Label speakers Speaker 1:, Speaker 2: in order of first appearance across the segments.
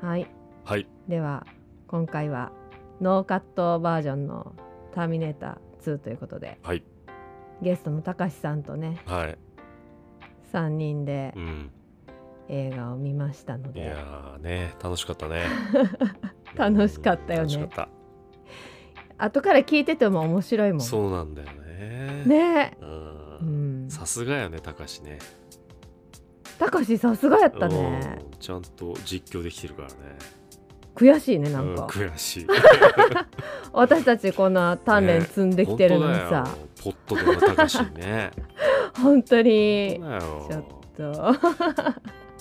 Speaker 1: はい
Speaker 2: はい
Speaker 1: では今回はノーカットバージョンの「ターミネーター2」ということで
Speaker 2: はい
Speaker 1: ゲストのたかしさんとね
Speaker 2: はい
Speaker 1: 3人で
Speaker 2: うん
Speaker 1: 映画を見ましたの
Speaker 2: い
Speaker 1: で、
Speaker 2: やーね楽しかったね
Speaker 1: 楽しかったよね
Speaker 2: うん楽しかっ
Speaker 1: 後から聞いてても面白いも
Speaker 2: た
Speaker 1: ん
Speaker 2: そうなんだよね
Speaker 1: ね
Speaker 2: う
Speaker 1: うんん
Speaker 2: さすがやねたかしね
Speaker 1: たかしさすがやったね
Speaker 2: うんちゃんと実況できてるからね
Speaker 1: 悔しいねなん
Speaker 2: う
Speaker 1: か
Speaker 2: 悔しい
Speaker 1: 私たちこんな鍛錬積 んできてるのにさ
Speaker 2: 本当だよポットでのたかし ね
Speaker 1: 本当に
Speaker 2: 本当だよ
Speaker 1: ちょっと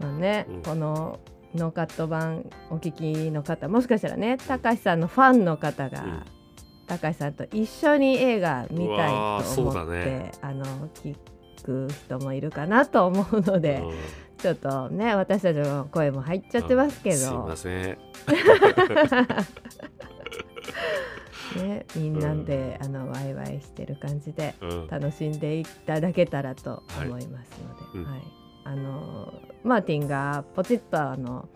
Speaker 1: まあね、
Speaker 2: うん
Speaker 1: このノーカット版お聞きの方もしかしたらねたかしさんのファンの方が、
Speaker 2: うん
Speaker 1: たかしさんと一緒に映画見たいと
Speaker 2: うわーそう
Speaker 1: 思
Speaker 2: だ
Speaker 1: って、
Speaker 2: ね
Speaker 1: あの聞く人もいるかなと思うので、
Speaker 2: うん
Speaker 1: ちょっとね私たちの声も入っちゃってますけ
Speaker 2: すい
Speaker 1: ど
Speaker 2: ま、せん
Speaker 1: ね、みんなで、あのワイワイしてる感じで
Speaker 2: うん
Speaker 1: 楽しんでいただけたらと思います
Speaker 2: う
Speaker 1: の
Speaker 2: ん
Speaker 1: で、はいあのマーティンがポチッとあの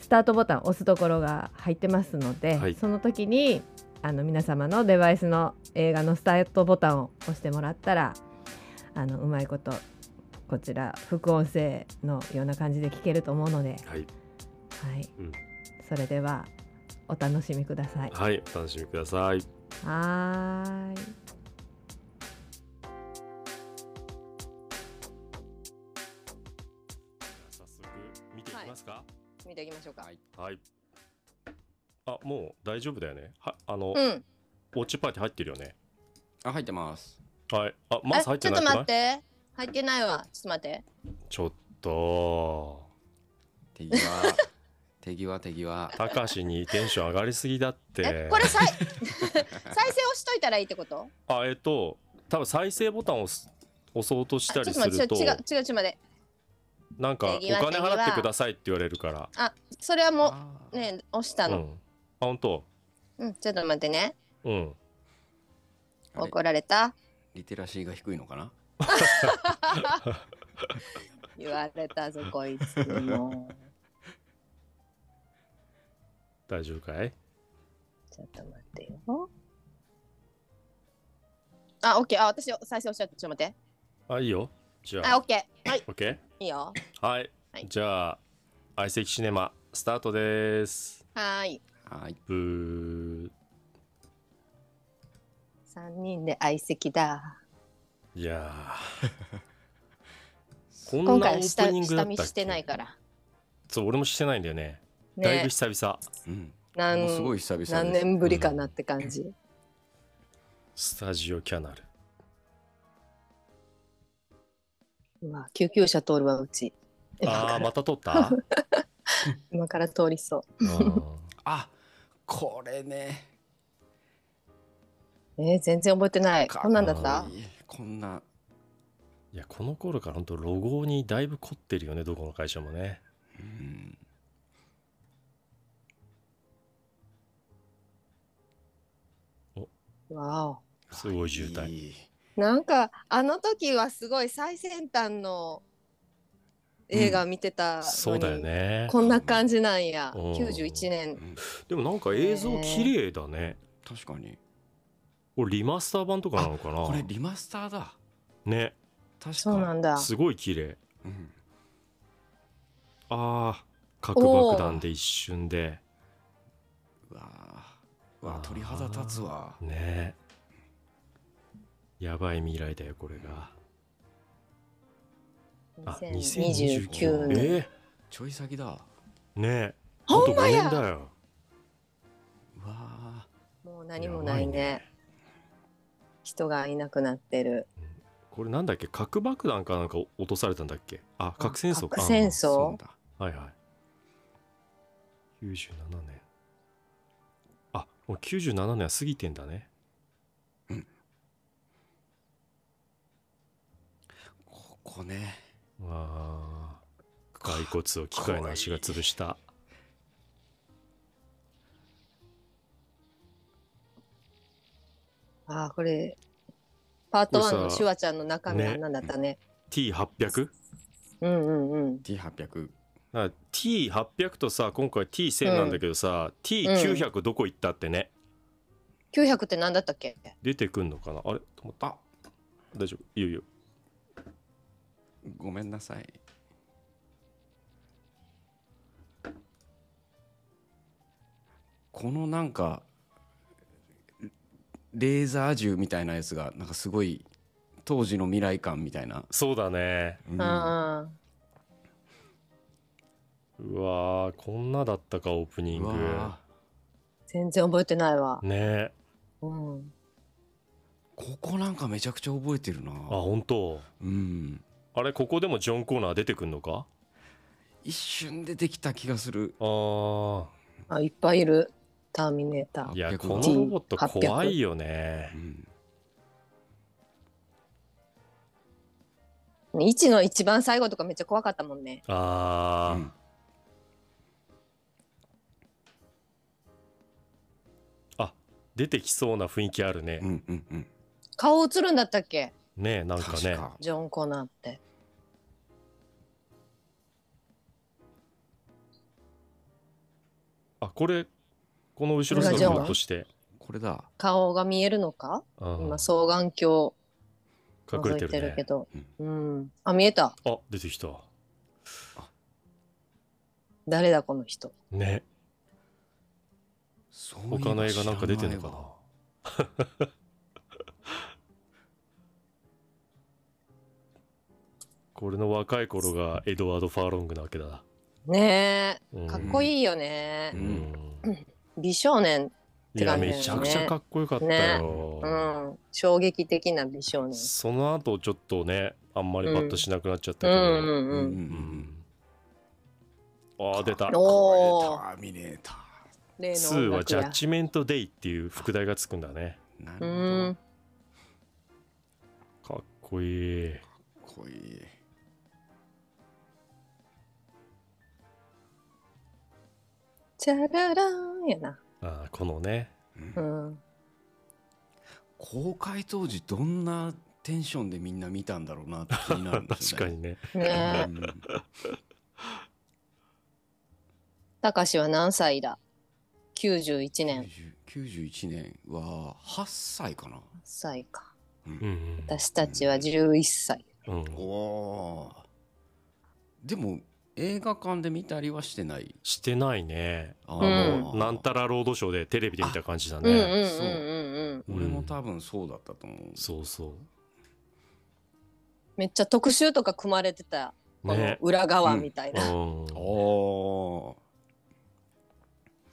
Speaker 1: スタートボタンを押すところが入ってますので、
Speaker 2: はい
Speaker 1: その時にあの皆様のデバイスの映画のスタートボタンを押してもらったらあのうまいことこちら副音声のような感じで聞けると思うので、
Speaker 2: はい
Speaker 1: はい
Speaker 2: うん
Speaker 1: それではお楽しみください。
Speaker 2: はいお楽しみください
Speaker 1: はーい
Speaker 2: 早速見ていきますか
Speaker 3: 見ていきましょうか。
Speaker 2: はい、あもう大丈夫だよねはあの、
Speaker 3: うん。
Speaker 2: ウォッチパーティー入ってるよね
Speaker 4: あ入ってます。
Speaker 2: はいあマ
Speaker 3: え
Speaker 2: ス入って
Speaker 3: ちょ
Speaker 2: な
Speaker 3: っと
Speaker 2: くない
Speaker 3: 待って。入ってないわ。ちょっと待って。
Speaker 2: ちょっと
Speaker 4: 手 際手際手際。
Speaker 2: たかしにテンション上がりすぎだって
Speaker 3: え、これ 再再生押しといたらいいってこと？
Speaker 2: あえっと多分再生ボタンを押す押そうとし
Speaker 3: あ
Speaker 2: た
Speaker 3: ち
Speaker 2: り
Speaker 3: ょっ
Speaker 2: す
Speaker 3: と待って。
Speaker 2: る
Speaker 3: ち
Speaker 2: と
Speaker 3: ょ違う違うちょっと待って。
Speaker 2: なんかお
Speaker 3: 手際
Speaker 2: 金
Speaker 3: 手際
Speaker 2: 払ってくださいって言われるから
Speaker 3: あ、それはも
Speaker 4: あ
Speaker 3: う
Speaker 4: ー。
Speaker 3: ね押した
Speaker 2: うん
Speaker 3: の。
Speaker 2: あ本当
Speaker 3: うん。ちょっと待ってね。
Speaker 2: うん
Speaker 4: あれ
Speaker 3: 怒られた。
Speaker 4: リテラシーが低いのかな。
Speaker 3: 言われたぞこいつもう。
Speaker 2: 大丈夫かい
Speaker 3: ちょっと待ってよ。あ、オッケー。あ、私再生押しちゃった。ちょっと待って。
Speaker 2: あいいよじゃ
Speaker 3: あ、
Speaker 2: あ
Speaker 3: オッケー。はい。
Speaker 2: オッケー
Speaker 3: いいよ。
Speaker 2: はい、
Speaker 3: はい
Speaker 2: じゃあ相席シネマスタートです
Speaker 3: はーい。
Speaker 4: はい。
Speaker 2: ブ
Speaker 3: 三人で相席だ。
Speaker 2: ーいや ーこん
Speaker 3: 今
Speaker 2: なオ
Speaker 3: 回は
Speaker 2: ー
Speaker 3: 下
Speaker 2: プニングだった
Speaker 3: 下
Speaker 2: っ
Speaker 3: 見
Speaker 2: け
Speaker 3: してないから。
Speaker 2: そう俺もしてないんだよねだいぶ
Speaker 3: ね。
Speaker 2: 久々
Speaker 4: うん。
Speaker 3: なん
Speaker 4: もうすごい久々です。
Speaker 3: 何年ぶりかなって感じ。
Speaker 2: スタジオキャ ナル
Speaker 3: うわ救急車通るわうち
Speaker 2: あーまた撮った
Speaker 3: 今から通りそ
Speaker 2: うん
Speaker 4: あこれね。
Speaker 3: うえー全然覚えてない
Speaker 4: かっ
Speaker 3: こんなんだった
Speaker 2: あ
Speaker 4: いいこんな。
Speaker 2: いやこの頃から本当ロゴにだいぶ凝ってるよねどこの会社もね
Speaker 4: うん。
Speaker 3: わお
Speaker 2: すごい渋滞
Speaker 4: いい
Speaker 3: なんかあの時はすごい最先端の映画見てたのに、
Speaker 2: そうだよね
Speaker 3: こんな感じなんや
Speaker 2: うん
Speaker 3: 91
Speaker 4: う
Speaker 3: 年
Speaker 4: ん
Speaker 2: でもなんか映像綺麗だね
Speaker 4: 確かに。
Speaker 2: これリマスター版とかなのか
Speaker 4: これ
Speaker 2: な
Speaker 4: リマスターだ。
Speaker 2: ね
Speaker 4: 確か。
Speaker 3: そうなんんだ
Speaker 2: すごい綺麗
Speaker 4: うん。
Speaker 2: あー核爆弾で一瞬で
Speaker 4: うわあ。うわあ鳥肌立つわ。
Speaker 2: ねやばい未来だよこれがあ
Speaker 3: 2029
Speaker 2: 2029
Speaker 3: 年
Speaker 2: え
Speaker 4: ちょい先だ。
Speaker 2: ーね
Speaker 3: ほんまや
Speaker 2: あと5年だよ
Speaker 4: うわあ。
Speaker 3: もう何もないね
Speaker 2: やば
Speaker 3: 人がいなくなってる
Speaker 2: これなんだっけ核爆弾かなんか落とされたんだっけあ核戦争か
Speaker 3: 核戦争
Speaker 4: そうだ。
Speaker 2: はいはい。97年。あ、もう97年は過ぎてんだね。
Speaker 4: ここね。
Speaker 2: ああ。骸骨を機械の足が潰した。
Speaker 3: あーこれパート1
Speaker 2: これ
Speaker 3: の
Speaker 2: さ
Speaker 3: シュワちゃんの中身
Speaker 2: ね
Speaker 3: は何だったね
Speaker 2: T800?
Speaker 3: T うんうんうん
Speaker 4: T 8 0 0
Speaker 2: だから T800 とさ今回 T1000 なんだけどさ、T900 どこ行ったってね
Speaker 1: 900って何だったっけ
Speaker 2: 出てくんのかなあれと思った
Speaker 4: あ
Speaker 2: 大丈夫いいよいいよ
Speaker 4: ごめんなさい。このなんかレーザー銃みたいなやつがなんかすごい当時の未来感みたいな、
Speaker 2: そうだね
Speaker 4: うん
Speaker 1: あ
Speaker 2: うわーこんなだったかオープニン
Speaker 4: う
Speaker 2: グ
Speaker 4: わ
Speaker 1: 全然覚えてないわ。
Speaker 2: ねえ
Speaker 1: うん。
Speaker 4: ここなんかめちゃくちゃ覚えてるな
Speaker 2: あ本当
Speaker 4: うん
Speaker 2: あれここでもジョンコーナー出てくんのか
Speaker 4: 一瞬出てきた気がする
Speaker 2: あ
Speaker 1: あ、いっぱいいる。ターミネータ
Speaker 2: あ
Speaker 1: ー。
Speaker 2: いや
Speaker 4: 800
Speaker 2: このロボット怖いよ
Speaker 4: う
Speaker 2: ね
Speaker 4: ん
Speaker 1: 1の一番最後とかめっちゃ怖かったもんね。
Speaker 2: あー、
Speaker 4: うん
Speaker 2: 出てきそうな雰囲気あるね
Speaker 4: う、んうんうん
Speaker 1: 顔映るんだったっけ
Speaker 2: ねえなんか
Speaker 4: 確
Speaker 2: ね
Speaker 4: か
Speaker 1: ジョン・コナーって。
Speaker 2: あこれこの後ろ姿ロボットして、
Speaker 4: これだ
Speaker 1: 顔が見えるのか、
Speaker 2: うん、
Speaker 1: 今
Speaker 2: 隠
Speaker 1: 双眼鏡
Speaker 2: れ
Speaker 1: 覗
Speaker 2: て
Speaker 1: いてる
Speaker 2: る
Speaker 1: け
Speaker 2: ね
Speaker 1: ど。
Speaker 4: うん
Speaker 1: うん。あ、見えた。
Speaker 2: あ出てきた
Speaker 1: 誰だこの人。
Speaker 2: ね
Speaker 4: そういえば
Speaker 2: 他の映画なんか出てんのか
Speaker 4: 知らいわ
Speaker 2: これの若い頃がエドワード・ファーロングなわけだな、
Speaker 1: ね
Speaker 2: うん
Speaker 1: え、かっこいいよね
Speaker 2: う。ん
Speaker 1: 美少年。
Speaker 2: いや
Speaker 1: って感じだよね
Speaker 2: めちゃくちゃかっこよかったよ、
Speaker 1: うん。衝撃的な美少年。
Speaker 2: その後ちょっとねあんまりバッとしなくなっちゃった
Speaker 1: う
Speaker 2: けど、
Speaker 1: んうん
Speaker 4: う
Speaker 1: うん
Speaker 4: うん
Speaker 1: ん。
Speaker 2: うんあー出た
Speaker 1: お
Speaker 4: こ
Speaker 1: お
Speaker 4: れターミネータ
Speaker 1: 例の
Speaker 2: 2
Speaker 1: 音
Speaker 2: は
Speaker 1: 楽
Speaker 2: ジャ
Speaker 1: や
Speaker 2: ッ。ジメント・デイっていう副題がつくんだね
Speaker 4: ーな
Speaker 1: う
Speaker 4: る
Speaker 1: ん。
Speaker 2: かっこいい
Speaker 4: ほどかっこいい
Speaker 1: チャララーンやな。
Speaker 2: あーこのね
Speaker 4: うん
Speaker 1: うん。
Speaker 4: 公開当時どんなテンションでみんな見たんだろうなって気になるんです
Speaker 2: 確
Speaker 4: よ
Speaker 2: か
Speaker 4: ね
Speaker 2: にね
Speaker 1: ねえ。
Speaker 4: に、うん
Speaker 1: たかしは何歳だ ?91 年。
Speaker 4: 90 91年は8歳かな
Speaker 1: 歳か。
Speaker 2: うん
Speaker 1: 私たちは11歳。
Speaker 2: うん、うん、
Speaker 4: おーでも映画館で見たりはしてない
Speaker 2: してないね
Speaker 4: あ
Speaker 1: うん
Speaker 4: ー
Speaker 2: なんたらロードショーでテレビで見た感じだ
Speaker 1: うんうんうん
Speaker 2: ね、
Speaker 1: うんうん。
Speaker 4: 俺も多分そうだったと思う、
Speaker 2: そうそ
Speaker 1: めっちゃ特集とか組まれてた。
Speaker 2: う
Speaker 1: この
Speaker 2: ね
Speaker 1: 裏側みたいな。
Speaker 2: うん
Speaker 4: あ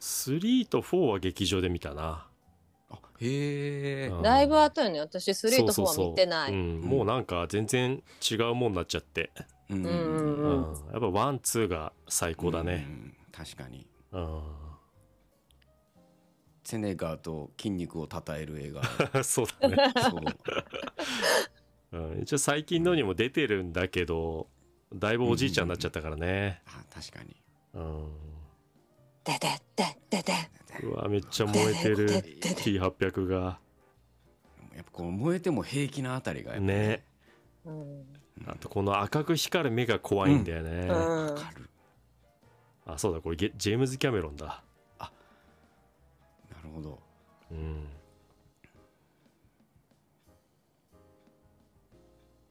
Speaker 2: 3と4は劇場で見たな
Speaker 4: ーあへえ、
Speaker 2: うん
Speaker 1: だいぶ後よね。私3と
Speaker 2: そうそう
Speaker 1: 4
Speaker 2: そう
Speaker 1: は見てな
Speaker 2: う
Speaker 1: い。
Speaker 2: んもうなんか全然違うもんなっちゃって、
Speaker 4: うん
Speaker 1: うんうん
Speaker 2: う
Speaker 1: うん。
Speaker 2: んやっぱワンツーが最高だね
Speaker 4: んん確かに
Speaker 2: うん、
Speaker 4: セネガーと筋肉をたたえる映 画
Speaker 2: そうだね、
Speaker 4: そう
Speaker 2: うん、一応最近のにも出てるんだけどだいぶおじいちゃんになっちゃったからね、
Speaker 4: あ確かに
Speaker 2: うん
Speaker 1: ででででで。
Speaker 2: うわめっちゃ燃えてる
Speaker 1: ででで
Speaker 2: T800 が
Speaker 4: やっぱこう燃えても平気なあたりがやっぱ
Speaker 2: ね
Speaker 1: うん。
Speaker 2: あとこの赤く光る目が怖いんだよね、
Speaker 1: うん
Speaker 4: わ。かる
Speaker 2: あそうだこれゲジェームズ・キャメロンだ
Speaker 4: なるほど
Speaker 2: うん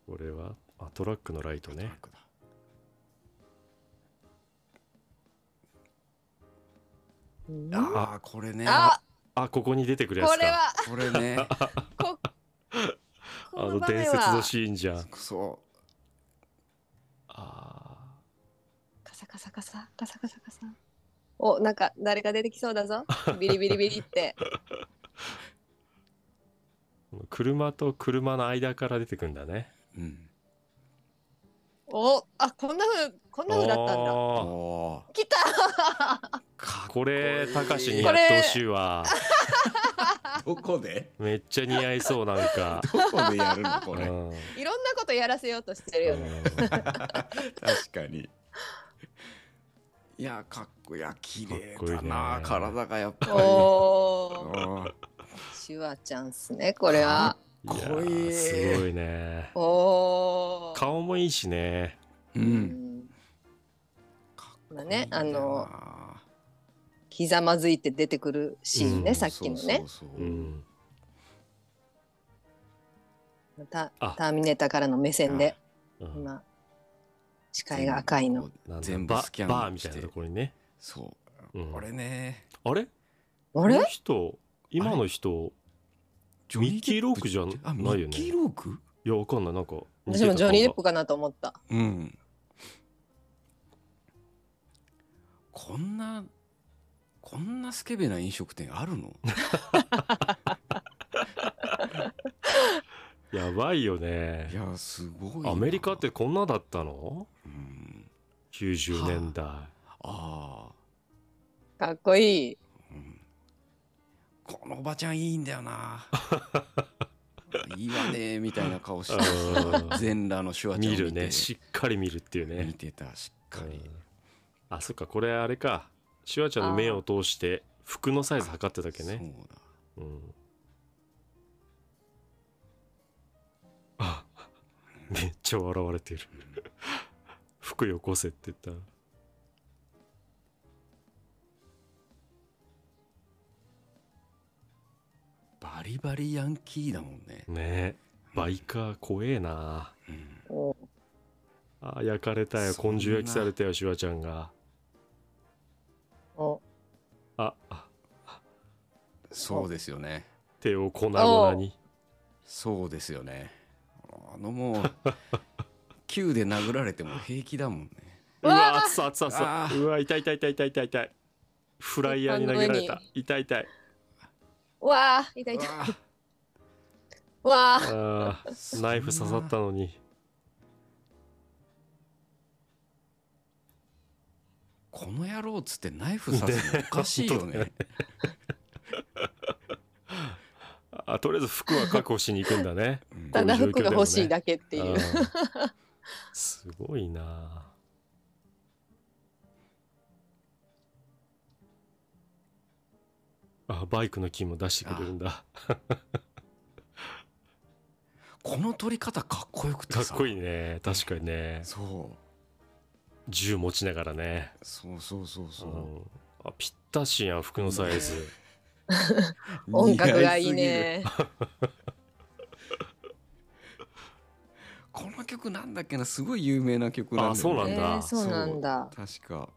Speaker 2: これはあトラックのライトね
Speaker 4: トラックだ
Speaker 1: うん
Speaker 4: ああこれね
Speaker 1: あ、
Speaker 2: あここに出てくるやつ
Speaker 1: こ
Speaker 2: か
Speaker 1: れは、
Speaker 4: これね
Speaker 1: こ、こ
Speaker 2: あ
Speaker 1: の
Speaker 2: の
Speaker 1: 場面
Speaker 2: 伝説の
Speaker 1: は、
Speaker 2: シーンじゃん
Speaker 4: そ
Speaker 2: あ
Speaker 1: カサカサカサ、カサカサカサ。お、なんか誰か出てきそうだぞ。ビリビリビリって。
Speaker 2: ー車と車の間から出てくるんだね
Speaker 4: ううん
Speaker 1: お、あ、こんなふう、こんなふうだったんだ。
Speaker 4: お
Speaker 2: あー
Speaker 4: おー
Speaker 1: 来た
Speaker 4: かっ
Speaker 2: これたかしに
Speaker 4: こ
Speaker 2: やっ
Speaker 4: れ
Speaker 2: てほしいわ
Speaker 4: どこで
Speaker 2: めっちゃ似合いそうなん か
Speaker 4: どこでやるのこ
Speaker 2: うん
Speaker 4: れ
Speaker 1: いろんなことやらせようとしてるよね。
Speaker 4: 確かにいやかっこいや綺
Speaker 2: か
Speaker 4: 麗だな
Speaker 2: っこいいね
Speaker 4: 体がやっぱり
Speaker 1: おー、
Speaker 4: うん
Speaker 1: シュワちゃんっすね、これは。
Speaker 2: うん
Speaker 4: かっこいい
Speaker 2: やーすごいね
Speaker 1: おー。
Speaker 2: 顔もいいしね
Speaker 4: うん、かっ
Speaker 1: なねあの
Speaker 4: あ
Speaker 1: ひざまずいて出てくるシーンね、
Speaker 2: うん。
Speaker 4: ー
Speaker 1: さっきのね。
Speaker 4: そうそうそううん
Speaker 1: タ
Speaker 2: あ
Speaker 1: ターミネーターからの目線で
Speaker 2: うん
Speaker 1: 今視界が赤いの。
Speaker 2: なんだ
Speaker 4: 全部
Speaker 2: バ
Speaker 4: スキャン
Speaker 2: バーみ
Speaker 4: して
Speaker 2: たいなところにね。
Speaker 4: そう、
Speaker 2: うん
Speaker 4: あれね
Speaker 2: あれ
Speaker 1: あ
Speaker 2: あ
Speaker 1: れ
Speaker 2: の人、今の人、
Speaker 4: ジョニ
Speaker 2: ミッキーロークじゃ
Speaker 4: デップ
Speaker 2: ないよね
Speaker 4: あミッキーローク
Speaker 2: いや、わかんない。なんか、似
Speaker 1: 私
Speaker 2: てた
Speaker 1: もジョニー・デッ
Speaker 2: 顔
Speaker 1: プかなと思った。
Speaker 4: うんこんなこんなスケベな飲食店あ るの
Speaker 2: がやばいよね
Speaker 4: い。やすごいな
Speaker 2: アメリカって、こんなだったの
Speaker 4: うん、
Speaker 2: ?90 年代。
Speaker 4: ああ、
Speaker 1: かっこいい。
Speaker 4: うん、このおばちゃんいいんだよ ないいわねみたいな顔して
Speaker 2: うん
Speaker 4: 全裸のシュ ワちゃ
Speaker 2: 見
Speaker 4: んを見て
Speaker 2: るね。しっかり見るっていう
Speaker 4: 見
Speaker 2: ね。
Speaker 4: てたしっかり、
Speaker 2: うんあ、そっか、これあれか。シュワちゃんの目を通して、服のサイズ測ってたっけね。
Speaker 4: そ
Speaker 2: う
Speaker 4: うだ
Speaker 2: ん。あ、めっちゃ笑われてる。服よこせって言ったら。
Speaker 4: バリバリヤンキーだもんね、
Speaker 2: ねえバイカー怖えな
Speaker 4: うん
Speaker 1: お
Speaker 2: あ焼かれたよ
Speaker 4: そんな
Speaker 2: 根性焼きされたよシュワちゃんが
Speaker 1: お
Speaker 2: ああ
Speaker 4: そうですよね
Speaker 2: 手を粉々に
Speaker 4: そうですよねあのもう 球で殴られても平気だもんね
Speaker 2: う
Speaker 1: おうわ
Speaker 2: わ
Speaker 1: ー
Speaker 2: 熱そう熱そう熱
Speaker 4: あ
Speaker 2: そう
Speaker 4: ー
Speaker 2: うわ痛い痛い痛い痛い痛い痛いフライヤーに投げら
Speaker 1: 鉄
Speaker 2: れ
Speaker 1: 板
Speaker 2: た
Speaker 1: の上
Speaker 2: 痛い痛いう
Speaker 1: わあ、痛い痛い。
Speaker 4: あ
Speaker 1: うわあ、
Speaker 2: あ
Speaker 4: そ
Speaker 2: ー
Speaker 4: んな
Speaker 2: ナイフ刺さったのに
Speaker 4: この野郎っつってナイフ刺すのおかしいよね
Speaker 2: ねあとりあえず服は確保しに行くんだね
Speaker 4: うん
Speaker 1: ただ
Speaker 2: こういう状
Speaker 1: 服
Speaker 2: 況だよね
Speaker 1: が欲しいだけっていう
Speaker 2: あ。ーすごいなあバイクのキーも出してくれるんだ
Speaker 4: この取り方かっこよくて
Speaker 2: かっ
Speaker 4: さ
Speaker 2: こいいね確かにね
Speaker 4: そう
Speaker 2: 銃持ちながらね、
Speaker 4: そうそうそう
Speaker 2: う、
Speaker 4: そうん
Speaker 2: あぴったしやん服のサイズ
Speaker 1: 音楽がいい
Speaker 4: 似合すぎる
Speaker 1: ね。
Speaker 4: この曲なんだっけなすごい有名な曲なん
Speaker 2: あ
Speaker 4: だよね
Speaker 2: そうなん
Speaker 1: え
Speaker 2: だ
Speaker 1: ー、そうなんだ。
Speaker 4: 確か、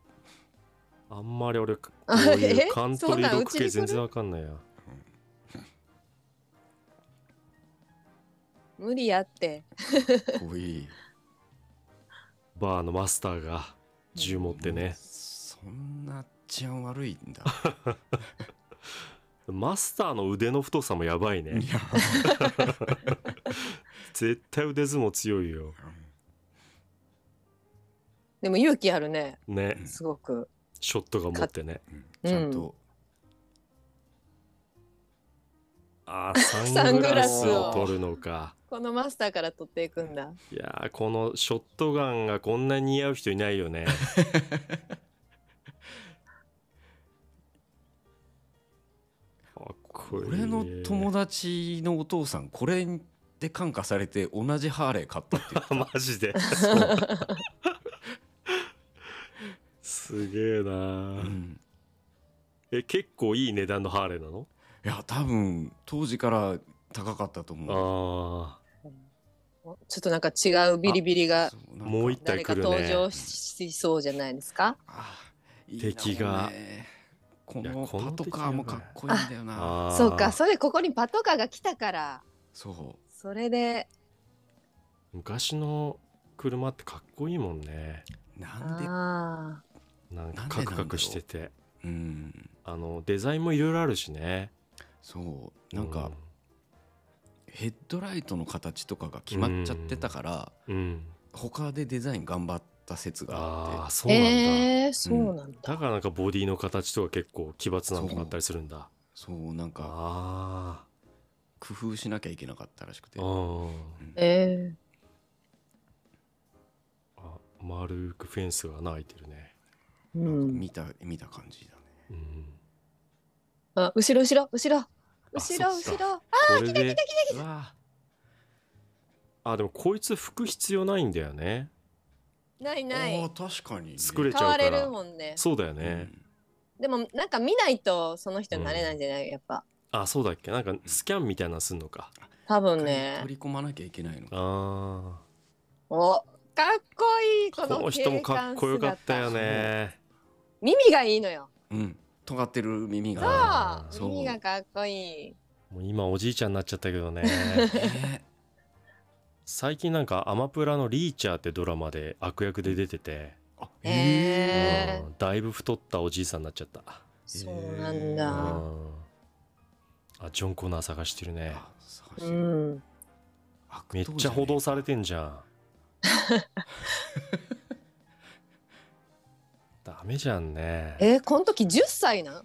Speaker 2: あんまり俺こう
Speaker 1: あ
Speaker 2: い
Speaker 1: え
Speaker 2: うカント
Speaker 1: そん
Speaker 2: リ
Speaker 1: な
Speaker 2: ー
Speaker 1: ん
Speaker 2: ロッ
Speaker 1: うちに来
Speaker 2: ク系
Speaker 1: る
Speaker 2: 全然わかんないよ
Speaker 1: 無理やって。
Speaker 4: かっこいい
Speaker 2: バーのマスターが銃持って
Speaker 4: もう
Speaker 2: ね
Speaker 4: そんな治安悪いんだ
Speaker 2: マスターの腕の太さもやばいね
Speaker 4: いや
Speaker 2: 絶対腕相撲強いよ
Speaker 1: でも勇気あるね。
Speaker 2: ね
Speaker 1: すごく。
Speaker 2: ショットが持ってね
Speaker 4: ちゃんと、
Speaker 2: あ ーサングラスを取るのか
Speaker 1: このマスターから取っていくんだ。
Speaker 2: いやーこのショットガンがこんなに似合う人いないよ ねかっこいい
Speaker 4: 俺の友達のお父さんこれで感化されて同じハーレー買っ たってい う
Speaker 2: マジですげえな
Speaker 4: う
Speaker 2: ー、
Speaker 4: ん、
Speaker 2: え結構いい値段のハーレーなの
Speaker 4: いや多分当時から高かったと思う
Speaker 2: あ
Speaker 1: おちょっとなんか違うビリビリが
Speaker 4: そう
Speaker 2: あもう
Speaker 4: 一
Speaker 2: 一体
Speaker 1: 誰か
Speaker 2: 来る
Speaker 1: 登場
Speaker 2: ね
Speaker 1: しそうじゃないですか。
Speaker 2: 敵が
Speaker 4: こ
Speaker 2: いや
Speaker 4: の
Speaker 2: この
Speaker 4: パトカーもかっこいいんだよな
Speaker 2: あー
Speaker 1: そうか、それここにパトカーが来たから、
Speaker 4: そ
Speaker 1: それで
Speaker 2: 昔の車ってかっこいいもんね
Speaker 4: うなんで
Speaker 1: あ
Speaker 2: なんかカ
Speaker 4: なんでなんだろう
Speaker 2: クカクしてて
Speaker 4: うん
Speaker 2: あのデザインもいろいろあるしね
Speaker 4: そうなんか
Speaker 2: う
Speaker 4: ヘッドライトの形とかが決まっちゃってたから、
Speaker 2: うん、
Speaker 4: 他でデザイン頑張った説が
Speaker 2: あ
Speaker 4: あ
Speaker 2: あ
Speaker 4: って
Speaker 2: そ
Speaker 1: あ
Speaker 2: うなんだ、
Speaker 1: えー、そうなんだ。
Speaker 2: だからなんかボディの形とか結構奇抜なのがあったりするんだ
Speaker 4: そうなんか
Speaker 2: あ
Speaker 4: 工夫しなきゃいけなかったらしくて
Speaker 2: あうん
Speaker 1: え
Speaker 2: あ丸くフェンスが穴開いてるね
Speaker 1: え
Speaker 4: なんか
Speaker 1: うん。
Speaker 4: 見た見た感じだね
Speaker 2: うん
Speaker 1: あ、後ろ後ろ後ろ後ろ
Speaker 2: あそ
Speaker 1: 後
Speaker 2: っか
Speaker 1: ろ。
Speaker 2: これでうわあでもこいつ服必要ないんだよね
Speaker 1: ないな
Speaker 4: あ
Speaker 1: い
Speaker 4: あ確かにね、
Speaker 2: 作れちゃ
Speaker 1: 買
Speaker 2: うか
Speaker 1: わ
Speaker 2: ら
Speaker 1: れるもんね
Speaker 2: そうだよね、
Speaker 1: でもなんか見ないとその人になれないんじゃない、やっぱ
Speaker 2: あそうだっけなんかスキャンみたいなのすんのか
Speaker 1: 多
Speaker 4: うん
Speaker 1: 分
Speaker 4: 取
Speaker 1: ね
Speaker 4: り込まなきゃいけないのか
Speaker 2: あ
Speaker 1: おかっこいい
Speaker 2: あ
Speaker 1: この
Speaker 2: この人もかっこよかったよ
Speaker 1: ね
Speaker 2: ね
Speaker 1: 耳がいいのよ
Speaker 4: うん尖ってる耳
Speaker 1: そう
Speaker 2: あ
Speaker 4: がーそう
Speaker 1: 耳がかっこいい
Speaker 2: もう今おじいちゃんになっちゃったけど ね
Speaker 4: ね
Speaker 2: 最近なんかアマプラの「リーチャー」ってドラマで悪役で出てて、
Speaker 4: あ
Speaker 1: え え
Speaker 2: うんだいぶ太ったおじいさんになっちゃった
Speaker 1: そうなん
Speaker 2: う
Speaker 1: だ
Speaker 2: んあジョン・コナー探してるね
Speaker 4: あ探
Speaker 1: う
Speaker 4: してる
Speaker 1: ん
Speaker 4: 悪
Speaker 2: めっ
Speaker 4: 党
Speaker 2: ち
Speaker 4: じ
Speaker 2: ゃ
Speaker 4: ねえ
Speaker 2: 補導されてんじゃ んダメじゃんね
Speaker 1: えー、この時10歳なん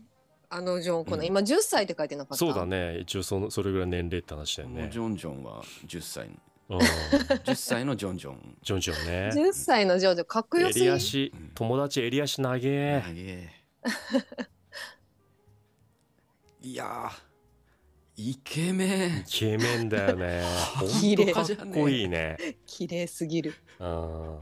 Speaker 1: あのジョンコナー、
Speaker 2: うん
Speaker 1: 今10歳って書いてなかった
Speaker 2: そうだね一応そのそれぐらい年齢って話だよ
Speaker 4: もう
Speaker 2: ね
Speaker 4: ジョンジョンは10歳
Speaker 2: うん
Speaker 4: の10歳のジョンジョン
Speaker 2: ジョンジョンね
Speaker 1: 10歳のジョンジョンかっこよすぎ
Speaker 2: 襟
Speaker 1: る
Speaker 2: 足友達襟足投げ
Speaker 4: 長 えいやーイケメン
Speaker 2: イケメンだよねほん
Speaker 1: 綺
Speaker 2: と
Speaker 1: 麗
Speaker 2: かっこいいね
Speaker 1: 綺麗すぎる
Speaker 2: うん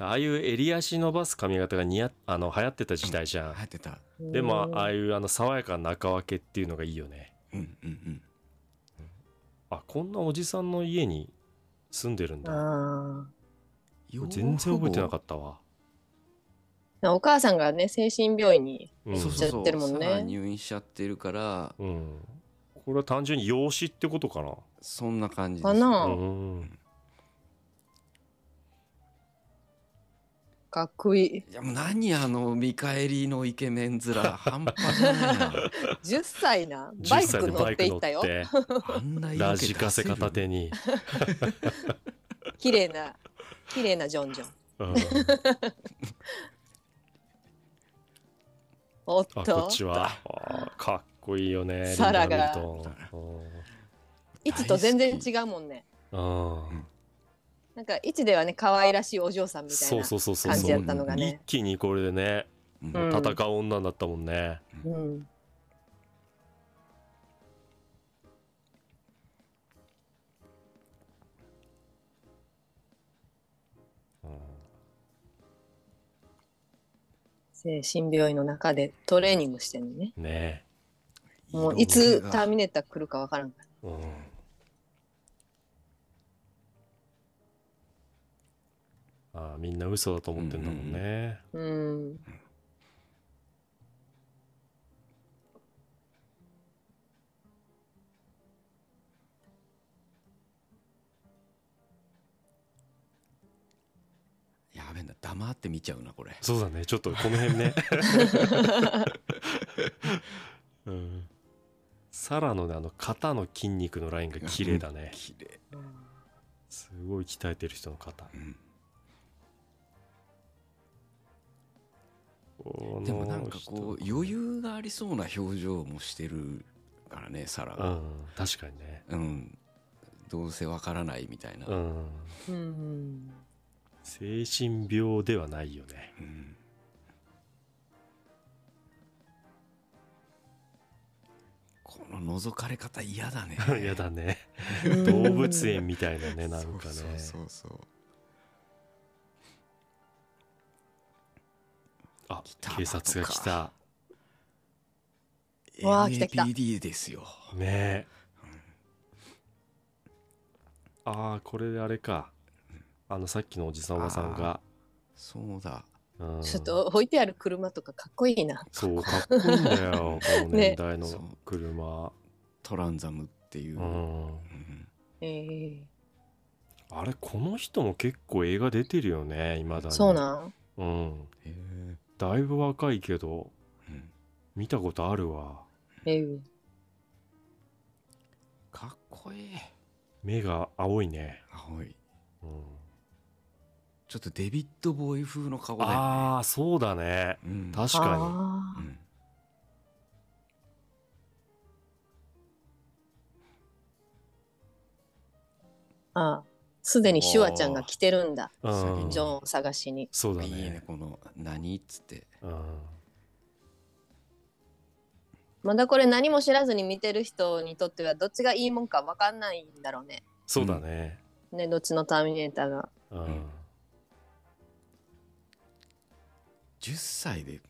Speaker 2: ああいう襟足伸ばす髪型が似合あの流行ってた時代じゃん
Speaker 4: 流行ってた
Speaker 2: でも
Speaker 1: うん
Speaker 2: ああいうあの爽やかな中分けっていうのがいいよね
Speaker 4: うんうん
Speaker 2: あこんなおじさんの家に住んでるんだ
Speaker 1: あ
Speaker 4: うん
Speaker 2: 全然覚えてなか
Speaker 4: っ
Speaker 2: ったわ、
Speaker 1: ーお母さんがね精神病院に
Speaker 2: うん、
Speaker 4: そう
Speaker 1: ちゃ
Speaker 4: そう
Speaker 1: っ
Speaker 4: そう
Speaker 1: てるもんね
Speaker 4: サラ入院しちゃってるから
Speaker 2: うん、これは単純に養子ってことか
Speaker 4: そんな感じで
Speaker 1: か
Speaker 4: す
Speaker 2: なう
Speaker 1: な、
Speaker 2: ん
Speaker 1: かっこいい
Speaker 4: いやもう何あの見返りのイケメン面半端じゃない な
Speaker 1: 10歳なバ
Speaker 2: 10
Speaker 1: イク
Speaker 2: 歳で
Speaker 1: 乗
Speaker 2: バ
Speaker 1: っ
Speaker 2: イク
Speaker 1: てい
Speaker 2: 乗っ
Speaker 1: ったよ
Speaker 2: て
Speaker 4: あん な色気
Speaker 2: ラジカセ片手に、
Speaker 1: 綺麗な綺麗なジョンジョン
Speaker 2: うん、
Speaker 1: おっ
Speaker 2: あこ
Speaker 1: と
Speaker 2: っちはあかっこいいよね
Speaker 1: サラが
Speaker 2: リンダハミルトン
Speaker 1: いつと全然違うもんね
Speaker 2: うんうん
Speaker 1: なんかいつではね可愛らしいお嬢さんみたい
Speaker 2: そう
Speaker 1: な
Speaker 2: そうそうそう
Speaker 1: 感じ
Speaker 2: そ
Speaker 1: や
Speaker 2: う
Speaker 1: ったのが
Speaker 2: 一
Speaker 1: ね
Speaker 2: 気にこれでね
Speaker 4: うん
Speaker 1: うん
Speaker 2: 戦う女になったもんね、
Speaker 1: うん精神病院の中でトレーニングしてんのね。
Speaker 2: ね
Speaker 1: もう
Speaker 4: 色
Speaker 1: い
Speaker 4: 気が
Speaker 1: つターミネーター来るかわからんから。
Speaker 2: え、うん、ああみんな嘘だと思ってんだもんね、
Speaker 1: うん。
Speaker 4: やべえな黙って見ちゃうなこれ
Speaker 2: そうだねちょっとこの辺ね、うん、サラのねあの肩の筋肉のラインが綺麗だね
Speaker 4: 綺麗
Speaker 2: すごい鍛えてる人の肩
Speaker 4: うん
Speaker 2: この人
Speaker 4: でもなんかこう余裕がありそうな表情もしてるからねサラ
Speaker 2: う
Speaker 4: が
Speaker 2: ん確かにね
Speaker 4: うん、どうせわからないみたいな、
Speaker 2: うん
Speaker 1: うん。
Speaker 2: 精神病ではないよね
Speaker 4: うんこの覗かれ方嫌 だね
Speaker 2: やだね
Speaker 1: うん
Speaker 2: 動物園みたい なねなんかね
Speaker 4: そうそうそうそう
Speaker 2: あ
Speaker 4: た
Speaker 2: 警察が来た
Speaker 4: パ
Speaker 1: うわー来た来た
Speaker 4: NAPD ですよ
Speaker 2: ねえああこれであれかあのさっきのおじさんおばさんが、
Speaker 4: そうだ
Speaker 2: うん、
Speaker 1: ちょっと置いてある車とかかっこいいな。
Speaker 2: そうかっこいいんだ よこの年代の
Speaker 4: ねそう
Speaker 2: 車、
Speaker 4: トランザムっていう、
Speaker 2: う
Speaker 4: うん
Speaker 2: ん、
Speaker 1: え
Speaker 2: あれこの人も結構映画出てるよねいまだ
Speaker 1: え
Speaker 2: に
Speaker 1: そうなん
Speaker 2: うん
Speaker 4: へえ
Speaker 2: だいぶ若いけど
Speaker 4: うん
Speaker 2: 見たことあるわ
Speaker 1: ええ
Speaker 4: かっこいい
Speaker 2: 目が青いね、
Speaker 4: 青い
Speaker 2: うん、
Speaker 4: ちょっとデビッド・ボーイ風の顔だよね
Speaker 2: ああそうだね
Speaker 4: うん
Speaker 2: 確
Speaker 1: あ
Speaker 2: か
Speaker 4: う
Speaker 1: ー
Speaker 4: ん
Speaker 1: あー。すでにシュワちゃんが来てるんだ。
Speaker 2: に、う
Speaker 4: ー
Speaker 2: ん、
Speaker 1: ジョンを探しに。
Speaker 2: そうだね
Speaker 4: いいねこの「何?」っつって
Speaker 2: うん
Speaker 1: まだこれ何も知らずに見てる人にとってはどっちがいいもんかわかんないんだろうね。
Speaker 2: そうだね、
Speaker 1: ね、どっちのターミネーターが。
Speaker 2: うん
Speaker 4: ん10歳で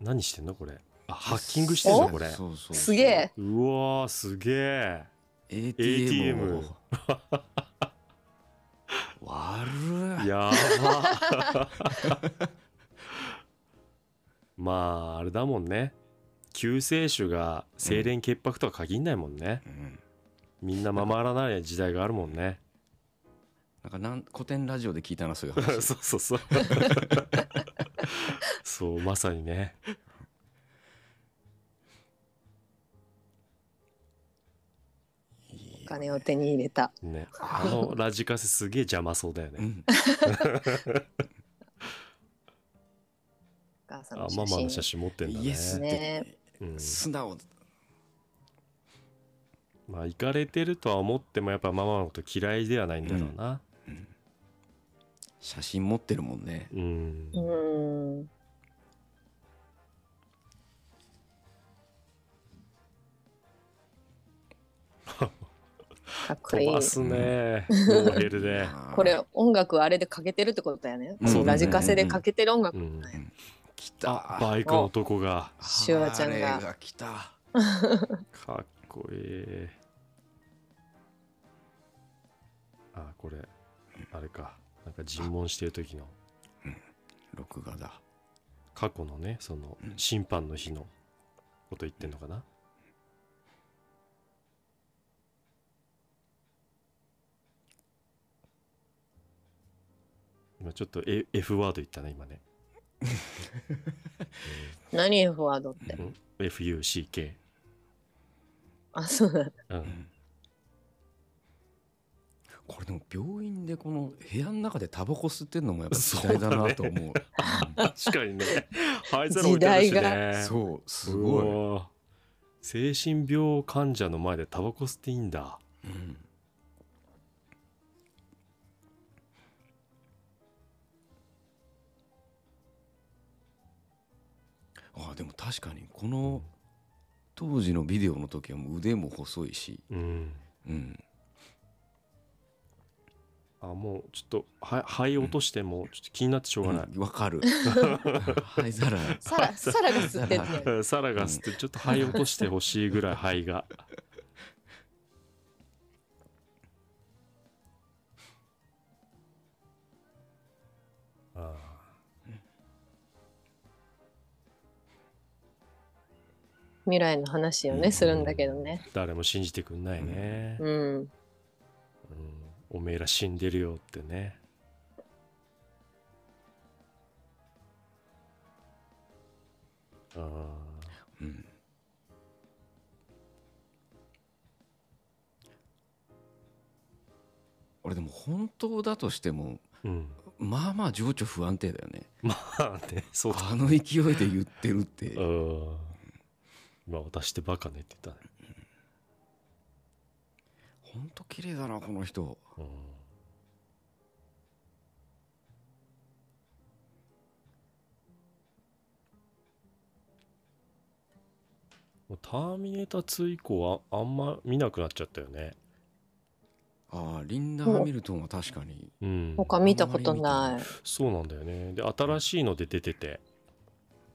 Speaker 2: 何してんのこれあハッキングしてんのこれ
Speaker 4: そうそう
Speaker 3: すげえ
Speaker 2: うわーすげえ
Speaker 4: ATM を
Speaker 2: ATM
Speaker 4: 悪い
Speaker 2: やば まああれだもんね救世主が清廉潔白とは限んないもんね、
Speaker 4: うん
Speaker 2: みんなままならない時代があるもんね
Speaker 4: なんかなん古典ラジオで聞いたなそうい う
Speaker 2: そう
Speaker 4: 話
Speaker 2: そうそうそうまさにね
Speaker 3: お金を手に入れた
Speaker 2: ねあのラジカセすげえ邪魔そうだよ
Speaker 4: う
Speaker 2: ね
Speaker 4: ん
Speaker 3: お母さん
Speaker 2: あ
Speaker 3: の写真
Speaker 2: ママの写真持ってんだね
Speaker 4: イエスっ
Speaker 3: ね
Speaker 4: て
Speaker 2: うん
Speaker 4: 素直
Speaker 2: まあ行かれてるとは思ってもやっぱママのこと嫌いではないんだろうな
Speaker 4: 写真持ってるもんね
Speaker 2: うん、
Speaker 3: うーんかっこい
Speaker 2: 飛
Speaker 3: い
Speaker 2: ばすね、ノーヘルで、
Speaker 4: あー
Speaker 3: これ音楽あれでかけてるってことだよね、
Speaker 4: そうだね
Speaker 3: ラジカセでかけてる音楽、
Speaker 2: うん、
Speaker 4: 来た
Speaker 2: バイクの男が
Speaker 3: シュワちゃんが
Speaker 4: あれ来た
Speaker 2: かっこいいあこれあれかなんか尋問してる時の
Speaker 4: 録画だ
Speaker 2: 過去のねその
Speaker 4: うん
Speaker 2: 審判の日のこと言ってんのかな今ちょっと A- F ワード言ったね今ね
Speaker 3: 何 F ワードって、
Speaker 4: うん
Speaker 2: FUCK
Speaker 3: あそう
Speaker 2: う
Speaker 3: だ
Speaker 2: ん
Speaker 4: これでも病院でこの部屋の中でタバコ吸ってんのもやっぱ時代だなと思う
Speaker 2: 確かにね灰皿置いてあるし
Speaker 3: 時
Speaker 2: ね
Speaker 4: うんそうす
Speaker 2: う
Speaker 4: ごい
Speaker 2: わー精神病患者の前でタバコ吸っていいんだ
Speaker 4: うんあでも確かにこの当時のビデオの時はもう腕も細いし、
Speaker 2: うん
Speaker 4: うん、
Speaker 2: あもうちょっとは肺落としてもちょっと気になってしょうがない、
Speaker 4: わ かる灰皿
Speaker 3: サラサラが吸ってんね
Speaker 2: サラが吸ってちょっと肺落としてほしいぐらい肺があ
Speaker 3: 未来の話を
Speaker 4: う
Speaker 3: ね
Speaker 4: ん
Speaker 3: するんだけどね
Speaker 2: ー誰も信じてくんないね、
Speaker 3: うん
Speaker 2: うん、おめえら死んでるよってねあー
Speaker 4: うん俺でも本当だとしても
Speaker 2: うん
Speaker 4: まあまあ情緒不安定だよね
Speaker 2: まあねそうだ
Speaker 4: あの勢いで言ってるって
Speaker 2: うん今私ってバカねって言ったね、
Speaker 4: 本当綺麗だなこの人
Speaker 2: うん、もうターミネーター2以降はあんま見なくなっちゃったよね
Speaker 4: ああリンダ・ハミルトンは確かに
Speaker 2: うん
Speaker 3: 他見たことない
Speaker 2: そうなんだよねで新しいので出てて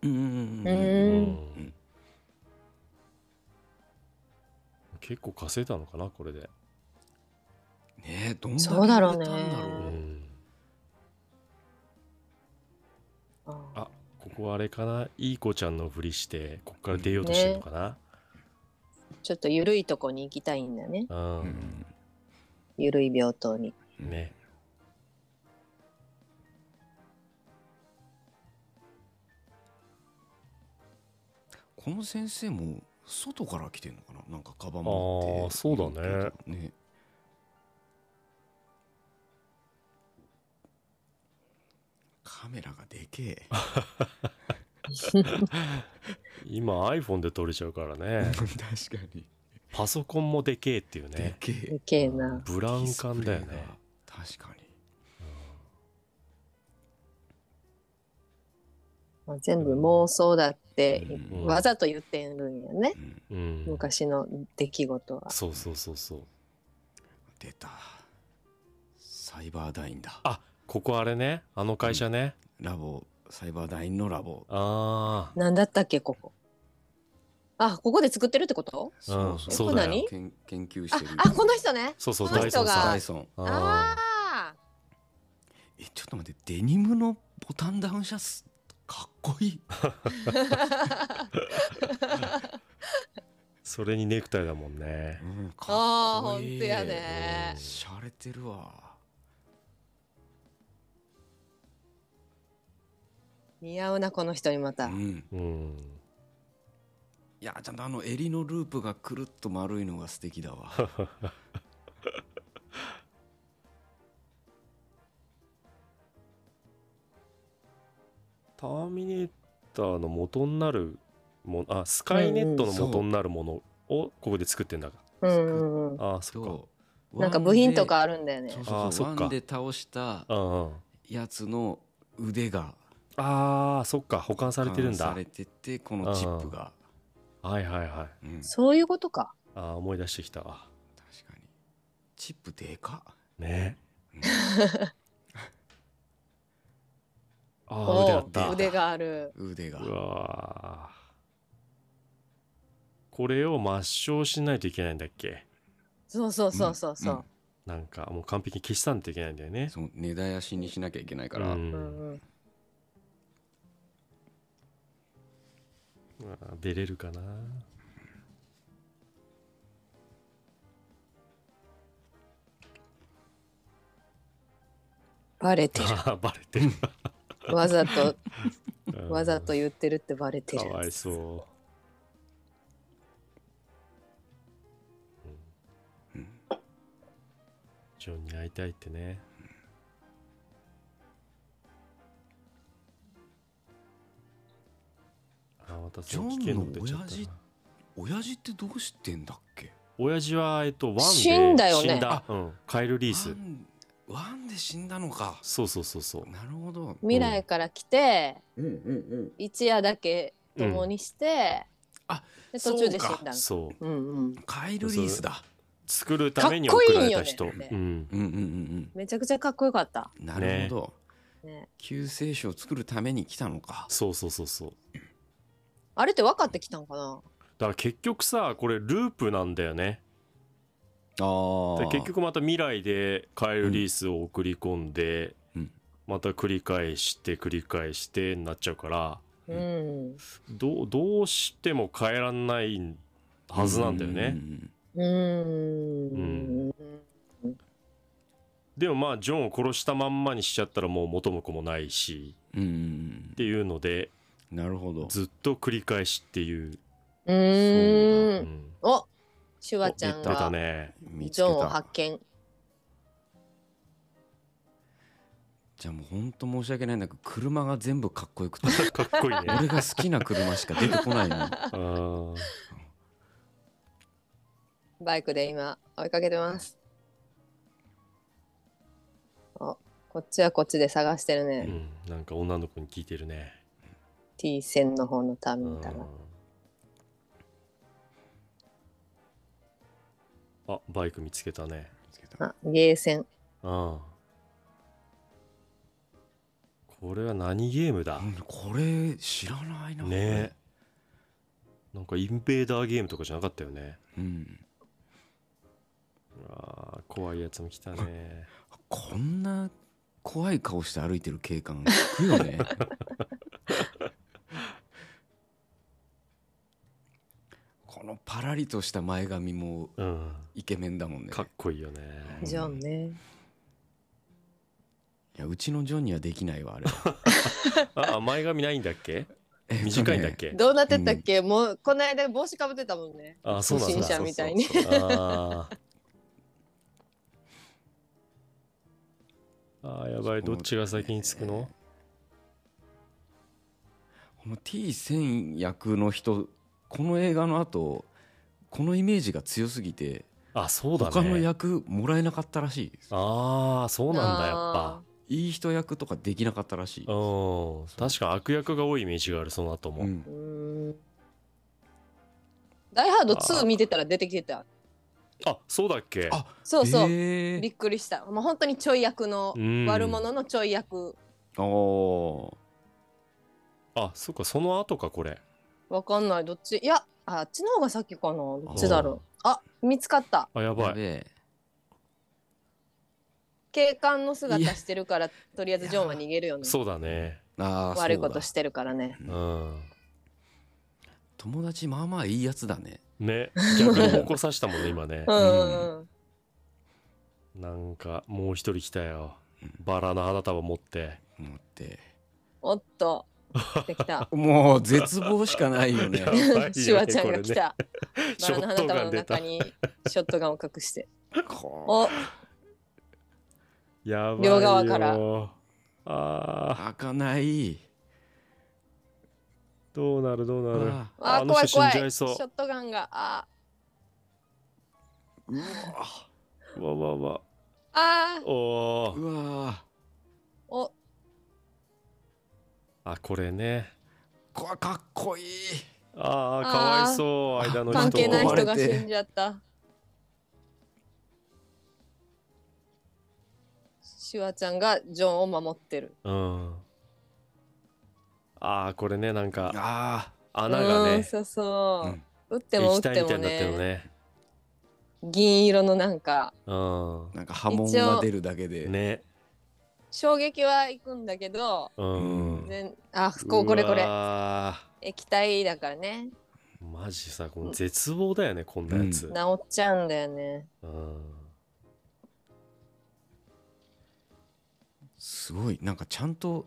Speaker 4: うんう
Speaker 3: うん
Speaker 4: うん
Speaker 2: うん
Speaker 3: ん
Speaker 4: ん
Speaker 2: 結構稼いだのかなこれで、
Speaker 4: ねえどんな
Speaker 3: そうだろうね
Speaker 2: うん、
Speaker 3: あ
Speaker 2: あここはあれかないい子ちゃんのふりしてここから出ようとしてるのかな、
Speaker 3: ちょっとゆるいとこに行きたいんだね
Speaker 2: うん
Speaker 3: ゆるい病棟に
Speaker 2: ね
Speaker 4: この先生も外から来てんのかななんかカバン
Speaker 2: あ
Speaker 4: 持
Speaker 2: ー
Speaker 4: って
Speaker 2: そうだね
Speaker 4: ねカメラがでけえ
Speaker 2: 今 iPhone で撮れちゃうからね
Speaker 4: 確かに
Speaker 2: パソコンもでけえっていう
Speaker 4: で
Speaker 2: ね
Speaker 4: けえ
Speaker 3: 余計な
Speaker 2: ブラウン管だよ
Speaker 4: ディスプレイ
Speaker 2: ね
Speaker 4: が確かに
Speaker 3: まあ全部妄想だって
Speaker 4: うん
Speaker 3: わざと言ってるんやね
Speaker 4: う
Speaker 2: う
Speaker 4: ん
Speaker 2: ん
Speaker 3: 昔の出来事は
Speaker 2: そうそうそうそう
Speaker 4: 出たサイバーダインだ
Speaker 2: あここあれねあの会社ね、
Speaker 4: ラボサイバー第二のラボ
Speaker 2: ああ。
Speaker 1: なんだったっけ、ここ。あ、ここで作ってるってこと
Speaker 4: そうそう
Speaker 2: そうだよ
Speaker 1: 何
Speaker 4: 研研究
Speaker 1: あ
Speaker 4: してる、
Speaker 1: あ、この人ね。
Speaker 2: そうそう、
Speaker 1: この
Speaker 2: ダイソ
Speaker 1: 人
Speaker 2: ン
Speaker 1: が
Speaker 2: さん。
Speaker 4: ダイソン
Speaker 2: あ
Speaker 1: あ
Speaker 4: えちょっと待ってデニムのボタンダウンシャツかっこいい
Speaker 1: あ。
Speaker 2: ーそれにネクタイだもんね。
Speaker 4: うん、か
Speaker 1: ああ、
Speaker 4: っ
Speaker 1: ほ
Speaker 4: こ
Speaker 1: んと
Speaker 4: いい
Speaker 1: やね。
Speaker 4: しゃれてるわ
Speaker 1: 似合うな、この人にま
Speaker 4: う
Speaker 1: た。
Speaker 4: ん
Speaker 2: うん。
Speaker 4: いやちゃんとあの襟のループがくるっと丸いのが素敵 だわ
Speaker 2: ターミネーターの元になるもの、あ、スカイネットの元になるものをここで作ってんだ
Speaker 1: う
Speaker 2: が。
Speaker 1: んうんうん。
Speaker 2: ああ、そっか。
Speaker 4: そう
Speaker 1: なんか部品とかあるんだよね
Speaker 4: そう。
Speaker 2: あ
Speaker 4: そ
Speaker 2: ー
Speaker 4: う
Speaker 2: そ
Speaker 4: そ
Speaker 2: っ
Speaker 4: う
Speaker 2: か
Speaker 4: ワンで倒した
Speaker 2: うんうん。
Speaker 4: やつの腕が
Speaker 2: ああ、そっか。保管されてるん
Speaker 4: 保管
Speaker 2: だ
Speaker 4: さ。れててこのチップが、
Speaker 2: はいはいはい。
Speaker 4: うん、確
Speaker 1: そういうことか。
Speaker 2: ああ、思い出してきたわ。
Speaker 4: かにチップでかっ
Speaker 2: ね。
Speaker 4: うん
Speaker 2: ああ、腕あっ
Speaker 1: お
Speaker 2: た。
Speaker 1: う腕がある。
Speaker 4: 腕が
Speaker 2: うわーこれを抹消しないといけないんだっけ
Speaker 1: そうそうそうそうそ
Speaker 4: ん
Speaker 1: う。
Speaker 2: なんかもう完璧に消したんといけないんだよね
Speaker 4: そう根絶やしにしなきゃいけないから、
Speaker 2: う、
Speaker 1: うんんうん。
Speaker 2: あー出れるかな
Speaker 1: バレてる。
Speaker 2: あー バレてる
Speaker 1: わざと、
Speaker 2: うん
Speaker 1: わざと言ってるってバレて
Speaker 2: か
Speaker 1: る。
Speaker 2: わいそう、
Speaker 4: うん
Speaker 2: ジョンに会いたいってねあーまたその危険度出ちゃったな
Speaker 4: ジョンの親父親父ってどうしてんだっけ
Speaker 2: 親父はえっとワンで
Speaker 1: 死んだよね
Speaker 2: 死んだうん、カエル・リース
Speaker 4: ワンワンで死んだのか
Speaker 2: そうそうそうそう
Speaker 4: なるほど
Speaker 1: 未来から来て、
Speaker 4: うんうんうん
Speaker 1: 一夜だけ共にして、
Speaker 4: うんあ
Speaker 1: で途中で死
Speaker 4: そうんか
Speaker 1: だの
Speaker 2: そう
Speaker 1: うんうん。
Speaker 4: カイル・リースだ
Speaker 2: 作るために
Speaker 1: かっこいい
Speaker 2: 送
Speaker 1: よ
Speaker 2: ら
Speaker 1: ね
Speaker 2: れた人うん
Speaker 4: うんうんうん
Speaker 1: めちゃくちゃかっこよかった。
Speaker 4: うんなるほど、
Speaker 1: ね、
Speaker 4: 救世主を作るために来たのか
Speaker 2: そうそうそうそう
Speaker 1: あれって分かってきたんかな
Speaker 2: だから結局さこれループなんだよね
Speaker 4: あ
Speaker 2: で結局また未来でカエル・リースを送り込んで、
Speaker 4: うん
Speaker 2: また繰り返して繰り返してになっちゃうから
Speaker 1: う。
Speaker 4: うん
Speaker 2: どうどうしても変えらんないはずなんだよね、
Speaker 1: うーん。
Speaker 2: でもまあジョンを殺したまんまにしちゃったらもう元も子もないし
Speaker 4: うんうんうん
Speaker 2: っていうので
Speaker 4: うんなるほど
Speaker 2: ずっと繰り返しっていう、
Speaker 1: う
Speaker 2: う
Speaker 1: ーん。
Speaker 2: ん、
Speaker 1: おシュワちゃん
Speaker 2: 出た
Speaker 1: が
Speaker 2: ね
Speaker 4: 見つ
Speaker 1: ジ
Speaker 4: け
Speaker 1: ョンを
Speaker 4: た
Speaker 1: 発見。
Speaker 4: じゃあもう本当申し訳ないんだけど車が全部かっこよく て
Speaker 2: かっこいいね
Speaker 4: 俺が好きな車しか出てこないの
Speaker 2: あー
Speaker 1: バイクで今追いかけてます。おこっちはこっちで探してる
Speaker 2: う
Speaker 1: ね。
Speaker 2: ん、なんか女の子に聞いてるね
Speaker 1: T 線の方のターミ
Speaker 2: うん
Speaker 1: ナル。
Speaker 2: あバイク見つけたね
Speaker 4: 見つけた
Speaker 1: あ、ゲーセン。
Speaker 2: あこれは何ゲームだ
Speaker 4: うんこれ知らないな
Speaker 2: ねなんかインベーダーゲームとかじゃなかったよね
Speaker 4: これうん
Speaker 2: あー怖いやつも来た ね
Speaker 4: こんな怖い顔して歩いてる警官聞くよね このパラリとした前髪も
Speaker 2: うん
Speaker 4: イケメンだもんね
Speaker 2: かっこいいよね
Speaker 4: うん
Speaker 1: ジョンね。
Speaker 4: いやうちのジョンにはできないわあれ は
Speaker 2: あ前髪ないんだっけ
Speaker 4: えっとね
Speaker 2: 短いんだっけ
Speaker 1: どうなってたっけ、もうこの間帽子かぶってたもんね。
Speaker 2: あそうなんだ
Speaker 1: 初心者みたいに
Speaker 4: そうそうそう
Speaker 2: あーあーやばいどっちが先につくの
Speaker 4: この T1000 役の人この映画の後このイメージが強すぎて、
Speaker 2: あそうだ
Speaker 4: 他の
Speaker 2: ね
Speaker 4: 役もらえなかったらしいです
Speaker 2: ああそうなんだやっ
Speaker 1: あ
Speaker 2: ぱ
Speaker 4: いい人役とかできなかったらし
Speaker 2: う
Speaker 4: い、
Speaker 2: ん確か悪役が多いイメージがあるその後も、
Speaker 4: うん
Speaker 1: ー。うーんダイハード
Speaker 2: あー
Speaker 1: 2見てたら出てきてた。
Speaker 2: あそうだっけ
Speaker 4: あ
Speaker 1: そうそう。
Speaker 4: え
Speaker 1: びっくりした。もう本当にちょい役の
Speaker 2: うん
Speaker 1: 悪者のちょい役
Speaker 4: あー
Speaker 2: あそっかその後かこれ
Speaker 3: わかんない。どっちいや、ああっちの方が先かな。どっちだろう。あ、見つかった。
Speaker 2: あやば
Speaker 4: や
Speaker 2: い
Speaker 4: べえ
Speaker 3: 警官の姿してるから、とりあえずジョンは逃げるよね。
Speaker 2: そうだね
Speaker 4: ああ
Speaker 3: 悪いことしてるからね。
Speaker 2: うん
Speaker 4: 友達まあまあいいやつだね
Speaker 2: ね逆に起こさしたもんね今 ね
Speaker 3: うん。うん、
Speaker 2: なんかもう一人来たよバラの花束持って
Speaker 4: 思って。
Speaker 3: おっと。でき た
Speaker 4: もう絶望しかないよね
Speaker 2: やば いよね
Speaker 3: シュワちゃんが
Speaker 2: こ
Speaker 3: 来
Speaker 2: れね
Speaker 3: た。バ
Speaker 2: ショ
Speaker 3: ラの
Speaker 2: ッ
Speaker 3: 花
Speaker 2: トガ
Speaker 3: 束
Speaker 2: ン
Speaker 3: の
Speaker 2: 出た
Speaker 3: 中にショットガンを隠して。
Speaker 4: こ
Speaker 3: お、
Speaker 2: やばいよ
Speaker 3: 両側から
Speaker 4: う
Speaker 2: あー
Speaker 4: 開かない
Speaker 2: どうなるどうなる
Speaker 4: あ
Speaker 3: あ
Speaker 2: あ
Speaker 3: ー
Speaker 2: の
Speaker 3: 怖
Speaker 2: 人
Speaker 3: い怖
Speaker 2: 死んじゃ
Speaker 3: い。
Speaker 2: い
Speaker 3: シ
Speaker 2: そう
Speaker 3: ョットガンが、あ
Speaker 4: ーうわ
Speaker 2: わわわ
Speaker 3: ーあー、
Speaker 2: おお
Speaker 4: うわ
Speaker 3: お、
Speaker 2: あこれね
Speaker 4: こわかっこいい
Speaker 2: ああ
Speaker 3: あー
Speaker 2: かわいそう間の人
Speaker 3: 関係ない
Speaker 4: 追わ
Speaker 3: 人
Speaker 4: れ
Speaker 3: が
Speaker 4: て
Speaker 3: 死んじゃった。シュワちゃんがジョンを守ってる。
Speaker 2: うんああこれねなんか
Speaker 4: あ
Speaker 2: 穴が
Speaker 3: うん
Speaker 2: ね
Speaker 3: そうそう。
Speaker 4: うん
Speaker 3: 打っても打
Speaker 2: 液
Speaker 3: って
Speaker 2: 体みた
Speaker 3: も
Speaker 2: いになってるの
Speaker 3: ね、
Speaker 2: ね
Speaker 3: 銀色のなんか
Speaker 2: うん
Speaker 4: ーなんか波紋が出るだけで、
Speaker 2: ね
Speaker 3: 衝撃はいくんだけど、
Speaker 2: うん
Speaker 3: 全あこうこれこ
Speaker 2: う
Speaker 3: れ
Speaker 2: わ
Speaker 3: 液体だからね、
Speaker 2: ーマジさこの絶望だよねこんなやつ
Speaker 3: 治っちゃうんだよね。
Speaker 2: うん
Speaker 4: すごいなんかちゃんと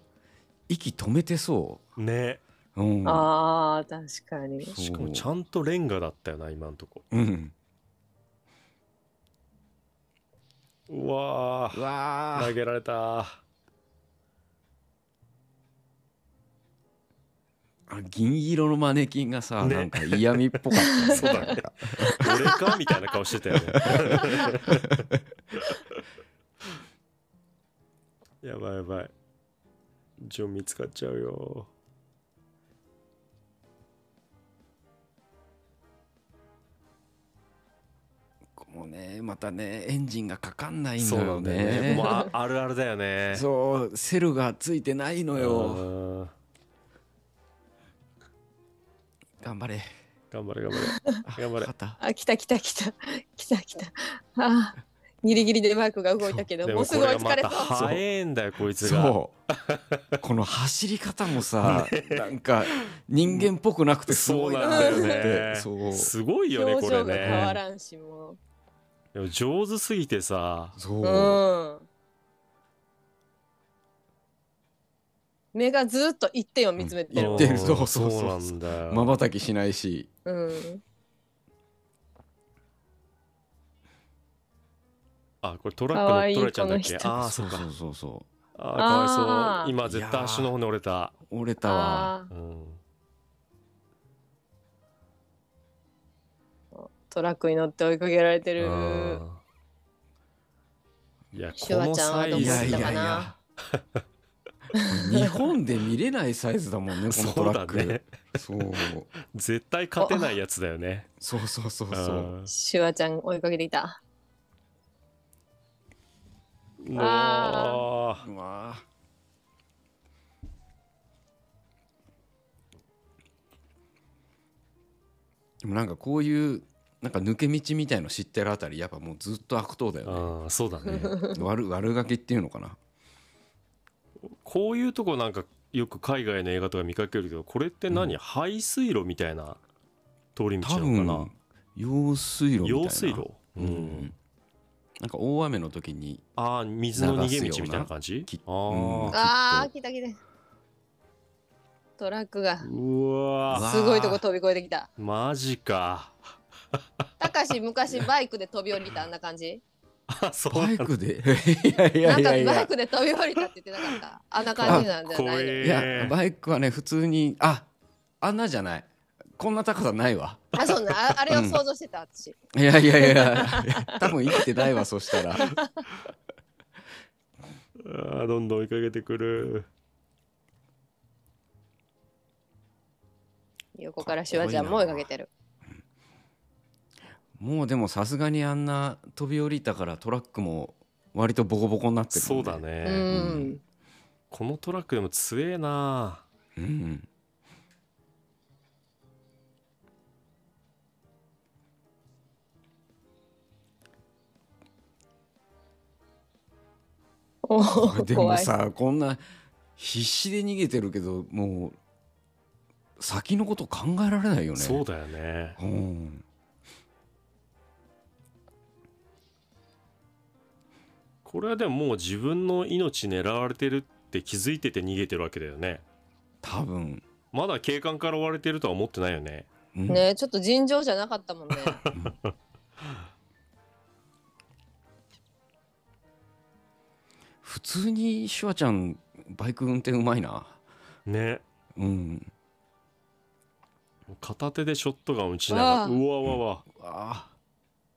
Speaker 4: 息止めてそ
Speaker 2: ね
Speaker 4: う、うん、
Speaker 3: ああ確かに。
Speaker 4: そう
Speaker 2: しかもちゃんとレンガだったよな今んとこ
Speaker 4: うん
Speaker 2: うわ
Speaker 4: う
Speaker 2: ー
Speaker 4: わ
Speaker 2: 投げられた
Speaker 4: あ銀色のマネキンがさ、
Speaker 2: ね
Speaker 4: なんか嫌味っぽかった
Speaker 2: そうだね俺かみたいな顔してた よねやばいやばいジョン見つかっちゃうよ
Speaker 4: もうねまたねエンジンがかかんないん
Speaker 2: そう
Speaker 4: だ
Speaker 2: な
Speaker 4: よ
Speaker 2: んだよね
Speaker 4: ね
Speaker 2: もうああるあるだよね
Speaker 4: そうセルがついてないのよ
Speaker 2: うん
Speaker 4: 頑張れ
Speaker 2: 頑張れ頑張
Speaker 4: あ
Speaker 2: 頑張れ
Speaker 4: 肩
Speaker 3: あ来た来た来た 来た来た。あーギリギリでマークが動いたけど
Speaker 2: れで
Speaker 3: もう
Speaker 2: も
Speaker 3: す
Speaker 2: こ
Speaker 3: ぐ追
Speaker 2: れ
Speaker 3: い
Speaker 2: が
Speaker 3: つか
Speaker 2: ま
Speaker 3: れそ
Speaker 2: た
Speaker 3: う。
Speaker 2: 早えんだよこいつが
Speaker 4: そうこの走り方 もさ、なんか人間っぽくなくてすごいなと思って
Speaker 2: そ
Speaker 4: そう
Speaker 2: すごいよね
Speaker 3: 表
Speaker 2: これ
Speaker 3: 情が変わ
Speaker 2: ね
Speaker 3: らんしも
Speaker 2: でも上手すぎてさ
Speaker 4: そう
Speaker 3: う、うん、目がずっと一点を見つめてる
Speaker 4: う
Speaker 3: も
Speaker 4: ん
Speaker 3: ん、
Speaker 4: てるそう
Speaker 2: そ
Speaker 4: そううそう
Speaker 2: なんだよ
Speaker 4: まばたきしないし
Speaker 3: うん、
Speaker 2: あこれトラック乗っ取られちゃうんだっけ
Speaker 3: か
Speaker 2: ああーそ
Speaker 4: そうう
Speaker 2: か
Speaker 4: そうそうそ
Speaker 2: あーかわいそう
Speaker 3: あー
Speaker 2: 今絶対足の骨折れた
Speaker 4: う折れたわ
Speaker 3: あー
Speaker 2: うん
Speaker 3: トラックに乗って追いかけられて
Speaker 2: う
Speaker 3: る
Speaker 2: んいや
Speaker 3: シ
Speaker 2: こ
Speaker 3: ュワ
Speaker 2: の
Speaker 3: ちゃんは
Speaker 2: サ
Speaker 3: ど
Speaker 2: イ
Speaker 3: う
Speaker 4: い
Speaker 2: ズ
Speaker 4: や
Speaker 3: す
Speaker 4: い
Speaker 3: ん
Speaker 4: や
Speaker 3: だ
Speaker 4: い
Speaker 3: か
Speaker 4: や
Speaker 3: な
Speaker 4: 日本で見れないサイズだもんねこのト
Speaker 2: そう
Speaker 4: ラッ
Speaker 2: だ
Speaker 4: ク
Speaker 2: ね
Speaker 4: そう
Speaker 2: 絶対勝てないやつだよね
Speaker 4: そうそうそう
Speaker 2: う
Speaker 4: そう。
Speaker 2: ん
Speaker 3: シュワちゃん追いかけていた
Speaker 2: うわ
Speaker 4: うわでもなんかこういうなんか抜け道みたいの知ってるあたりやっぱもうずっと悪党だ
Speaker 2: ー
Speaker 4: よ
Speaker 2: うんそうだね
Speaker 4: ね悪悪ガキっていうのかな
Speaker 2: こういうとこなんかよく海外の映画とか見かけるけどこれって何、
Speaker 4: うん
Speaker 2: 排水路みたいな通り道
Speaker 4: 多
Speaker 2: なの
Speaker 4: 分
Speaker 2: か
Speaker 4: 用水路
Speaker 2: な
Speaker 4: みたいな
Speaker 2: 用水路、
Speaker 4: う、
Speaker 2: うんん
Speaker 4: なんか大雨の 時に
Speaker 2: ああ水の逃げ道みたいな感じ
Speaker 4: 流すよ
Speaker 2: あ
Speaker 4: うな
Speaker 2: あ
Speaker 3: あー来た来たトラックが
Speaker 2: ーうわ
Speaker 4: うわ
Speaker 2: ー
Speaker 3: すごいとこ飛び越えてきた
Speaker 2: マジか
Speaker 3: たかし昔バイクで飛び降りたあんな感じ
Speaker 2: あそう
Speaker 4: バ
Speaker 2: なん
Speaker 4: イ
Speaker 2: だ
Speaker 4: クで いやいやいや
Speaker 3: なん
Speaker 4: い
Speaker 3: かバイ
Speaker 4: や
Speaker 3: クで飛び降りたって言ってなかったあんな感じなんじゃないの
Speaker 2: かっこい
Speaker 4: いやバイクはね普通にああんなじゃないこんな高さないわ
Speaker 3: あそうなああれを想像してた私
Speaker 4: いやいやいや 多分生きてないわそしたら
Speaker 2: あーどんどん追いかけてくる
Speaker 3: 横からシュワちゃんも追いかけてる
Speaker 4: もうでもさすがにあんな飛び降りたからトラックも割とボコボコになってる
Speaker 2: そうだ
Speaker 3: う
Speaker 2: ね、
Speaker 3: ん
Speaker 2: このトラックでも強えな
Speaker 4: うん
Speaker 3: お
Speaker 4: これ
Speaker 3: ー
Speaker 4: で
Speaker 3: 怖
Speaker 4: も
Speaker 3: い。
Speaker 4: さこんな必死で逃げてるけどもう先のこと考えられないよね
Speaker 2: そうだよね
Speaker 4: うん
Speaker 2: これはでももう自分の命狙われてるって気づいてて逃げてるわけだよね
Speaker 4: 多分、
Speaker 2: まだ警官から追われてるとは思ってないよね
Speaker 4: うん
Speaker 3: ねえちょっと尋常じゃなかったもんね。
Speaker 4: 普通にシュワちゃんバイク運転うまいな
Speaker 2: ね
Speaker 4: うん
Speaker 2: 片手でショットガン撃ちながら
Speaker 3: わあ
Speaker 2: うわわわ
Speaker 4: あ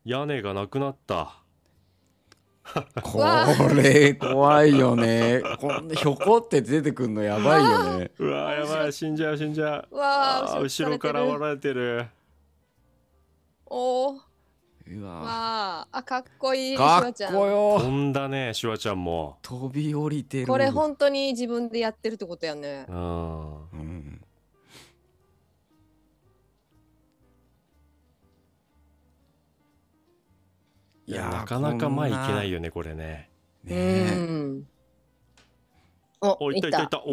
Speaker 2: 屋根がなくなった
Speaker 4: こ
Speaker 3: わ
Speaker 4: れ怖いよねこんなひょこって出てくんのやばいよね
Speaker 2: うわーやばい死んじゃう死んじゃう
Speaker 3: うわ
Speaker 2: あ
Speaker 3: あ
Speaker 2: ー後ろから追
Speaker 3: 笑
Speaker 2: われてる
Speaker 3: おお。
Speaker 4: うわ
Speaker 3: わああかっこいい。
Speaker 4: か
Speaker 3: シュワ
Speaker 4: っ
Speaker 3: ちゃん
Speaker 4: こ
Speaker 2: 飛
Speaker 4: よ
Speaker 2: んだねシュワちゃんも
Speaker 4: 飛び降りてる
Speaker 3: これ本当に自分でやってるってことやね
Speaker 2: う。ん
Speaker 4: うん
Speaker 2: いやなかなか前行けない
Speaker 4: よ
Speaker 2: よねこれね
Speaker 3: う
Speaker 4: ねえ
Speaker 3: ん。お
Speaker 2: おい
Speaker 3: い
Speaker 2: た
Speaker 3: た
Speaker 2: いたいたお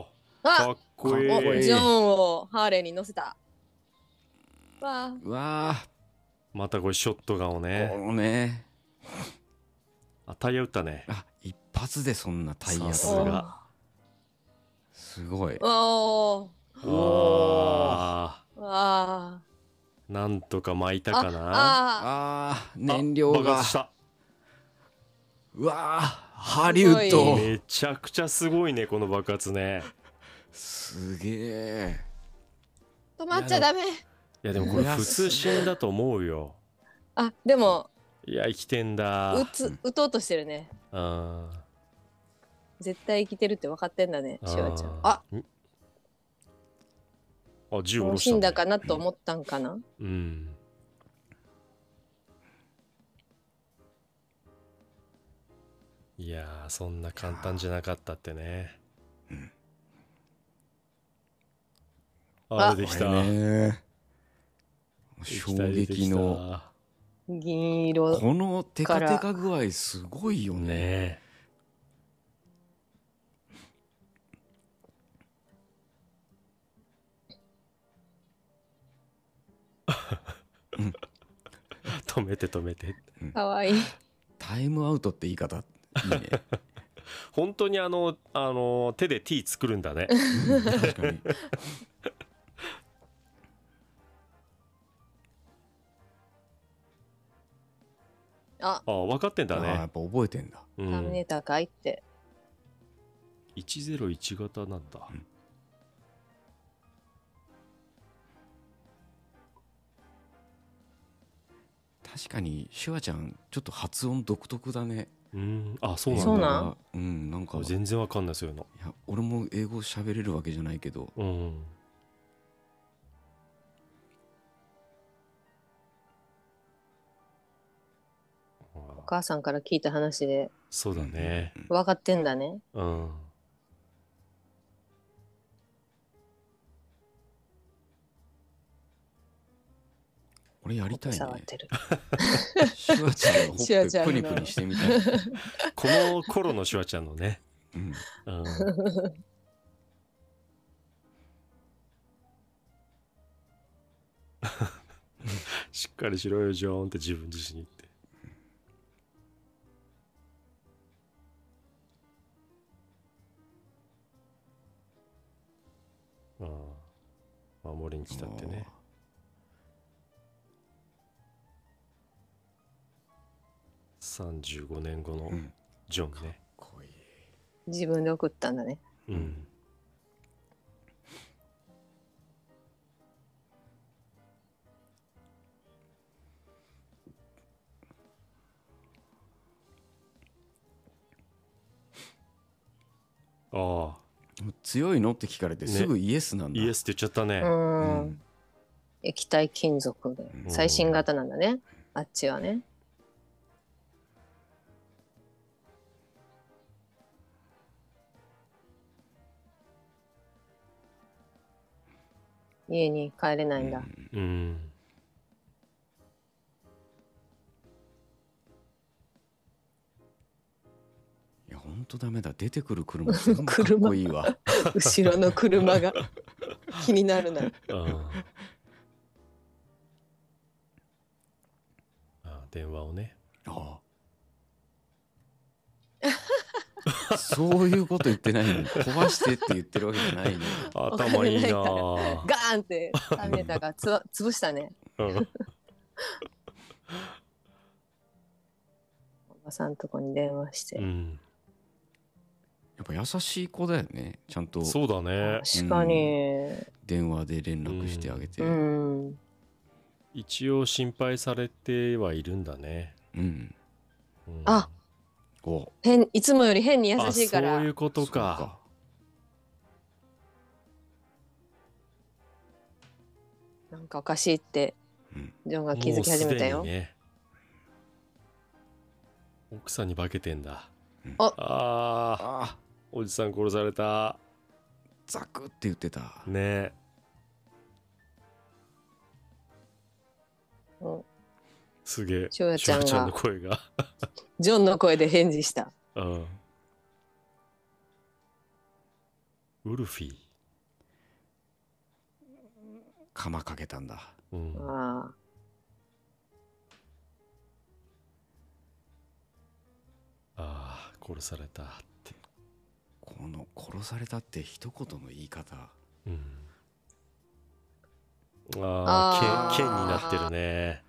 Speaker 2: おか
Speaker 3: あ
Speaker 2: っこい
Speaker 4: かっこ
Speaker 3: お
Speaker 4: い
Speaker 2: い
Speaker 4: い
Speaker 3: ジョンをハーレーに乗せた。わあ
Speaker 4: うわあ
Speaker 2: またこれショットガンを
Speaker 4: こ
Speaker 2: ね
Speaker 4: のね
Speaker 2: あタイヤ打ったね
Speaker 4: あ一発でそんなタイ
Speaker 2: さ
Speaker 4: ヤ
Speaker 2: す
Speaker 4: す
Speaker 2: が
Speaker 4: すごい
Speaker 3: おー
Speaker 2: あ
Speaker 3: おーわあ
Speaker 2: ーなんとか巻いた
Speaker 3: あ
Speaker 2: かなあ
Speaker 3: あ
Speaker 4: あー燃料
Speaker 2: 爆
Speaker 4: が
Speaker 2: 発した
Speaker 4: うわあハリウッ
Speaker 3: すお
Speaker 4: ド
Speaker 3: ご
Speaker 2: めちゃくちゃすごいねこの爆発ね
Speaker 4: すげえ
Speaker 3: ー止まっちゃダメ
Speaker 2: いやでもこれ普通死んだと思うよ
Speaker 3: あでも
Speaker 2: いや生きてんだ
Speaker 3: 打つ打とうとしてるね
Speaker 2: うん
Speaker 3: 絶対生きてるって分かってんだねシワちゃんあ
Speaker 2: あーんあ銃下
Speaker 3: も
Speaker 2: ろ
Speaker 3: う
Speaker 2: した
Speaker 3: 死ん
Speaker 2: ね
Speaker 3: だかなと思ったんかな
Speaker 2: うんいやーそんな簡単じゃなかったってねあ
Speaker 3: あ
Speaker 2: 出てき
Speaker 4: こ
Speaker 2: た
Speaker 4: れね
Speaker 2: 出て
Speaker 4: 衝
Speaker 2: きた出てき
Speaker 4: 撃
Speaker 2: た
Speaker 4: の
Speaker 3: 銀色
Speaker 4: このテカテカ具合すごいよ
Speaker 2: ね
Speaker 4: ね
Speaker 2: え
Speaker 4: うん
Speaker 2: 止めて止めて
Speaker 3: かわいい
Speaker 4: タイムアウトって言い方いい ね
Speaker 2: 本当にあのあの手で T 作るんだね
Speaker 4: うん確かに
Speaker 3: あ
Speaker 2: あ分かってん
Speaker 4: あ
Speaker 2: だ
Speaker 4: ーや
Speaker 2: ね
Speaker 4: っぱ覚えてんだ
Speaker 2: う
Speaker 3: ターミネー
Speaker 2: ん
Speaker 3: ターかいって
Speaker 2: 101型なんだ
Speaker 4: うん確かにシュワちゃんちょっと発音独特だね
Speaker 2: うんあそうな
Speaker 3: そうん
Speaker 2: だ
Speaker 3: なん
Speaker 4: うんなんかい
Speaker 2: 全然わかんないそういうの
Speaker 4: や俺も英語喋れるわけじゃないけど
Speaker 2: うん
Speaker 3: お母さんから聞いた話で
Speaker 2: そうだね
Speaker 4: うん
Speaker 3: 分かってんだね
Speaker 2: うん
Speaker 4: 俺やりたいね
Speaker 3: 触ってる
Speaker 4: シュワちゃんのほ
Speaker 3: シュ
Speaker 4: っ
Speaker 3: ワち
Speaker 4: ぺ
Speaker 3: ゃん
Speaker 4: プ
Speaker 3: の
Speaker 4: ニプニしてみたい、
Speaker 2: この頃のシュワちゃんのね
Speaker 4: うん、
Speaker 2: うんしっかりしろよジョーンって自分自身に言ってああ守りに来たってね35年後
Speaker 4: う
Speaker 2: の
Speaker 4: ん
Speaker 2: ジョンね
Speaker 4: かっこいい
Speaker 3: 自分で送ったんだね
Speaker 2: うんああ
Speaker 4: 強いのって聞かれて
Speaker 2: ね
Speaker 4: すぐイエスなんだ、
Speaker 2: イエスって言っちゃったね
Speaker 3: う、
Speaker 4: うん
Speaker 3: ん液体金属で
Speaker 4: うん
Speaker 3: 最新型なんだねあっちはね家に帰れないんだ、
Speaker 2: うん、
Speaker 4: いや本んとダメだ出てくる車全部かっこいい わ
Speaker 3: 後ろの車が気になるな。
Speaker 2: あーあー電話をね
Speaker 4: ああそういうこと言ってないのに壊してって言ってるわけじゃないのに
Speaker 2: 頭いいな
Speaker 3: お
Speaker 2: あ
Speaker 3: ガーンってターミネーターがつわ潰したね。
Speaker 2: うん
Speaker 3: おばさんとこに電話して。
Speaker 2: うん、
Speaker 4: やっぱ優しい子だよねちゃんと
Speaker 2: そうだね
Speaker 3: 確かに。
Speaker 4: 電話で連絡してあげて
Speaker 3: う
Speaker 4: うん、
Speaker 3: ん。
Speaker 2: 一応心配されてはいるんだね、うん
Speaker 3: あ
Speaker 4: お
Speaker 3: 変いつもより変に優
Speaker 2: あ
Speaker 3: しいから。
Speaker 2: そういうこと
Speaker 4: そう
Speaker 2: か
Speaker 3: なんかおかしいって
Speaker 4: うん
Speaker 3: ジョンが気づき始めた
Speaker 2: もう
Speaker 3: よ。
Speaker 2: すでにね奥さんに化けてんだ
Speaker 4: うん
Speaker 2: ああー
Speaker 3: あ
Speaker 4: ああ
Speaker 2: おじさん殺された
Speaker 4: ザクって言ってた
Speaker 2: ね
Speaker 3: うん
Speaker 2: すげえ
Speaker 3: しょうやちゃん
Speaker 2: しょうやの
Speaker 3: が
Speaker 2: 声が
Speaker 3: ジョンの声で返事した。
Speaker 2: うんウルフィー、
Speaker 4: 鎌かけたんだ
Speaker 2: うん、
Speaker 3: ああ
Speaker 2: あー殺されたって、
Speaker 4: この殺されたって一言の言い方
Speaker 2: うん、あ
Speaker 3: あ
Speaker 2: あ
Speaker 3: ー
Speaker 2: 剣剣になってるね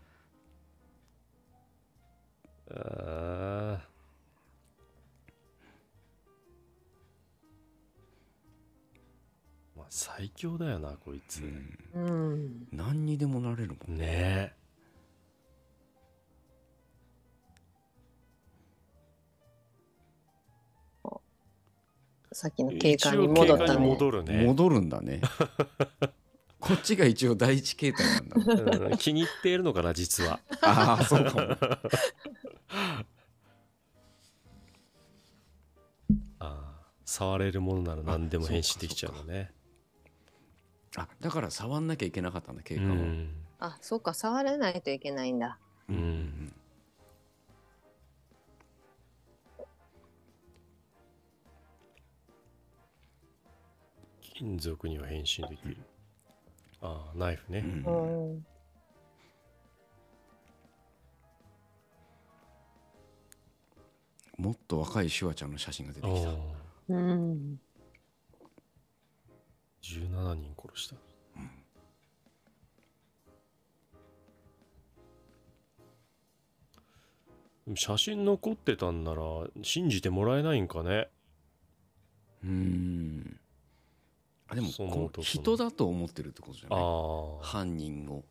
Speaker 2: ああまあ最強だよなこいつ、
Speaker 4: うん
Speaker 3: うん。
Speaker 4: 何にでもなれるもん
Speaker 2: ねえ
Speaker 3: さっきの警官に戻っ
Speaker 2: 一応警
Speaker 3: た
Speaker 2: 官に
Speaker 3: ね。
Speaker 2: 戻るね
Speaker 4: 戻るんだねこっちが一応第一形態なん だ
Speaker 2: うん気に入っているのかな実は
Speaker 4: ああそうかも
Speaker 2: あー触れるものなら何でも
Speaker 4: あ
Speaker 2: 変身できちゃうのね
Speaker 4: あだから触んなきゃいけなかったんだ警
Speaker 2: う
Speaker 4: 官は、
Speaker 2: ん、
Speaker 3: あ、そうか、触らないといけないんだ。
Speaker 2: う、
Speaker 4: うん
Speaker 2: 金属には変身できるああナイフね、
Speaker 4: んう
Speaker 3: う
Speaker 4: ん
Speaker 3: ん。
Speaker 4: もっと若いシュワちゃんの写真が出て
Speaker 2: あ
Speaker 4: きた、
Speaker 2: あ
Speaker 3: うん。
Speaker 2: 17人殺したでも写真残ってたんなら信じてもらえないんかね
Speaker 4: うんあでも
Speaker 2: その
Speaker 4: こ
Speaker 2: 男の
Speaker 4: の人だと思ってるってことじゃない
Speaker 2: ああ
Speaker 4: 犯人を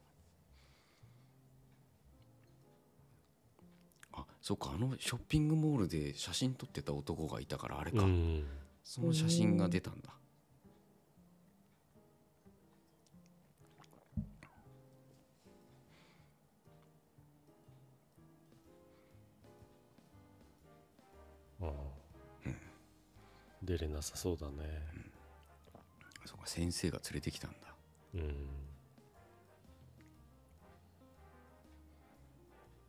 Speaker 4: あそっかあのショッピングモールで写真撮ってた男がいたからあれか、
Speaker 2: うん
Speaker 4: その写真が出たんだ
Speaker 2: ああ出れなさそうだね
Speaker 4: そうか先生が連れてきたんだ
Speaker 2: うん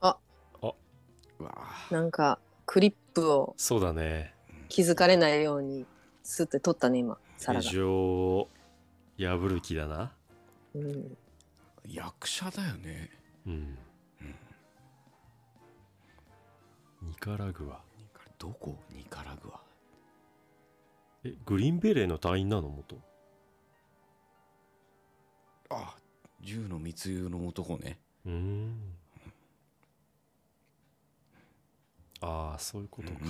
Speaker 3: あ
Speaker 4: うわあ
Speaker 3: なんか、クリップを
Speaker 2: そうだね
Speaker 3: 気づかれないように、スって取ったね、今、
Speaker 2: 手
Speaker 3: 皿が。
Speaker 2: 錠を破る気だな
Speaker 3: うん。
Speaker 4: 役者だよね
Speaker 2: うんニカラグア
Speaker 4: ニカラどこニカラグア
Speaker 2: えグリーンベレーの隊員なの元
Speaker 4: あ銃の密輸の男ね
Speaker 2: うーんああそういうことか、
Speaker 4: うんうん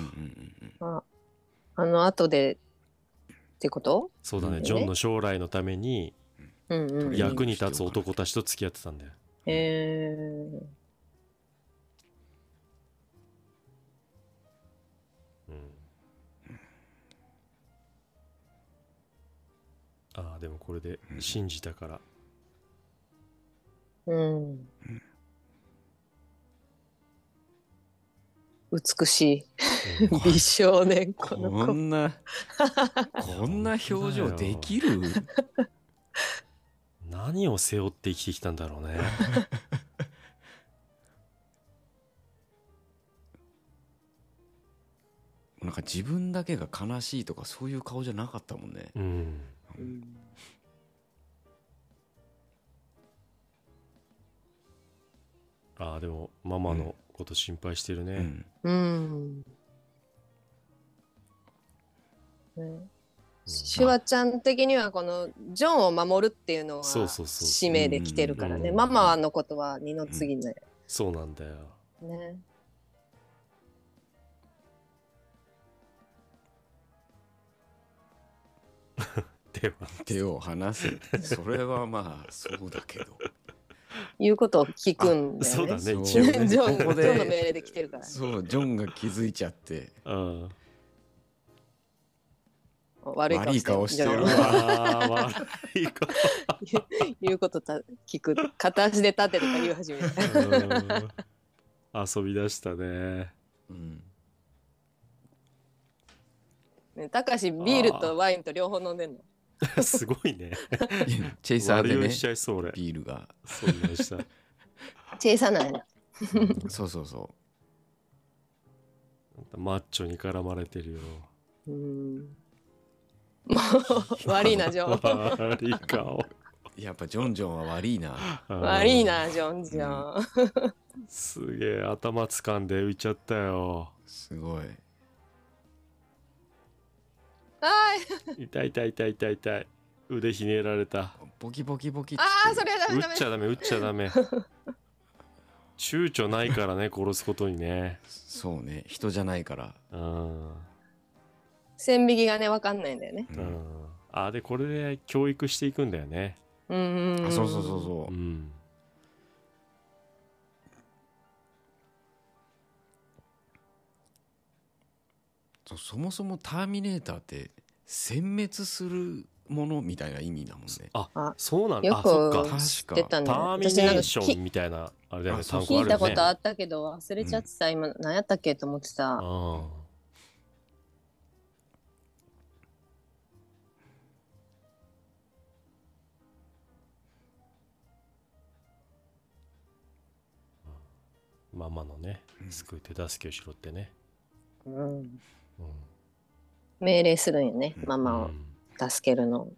Speaker 4: うんうん
Speaker 3: あの後で、ってこと
Speaker 2: そうだね、
Speaker 3: うん
Speaker 2: ジョンの将来のために
Speaker 3: うんうん。
Speaker 4: いや
Speaker 2: 役に立つ男たちと付き合ってたんだよ
Speaker 3: えー、
Speaker 2: うんああでもこれで信じたから
Speaker 3: うん。美し
Speaker 2: うん
Speaker 3: い美少年この
Speaker 4: こ
Speaker 3: 子
Speaker 4: ん なこんな表情できる
Speaker 2: 何を背負って生きてきたんだろうね
Speaker 4: うなんか自分だけが悲しいとかそういう顔じゃなかったもんね
Speaker 2: うん
Speaker 3: うん
Speaker 2: ああでもママのこと心配してるね、
Speaker 4: うん
Speaker 3: うん。ねシュ
Speaker 4: まあ
Speaker 3: ワちゃん的にはこのジョンを守るっていうのは
Speaker 2: そうそうそう
Speaker 3: 使命で来てるからね。
Speaker 2: うん
Speaker 3: ママのことは二の次ね。
Speaker 2: そうなんだよ
Speaker 3: ね。
Speaker 2: では
Speaker 4: 手を離すそれはまあそうだけど
Speaker 3: 言うことを聞くんだ
Speaker 2: そ
Speaker 3: よ
Speaker 2: うだ
Speaker 3: ね。
Speaker 2: ね
Speaker 4: そう
Speaker 2: 一応ね
Speaker 3: ジョン
Speaker 4: ここで
Speaker 3: ジョンの命令で来てるから。
Speaker 4: そうジョンが気づいちゃって
Speaker 2: うん
Speaker 3: 悪い顔し
Speaker 4: 悪い顔して
Speaker 3: て
Speaker 4: る
Speaker 3: ジョン
Speaker 2: うわー悪いか
Speaker 3: 言うことた聞く片足で立てとか言い始めた
Speaker 2: 遊び出した ね
Speaker 4: うん
Speaker 3: ねたかしビールとワインと両方飲んでんの
Speaker 2: すごいね
Speaker 4: チェイサー
Speaker 2: 悪
Speaker 4: で
Speaker 2: 酔
Speaker 4: ね
Speaker 2: いしちゃいそう俺
Speaker 4: ビールが
Speaker 2: そんなんした
Speaker 3: チェイサーなんや
Speaker 4: そうそうそ
Speaker 2: マッチョに絡まれてるよ
Speaker 3: うんもう悪いなジョン
Speaker 2: 悪い顔
Speaker 4: うやっぱジョンジョンは悪いな
Speaker 3: 悪いなジョンジョン
Speaker 2: すげえ頭掴んで浮いちゃったよ
Speaker 4: すごい
Speaker 3: はい
Speaker 2: 痛い痛い痛い痛い痛い腕ひねられた
Speaker 4: ボキボキボキっつっ
Speaker 3: あ
Speaker 4: て
Speaker 3: あそれはダ
Speaker 2: 打
Speaker 3: メダ
Speaker 2: っ
Speaker 3: メ
Speaker 2: ちゃダメ打っちゃダメ躊躇ないからね殺すことにね
Speaker 4: そうね人じゃないから、
Speaker 2: うん、
Speaker 3: 線引きがね分かんないんだよね
Speaker 4: う
Speaker 2: うんん、あでこれで教育していくんだよね
Speaker 3: うんうんん
Speaker 4: あそうそうそうそうう、
Speaker 2: ん
Speaker 4: そそもそも「ターミネーター」って殲滅するものみたいな意味だもんね
Speaker 2: あ
Speaker 3: あ
Speaker 2: そうなんだ
Speaker 3: よ
Speaker 2: あそっか
Speaker 3: く知ってた
Speaker 2: タ
Speaker 3: んだ
Speaker 2: ーミネ
Speaker 3: 私なんか
Speaker 2: ーション
Speaker 3: き
Speaker 2: みたいなあれだよね
Speaker 4: あそう
Speaker 2: 単
Speaker 4: そ
Speaker 2: 語
Speaker 4: う
Speaker 2: あ
Speaker 3: 聞い
Speaker 2: るよ
Speaker 3: た
Speaker 2: ね
Speaker 3: ことあったけど忘れちゃってた今何やったっけと思ってた
Speaker 2: うんママのね
Speaker 4: うん
Speaker 2: 救う手助けをしろってね、
Speaker 3: うん
Speaker 2: うん
Speaker 3: 命令するんよねママ
Speaker 2: う
Speaker 3: を
Speaker 2: ん
Speaker 3: 助けるのを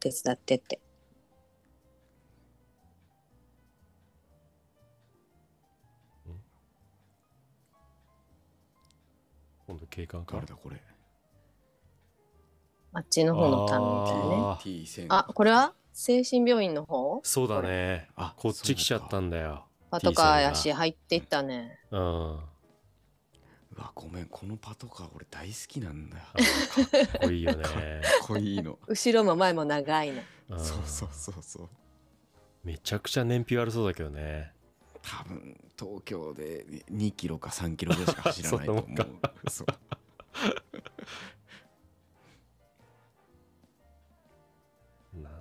Speaker 3: 手伝ってって
Speaker 2: 今度警官か
Speaker 4: 誰
Speaker 2: ら
Speaker 4: だこれ
Speaker 3: あっちの方のターミネーターね
Speaker 2: あ
Speaker 4: T 線
Speaker 3: あこれは精神病院の方
Speaker 2: そうだね
Speaker 4: あ
Speaker 2: こっち来ちゃった
Speaker 4: そ
Speaker 2: んだよ
Speaker 3: パトカーや
Speaker 2: T
Speaker 3: し入っていったね。
Speaker 2: うんあ
Speaker 4: うかうわごめんこのパトカー俺大好きなん だよか
Speaker 2: ーかっこいいよ ね、
Speaker 4: っこいいの
Speaker 3: 後ろも前も長いな。
Speaker 2: うん
Speaker 4: そうそうそうそう
Speaker 2: めちゃくちゃ燃費悪そうだけどね
Speaker 4: 多分東京で2キロか3キロぐらいしか走らないと思
Speaker 2: そんなも
Speaker 4: うそう
Speaker 2: なな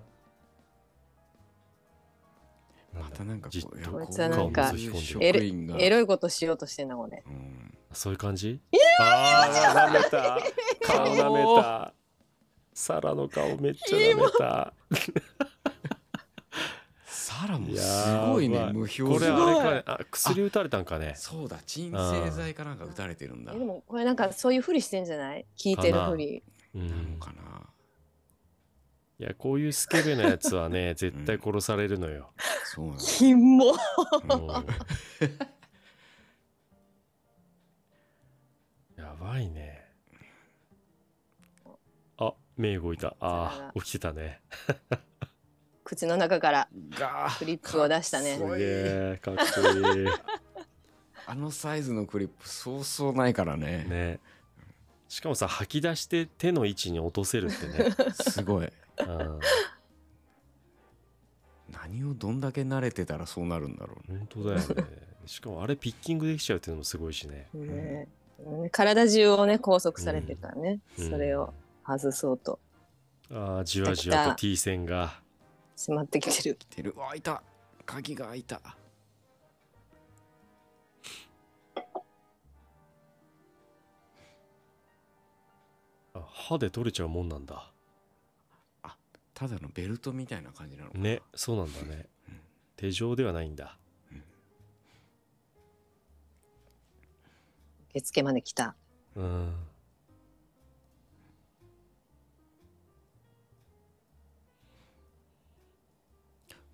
Speaker 4: ま
Speaker 2: んだ
Speaker 4: たなんか
Speaker 2: じっ
Speaker 4: こういや
Speaker 2: と
Speaker 3: こいつはなんか
Speaker 4: こういう
Speaker 2: エ
Speaker 4: 職
Speaker 3: ロ
Speaker 4: 員が
Speaker 3: エロいことしようとしてんな、これ。
Speaker 4: うん
Speaker 2: そういう感じああー舐めた顔舐めたサラの顔めっちゃ舐めた
Speaker 4: サラもすごい
Speaker 2: いや
Speaker 4: ね
Speaker 2: ー
Speaker 4: 無表情
Speaker 2: これあれか
Speaker 3: すご
Speaker 2: ね
Speaker 3: い
Speaker 2: あ薬打たれたんかね
Speaker 4: そうだ鎮静剤かなんか打たれてるんだ
Speaker 3: えでもこれなんかそういうふりしてんじゃない聞いてる
Speaker 2: かな
Speaker 3: ふり。
Speaker 2: う
Speaker 4: なの
Speaker 2: ん
Speaker 4: かない
Speaker 2: やこういうスケベなやつは ね絶対殺されるのよ
Speaker 4: そうなんだ
Speaker 3: キモ
Speaker 2: うんやばいねあ目動いたあー起きてたね
Speaker 3: 口の中から
Speaker 4: ガー
Speaker 3: クリップを出した
Speaker 2: す
Speaker 3: ね
Speaker 4: か。っ
Speaker 2: げえかっこいい
Speaker 4: あのサイズのクリップそうそうないからね
Speaker 2: ねしかもさ吐き出して手の位置に落とせるってね、
Speaker 4: すごい
Speaker 2: うん、
Speaker 4: 何をどんだけ慣れてたらそうなるんだろうね
Speaker 2: 本当だよねしかもあれピッキングできちゃうっていうのもすごいしね、
Speaker 3: ねうん体中をね、拘束されてるからね。
Speaker 2: うん
Speaker 3: それを外そうと
Speaker 2: あーじわじわと T 線が
Speaker 3: 迫ってきてる。
Speaker 4: 来てるうわ開いた鍵が開いた
Speaker 2: あ歯で取れちゃうもんなんだ
Speaker 4: ただのベルトみたいな感じなのかな
Speaker 2: ねそうなんだね手錠ではないんだ
Speaker 3: 受付まで来た。
Speaker 2: うん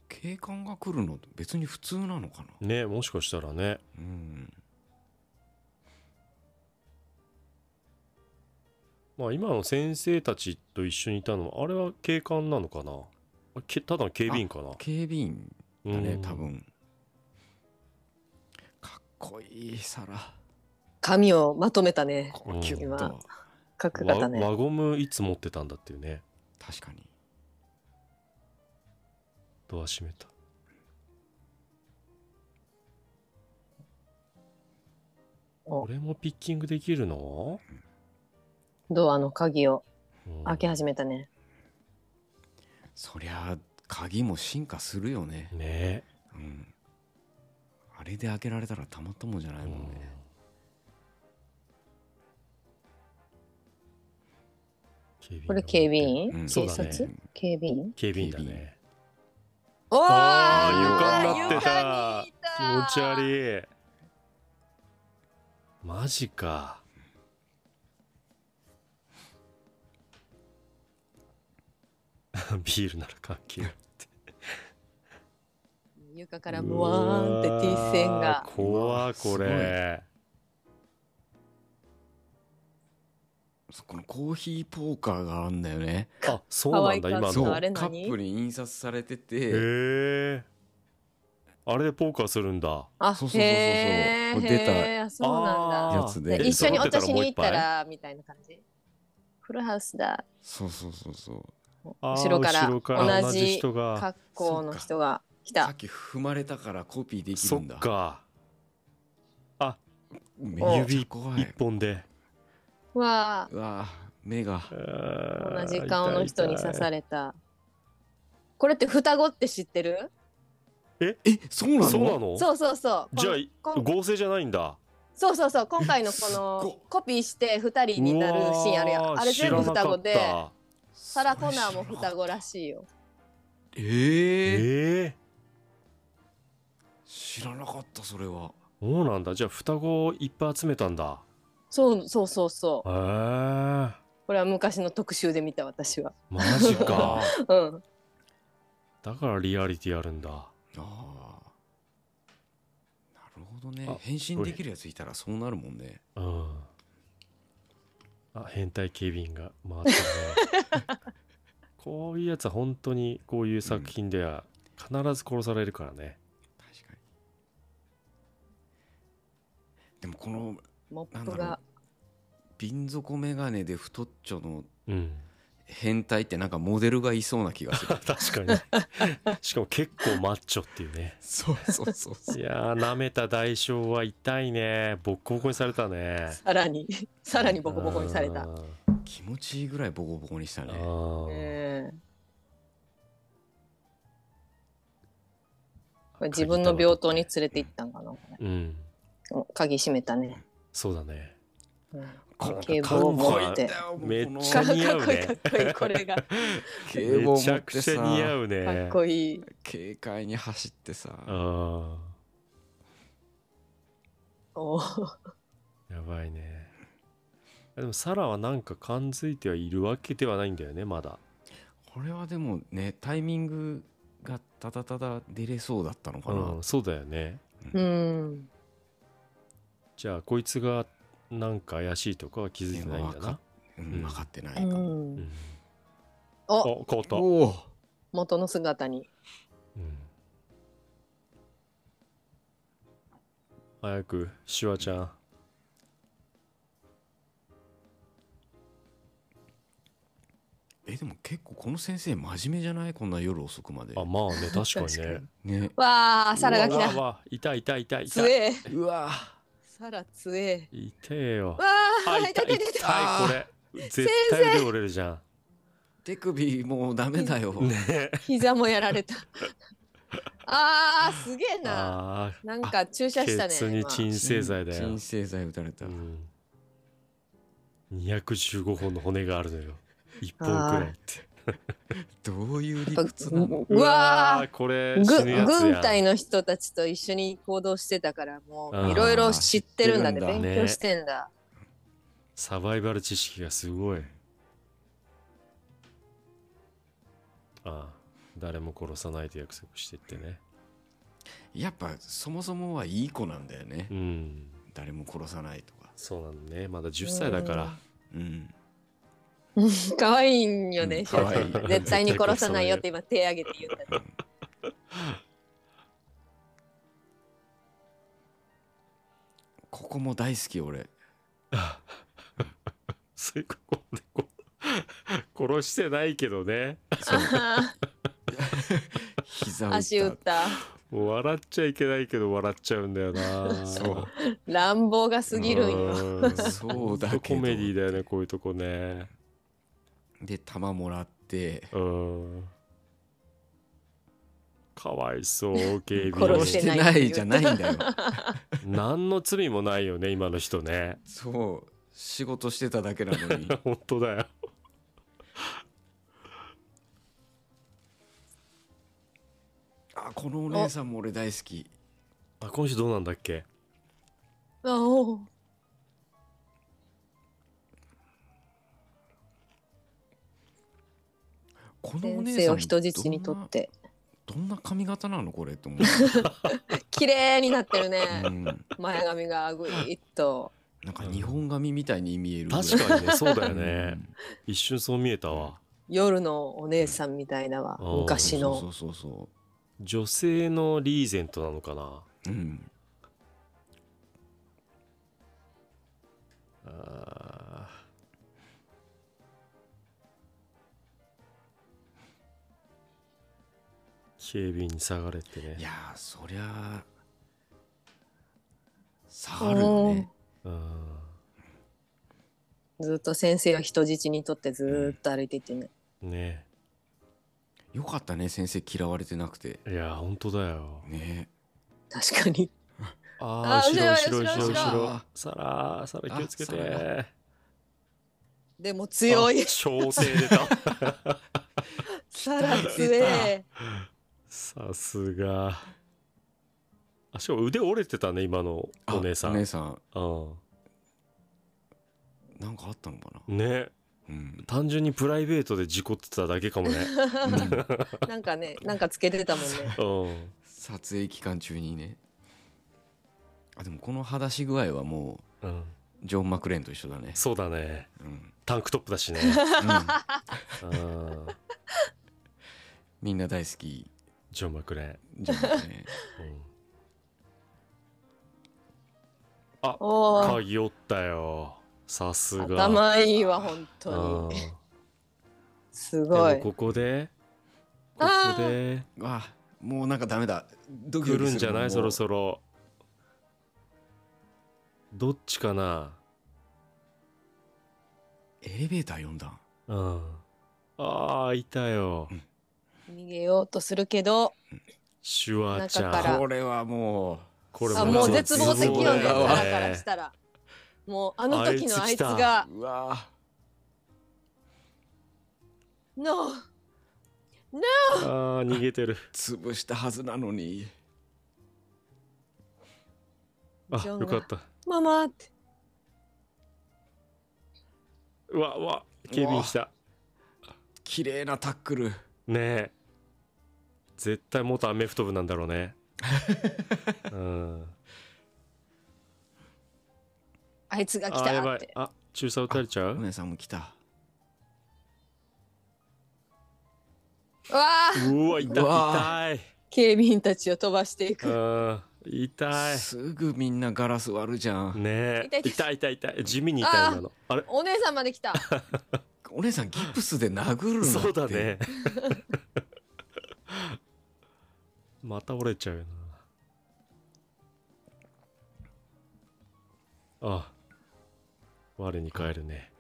Speaker 4: 警官が来るの別に普通なのかな
Speaker 2: ねもしかしたらね
Speaker 4: うん
Speaker 2: まあ今の先生たちと一緒にいたのはあれは警官なのかなあけただの警備員かな
Speaker 4: 警備員だ
Speaker 2: う
Speaker 4: ね
Speaker 2: ん
Speaker 4: 多分かっこいいサラ
Speaker 3: 髪をまとめたね。
Speaker 4: こうキュッ
Speaker 3: う
Speaker 4: と
Speaker 3: んかっこよかった
Speaker 2: わ
Speaker 3: ね。
Speaker 2: 輪ゴムいつ持ってたんだっていうね
Speaker 4: 確かに
Speaker 2: ドア閉めた
Speaker 3: お
Speaker 2: これもピッキングできるの、
Speaker 3: ドアの鍵を
Speaker 2: うん
Speaker 3: 開け始めたね。
Speaker 4: そりゃあ鍵も進化するよね
Speaker 2: ね
Speaker 4: うんあれで開けられたらたまったもんじゃないもんね、
Speaker 2: うん
Speaker 3: これ警備員、
Speaker 4: うん
Speaker 2: そ
Speaker 3: 警
Speaker 2: うだね
Speaker 3: 察、警備員
Speaker 2: 警備員だね
Speaker 3: おー
Speaker 2: あ
Speaker 4: ー床になって
Speaker 2: た
Speaker 3: 床にい
Speaker 2: 気持ち
Speaker 3: い。
Speaker 2: 悪いマジか ビールなら関係ない
Speaker 3: 床からブワーンって T 線が
Speaker 2: うわー怖ーこれ
Speaker 4: そこのコーヒーポーカーがあんだよね
Speaker 2: あそうなんだ
Speaker 3: 可愛か
Speaker 2: 今
Speaker 3: った
Speaker 4: そう
Speaker 2: の
Speaker 3: あれ何
Speaker 4: カップに印刷されてて、
Speaker 2: へえあれでポーカーするんだ
Speaker 3: あ
Speaker 4: そうそうそうそうそう
Speaker 3: へー
Speaker 4: 出た
Speaker 3: へーあそうなんだ
Speaker 2: あー
Speaker 4: やつ
Speaker 3: で
Speaker 4: で
Speaker 2: え
Speaker 3: 一緒にお
Speaker 2: 揃って
Speaker 3: 茶
Speaker 2: た
Speaker 3: し
Speaker 2: らもう一
Speaker 3: に行った
Speaker 2: 杯
Speaker 3: らみたいな感じフルハウスだ
Speaker 4: そうそうそうそう
Speaker 2: あー
Speaker 3: 後ろから
Speaker 2: 後
Speaker 3: 同じ
Speaker 2: 人が
Speaker 3: 格好の人が来
Speaker 4: さ
Speaker 3: た
Speaker 4: っき踏まれたからコピーでき
Speaker 2: そ
Speaker 4: る
Speaker 2: っ
Speaker 4: んだ
Speaker 2: か
Speaker 4: めっち
Speaker 2: 指
Speaker 4: ゃ怖
Speaker 2: 一
Speaker 4: い
Speaker 2: 本で
Speaker 3: うわ
Speaker 4: うわあ目が
Speaker 2: 同
Speaker 3: 同じ顔の人に刺されたこれって双子って知ってる
Speaker 4: えそうなの
Speaker 2: そうなの
Speaker 3: そうそうそう
Speaker 2: じゃ
Speaker 3: こ
Speaker 2: あ
Speaker 3: ん
Speaker 2: 合成じゃないんだ
Speaker 3: そうそうそう今回のこ
Speaker 4: すっ
Speaker 3: の
Speaker 4: ご
Speaker 3: コピーして2人になるシーンあるやんあれ全部双子でサラ・コナーも双子ら
Speaker 4: い
Speaker 3: しいよ
Speaker 4: えー、
Speaker 2: ええ
Speaker 4: 知らなかったそれは
Speaker 2: そうなんだじゃあ双子をいっぱい集めたんだ
Speaker 3: そうそうそうそ
Speaker 2: へ
Speaker 3: う
Speaker 2: え
Speaker 3: これは昔の特集で見た私は
Speaker 2: マジ か
Speaker 3: うん
Speaker 2: だからリアリティあるんだ
Speaker 4: ああなるほど
Speaker 2: あ
Speaker 4: ね変身できるやついたらそうなるもんね
Speaker 2: うんあ変態警備員が回ってるね こういうやつは本当にこういう作品では必ず殺されるからね、
Speaker 4: 確かにでもこの
Speaker 3: モッ
Speaker 4: なん
Speaker 3: プ
Speaker 4: だろ
Speaker 3: が
Speaker 4: う瓶底眼鏡で太っちょの
Speaker 2: うん、
Speaker 4: 変態ってなんかモデルがいそうな気が する
Speaker 2: 確かにしかも結構マッチョっていうね
Speaker 4: そうそうそうそう
Speaker 2: いやー舐めた代償は痛いねボッコボコにされたね
Speaker 3: さらに さらにボコボコにされ
Speaker 2: あ
Speaker 3: た。
Speaker 2: ー
Speaker 4: 気持ちいいぐらいボコボコにした
Speaker 2: あ
Speaker 4: ね
Speaker 2: ー
Speaker 3: うんこれ自分の病棟に連れて行ったんかな。これ
Speaker 2: うん
Speaker 3: 鍵閉めたね。
Speaker 2: そうだね
Speaker 3: うん
Speaker 4: こ
Speaker 3: 警棒を持って。
Speaker 2: めっち
Speaker 3: か
Speaker 2: ゃ
Speaker 3: っこいい
Speaker 2: 似合うね
Speaker 3: かっこいいこれがか
Speaker 4: 警棒
Speaker 2: めち
Speaker 4: 持
Speaker 2: ゃ
Speaker 4: っ
Speaker 2: く
Speaker 4: て
Speaker 2: ちゃ似合
Speaker 4: さ
Speaker 2: うね
Speaker 3: っこいい。
Speaker 4: 軽快に走ってさ
Speaker 2: あ
Speaker 3: おー
Speaker 2: ーやばいねでもサラはなんか感づいてはいるわけではないんだよねまだ
Speaker 4: これはでもねタイミングがただただ出れそうだったのかな、
Speaker 2: うんそうだよね
Speaker 3: うん。
Speaker 2: じゃあこいつがなんか怪しいとかは気づいてないんだ
Speaker 4: いやわか
Speaker 2: な
Speaker 4: っ、うん
Speaker 2: うん
Speaker 4: 分かってないか
Speaker 3: う。
Speaker 4: も、
Speaker 2: うんん、あ
Speaker 3: お
Speaker 2: 変わった、
Speaker 4: おお
Speaker 3: 元の姿に。
Speaker 2: うん早くシュワちゃん
Speaker 4: えでも結構この先生真面目じゃないこんな夜遅くまで
Speaker 2: あまあね確かに
Speaker 3: 確か
Speaker 2: ね
Speaker 3: に
Speaker 4: ね
Speaker 3: わあサラが来
Speaker 2: うわう
Speaker 3: た。
Speaker 2: わいたいたいたいた
Speaker 3: つえ。
Speaker 4: うわ
Speaker 3: サラつえ。
Speaker 2: いてえよ
Speaker 3: わあ
Speaker 2: いた
Speaker 3: 痛
Speaker 2: い
Speaker 3: い
Speaker 2: た
Speaker 3: 痛
Speaker 2: い
Speaker 3: い痛い痛い。
Speaker 2: たこれ絶対腕折れるじゃ
Speaker 4: 手首もうダメだよ、
Speaker 2: んね
Speaker 3: 膝もやられた。ああすげえな。
Speaker 2: あ
Speaker 3: なんか注
Speaker 2: あ
Speaker 3: 射したね。
Speaker 2: ケツに
Speaker 3: 今
Speaker 2: 鎮静剤だよ
Speaker 4: 鎮、静剤打たれた、
Speaker 2: うん、215本の骨があるのよ1本くらいって
Speaker 4: どういう理
Speaker 3: やっ
Speaker 4: 屈なの
Speaker 3: ぱうわ
Speaker 2: ーこれ
Speaker 3: ぐ
Speaker 2: 死ぬやつやん
Speaker 3: 軍隊の人たちと一緒に行動してたからも
Speaker 2: あー
Speaker 3: ういろいろ知ってるんだね
Speaker 4: 知ってるんだ
Speaker 2: ね
Speaker 3: 勉強してんだ
Speaker 2: サバイバル知識がすごい。ああ、誰も殺さないと約束してってね。
Speaker 4: やっぱそもそもはいい子なんだよね
Speaker 2: う。ん。
Speaker 4: 誰も殺さないとか。
Speaker 2: そうなんだね。まだ10歳だから。
Speaker 4: うん。
Speaker 3: 可愛いんよ
Speaker 4: うん
Speaker 3: ね、
Speaker 4: 可愛い
Speaker 3: 翔ちゃん絶対に殺さないよって今手挙げて言ったの。
Speaker 4: ここも大好き俺。
Speaker 2: 吸い込んでこう殺してないけどね。
Speaker 4: そう
Speaker 3: あ
Speaker 4: 膝
Speaker 3: ー
Speaker 4: を打
Speaker 3: 足打
Speaker 4: っ。
Speaker 3: ったた。
Speaker 2: もう笑っちゃいけないけど笑っちゃうんだよな。
Speaker 4: そう。
Speaker 3: 乱暴が過ぎるんよ。
Speaker 2: よ
Speaker 4: そうだけど
Speaker 2: コメディだよね、こういうとこね。
Speaker 4: で弾もらって
Speaker 2: うん。かわいそう、警備員
Speaker 3: 殺
Speaker 4: 殺
Speaker 3: して
Speaker 4: して
Speaker 3: な
Speaker 4: ないいじゃないんだよ。
Speaker 2: 何の罪もないよね、今の人ね。
Speaker 4: そう仕事してただけなのに。
Speaker 2: 本当だよ。
Speaker 4: あこのお姉さんも俺大好き。
Speaker 2: あ、今週どうなんだっけ
Speaker 3: あおう
Speaker 4: このお
Speaker 3: 先
Speaker 4: 姉
Speaker 3: 生
Speaker 4: さん
Speaker 3: を人質にとって。
Speaker 4: どんなどんな髪型なのこれと 思う。
Speaker 3: 綺麗になって るね。
Speaker 4: うん、な
Speaker 3: 前髪がぐいっと。
Speaker 4: んか日本髪みたいに見えるぐらい。
Speaker 2: 確かにね、そうだよ
Speaker 4: う
Speaker 2: ね
Speaker 4: ん。
Speaker 2: 一瞬そう見えたわ。
Speaker 3: 夜のお姉さんみたいなわ
Speaker 2: うん
Speaker 4: そ
Speaker 3: 昔の
Speaker 4: うそうそうそ
Speaker 2: 女性のリーゼントなのかな
Speaker 4: う。うん。
Speaker 2: あー警備員に下がれってね
Speaker 4: いやーそりゃあ下がるよね。
Speaker 2: うん
Speaker 3: ずっと先生を人質にとってずーっと歩いていってね、
Speaker 2: ね
Speaker 4: よかったね先生嫌われてなくて。
Speaker 2: いや本当だよ
Speaker 4: ね
Speaker 3: 確かに
Speaker 2: ああ
Speaker 3: あ
Speaker 2: 後ろ
Speaker 3: ー
Speaker 2: 後ろ後
Speaker 3: 後ろ
Speaker 2: ろ
Speaker 4: 後ろ
Speaker 2: 後ろサラサラ気をつけ
Speaker 4: あサ
Speaker 2: て
Speaker 3: でも強い
Speaker 2: あ小生出た
Speaker 3: さら強
Speaker 4: 出
Speaker 3: え
Speaker 2: さすがあしかも腕折れてたね今の
Speaker 4: あ
Speaker 2: お姉さん
Speaker 4: お姉さん
Speaker 2: う
Speaker 4: なんかあったのかな。
Speaker 2: んね
Speaker 4: うん。
Speaker 2: 単純にプライベートで事故ってただけかもね
Speaker 4: うん
Speaker 3: なんかねなんかつけてたもんね
Speaker 2: うん
Speaker 4: 撮影期間中にね。あでもこの裸足具合はも
Speaker 2: うん、
Speaker 4: うジョン・マクレーンと一緒だね。
Speaker 2: そうだね
Speaker 4: うん。うん、
Speaker 2: タンクトップだしね、うん、
Speaker 4: みんな大好き
Speaker 2: ジョン・マクレーン、
Speaker 4: ジョン・マクレー ン。
Speaker 2: うん、
Speaker 3: おお
Speaker 2: 鍵折ったよさすが
Speaker 3: 頭いいわ本
Speaker 2: うん
Speaker 3: 当にす
Speaker 2: で
Speaker 3: ご
Speaker 2: も
Speaker 3: い
Speaker 2: ここでこ
Speaker 3: あー
Speaker 2: こで
Speaker 4: わあもうなんかダメだド
Speaker 2: 来
Speaker 4: キドキす
Speaker 2: るんじゃないそろ
Speaker 4: ろ
Speaker 2: そろどっちかな
Speaker 4: エレベーター呼んだ
Speaker 2: うんあーいたよ
Speaker 3: 逃げようとするけど
Speaker 2: シュワち
Speaker 3: 中か
Speaker 2: ゃ
Speaker 3: ら
Speaker 2: ん
Speaker 4: これはもう
Speaker 2: これ
Speaker 3: あ
Speaker 2: も
Speaker 3: も
Speaker 2: う
Speaker 3: う絶望的
Speaker 2: 絶
Speaker 3: よね
Speaker 2: 望だ
Speaker 3: 奈
Speaker 2: わ
Speaker 3: 良からしたらもうあの時の
Speaker 2: あ
Speaker 3: あ
Speaker 2: い
Speaker 3: い
Speaker 2: つ来
Speaker 3: つ
Speaker 2: た
Speaker 3: が
Speaker 4: うわ
Speaker 3: 「No!
Speaker 2: あー逃げてる
Speaker 4: 潰したはずなのに
Speaker 2: あ
Speaker 3: ジョン
Speaker 2: よ
Speaker 3: が
Speaker 2: かった
Speaker 3: ママ!」って
Speaker 2: うわうわ警備員来た
Speaker 4: 綺麗なタックル
Speaker 2: ねえ絶対元アメフト部なんだろう ねうん
Speaker 3: あいつが来
Speaker 2: あや
Speaker 3: た
Speaker 2: ば
Speaker 3: っ
Speaker 2: い
Speaker 3: て
Speaker 2: あ中佐撃たれちゃ
Speaker 4: お
Speaker 2: う
Speaker 4: 姉さんも来た
Speaker 3: うわあ
Speaker 2: うわ痛いう
Speaker 4: わ
Speaker 2: 痛い
Speaker 3: 警備員たちを飛ばしていく
Speaker 2: うん痛い
Speaker 4: すぐみんなガラス割るじゃん
Speaker 2: ねえ
Speaker 3: 痛い
Speaker 2: 痛い痛い痛い地味に痛い今のあれ
Speaker 3: お姉さんまで来 た
Speaker 4: お姉さんギプスで殴るの
Speaker 2: そう だねまた折れちゃうよなあ我に返るね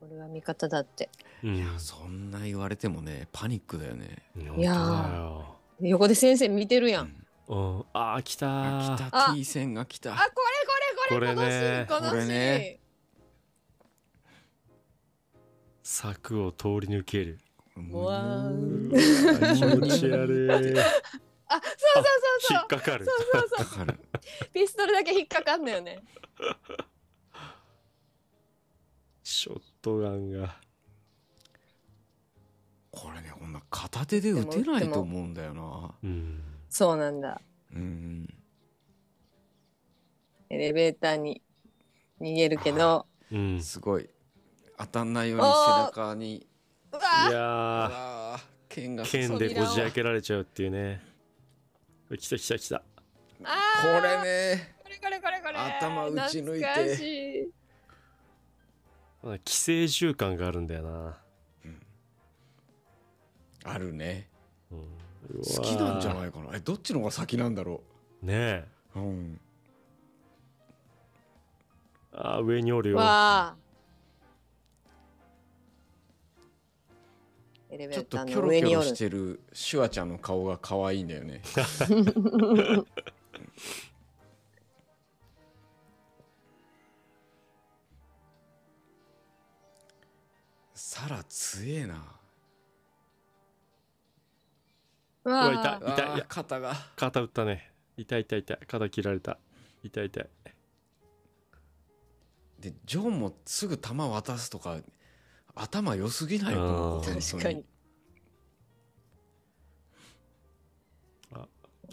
Speaker 3: 俺は味方だって
Speaker 2: うん
Speaker 4: いやそんな言われてもねパニックだよね
Speaker 2: 本当だよ
Speaker 3: 横で先生見てるやん、
Speaker 2: うん、あー来たー
Speaker 4: あ来
Speaker 3: あ
Speaker 4: た T 線が来た
Speaker 3: あこれこれこれ
Speaker 2: これね
Speaker 3: このシーンこのシーン
Speaker 4: これね
Speaker 2: 柵を通り抜ける
Speaker 4: も
Speaker 3: わー
Speaker 2: うわー気持ち悪い
Speaker 3: あそうそ
Speaker 2: 引
Speaker 3: うそう
Speaker 2: っかかる。
Speaker 3: そうそうそう
Speaker 4: だ
Speaker 3: そ
Speaker 4: から
Speaker 3: うピストルだけ引っかかんのよね
Speaker 2: ショットガンが。
Speaker 4: これねこんな片手で打てないと思うんだよな
Speaker 2: うん。
Speaker 3: そうなんだ
Speaker 4: うん
Speaker 3: エレベーターに逃げるけど
Speaker 2: うん。い
Speaker 4: すごい当たんないように背中に
Speaker 3: うわー
Speaker 4: あ
Speaker 2: や
Speaker 4: らー剣が
Speaker 2: ー、剣でこじ開けられちゃうっていうね。来た来た来た。
Speaker 3: あ
Speaker 4: こ
Speaker 3: ー
Speaker 4: れね
Speaker 3: これこれこれこれ
Speaker 4: 頭打ち抜いて
Speaker 3: 懐かしい
Speaker 2: 寄生習慣があるんだよな。
Speaker 4: あるね
Speaker 2: うん、
Speaker 4: 好きなんじゃ
Speaker 2: い
Speaker 4: ないかなえどっちの方が先なんだろ
Speaker 2: ねえ。
Speaker 4: ううん
Speaker 2: あー上におるよ。
Speaker 3: わあエレベ
Speaker 4: ちょっ
Speaker 3: ータ
Speaker 4: と
Speaker 3: ー
Speaker 4: キョ
Speaker 3: の
Speaker 4: ロ
Speaker 3: 上
Speaker 4: キ
Speaker 3: に
Speaker 4: ョ
Speaker 3: お
Speaker 4: ロ
Speaker 3: る
Speaker 4: してるシュワちゃんの顔が可愛いんだよね サラ強えな
Speaker 3: う
Speaker 2: う
Speaker 3: わ
Speaker 2: わ
Speaker 3: あ
Speaker 2: いた
Speaker 4: あ
Speaker 2: 痛いい
Speaker 4: ー
Speaker 2: や
Speaker 4: 肩が
Speaker 2: 肩打ったね。痛い痛い痛い。肩切られた。痛い痛い。
Speaker 4: でジョンもすぐ球渡すとか頭良すぎないこの子
Speaker 2: あー
Speaker 4: 本
Speaker 3: 確
Speaker 4: 当
Speaker 3: かに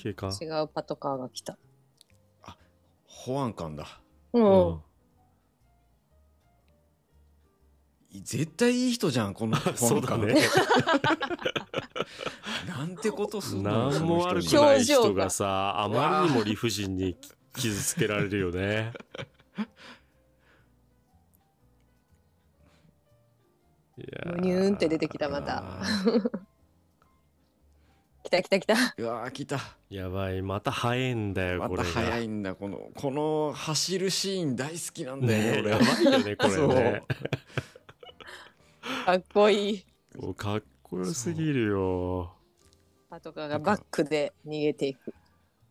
Speaker 2: 警官。
Speaker 3: 違うパトカーが来た
Speaker 4: 保安官だ
Speaker 3: う
Speaker 2: うん
Speaker 4: 絶対いい人じゃんこの保
Speaker 2: そうだ
Speaker 4: 安官、
Speaker 2: ね。
Speaker 4: なんてことすんのよ
Speaker 2: 何
Speaker 4: そ
Speaker 2: も
Speaker 4: の
Speaker 2: 悪く
Speaker 4: 人に
Speaker 2: ない人が さ、あ
Speaker 4: 情が
Speaker 2: まりにも理不尽に傷つけられるよ ね。いや
Speaker 3: ニューンって出てきたまた
Speaker 4: あ
Speaker 3: 来た来た来 た
Speaker 4: ーうわー来た
Speaker 2: やばい、また早いんだよ、
Speaker 4: ま
Speaker 2: これが。
Speaker 4: た早いんだこのこの走るシーン大好きなんだよ、
Speaker 2: ね
Speaker 4: ね、俺
Speaker 2: や
Speaker 4: は
Speaker 2: ばいよね、これね。
Speaker 3: かっこいい
Speaker 2: もうかっこよすぎるよ。
Speaker 3: パトカーがバックで逃げていく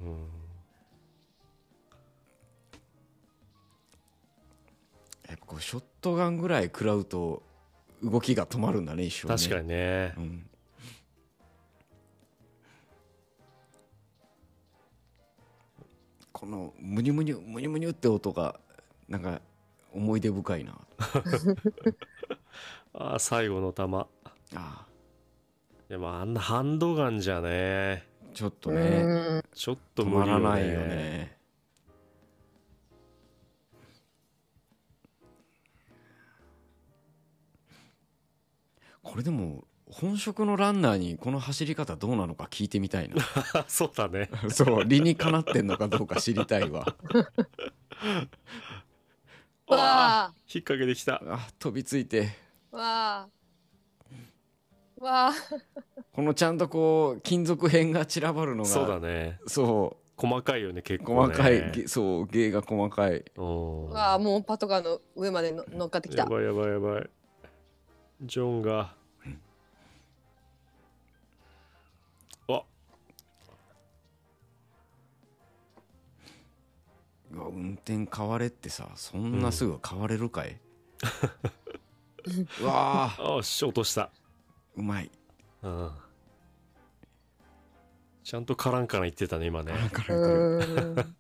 Speaker 2: うん、
Speaker 4: やっぱこうショットガンぐらい食らうと動きが止まるんだね一瞬ね
Speaker 2: 確かにね。
Speaker 4: うん、このムニュムニュムニュムニュって音がなんか思い出深いな
Speaker 2: あー最後の弾。
Speaker 4: あ
Speaker 2: でもあんなハンドガンじゃね。
Speaker 4: ーちょっと
Speaker 3: う
Speaker 4: ね
Speaker 3: ん
Speaker 2: ちょっと
Speaker 4: 止
Speaker 2: 無
Speaker 4: ま
Speaker 2: 理よ
Speaker 4: ら
Speaker 2: ね。
Speaker 4: ないよねこれでも本職のランナーにこの走り方どうなのか聞いてみたいな
Speaker 2: そうだね。
Speaker 4: そう理にかなってんのかどうか知りたい わ
Speaker 2: あ
Speaker 3: わあ
Speaker 2: 引っ掛けてきた。
Speaker 4: あ飛びついて
Speaker 3: わあわあ
Speaker 4: このちゃんとこう金属片が散らばるのが
Speaker 2: そうだね。
Speaker 4: そ
Speaker 2: 細かいよね、
Speaker 4: う
Speaker 2: 結構、
Speaker 4: 細
Speaker 2: ね。
Speaker 4: かい、げそう芸が細かい
Speaker 2: うん。
Speaker 3: わあもうパトカーの上までの乗っかってきた
Speaker 2: やばいやばいやばい。ジョンが。あ
Speaker 4: うわ運転変われってさそんなすぐ変われる かい、うわあ
Speaker 2: あ、し、落とした。
Speaker 4: うまい
Speaker 2: うん。ちゃんとカランカラン言ってたね、今ね。
Speaker 4: なんか
Speaker 3: う
Speaker 4: なんか
Speaker 3: ーん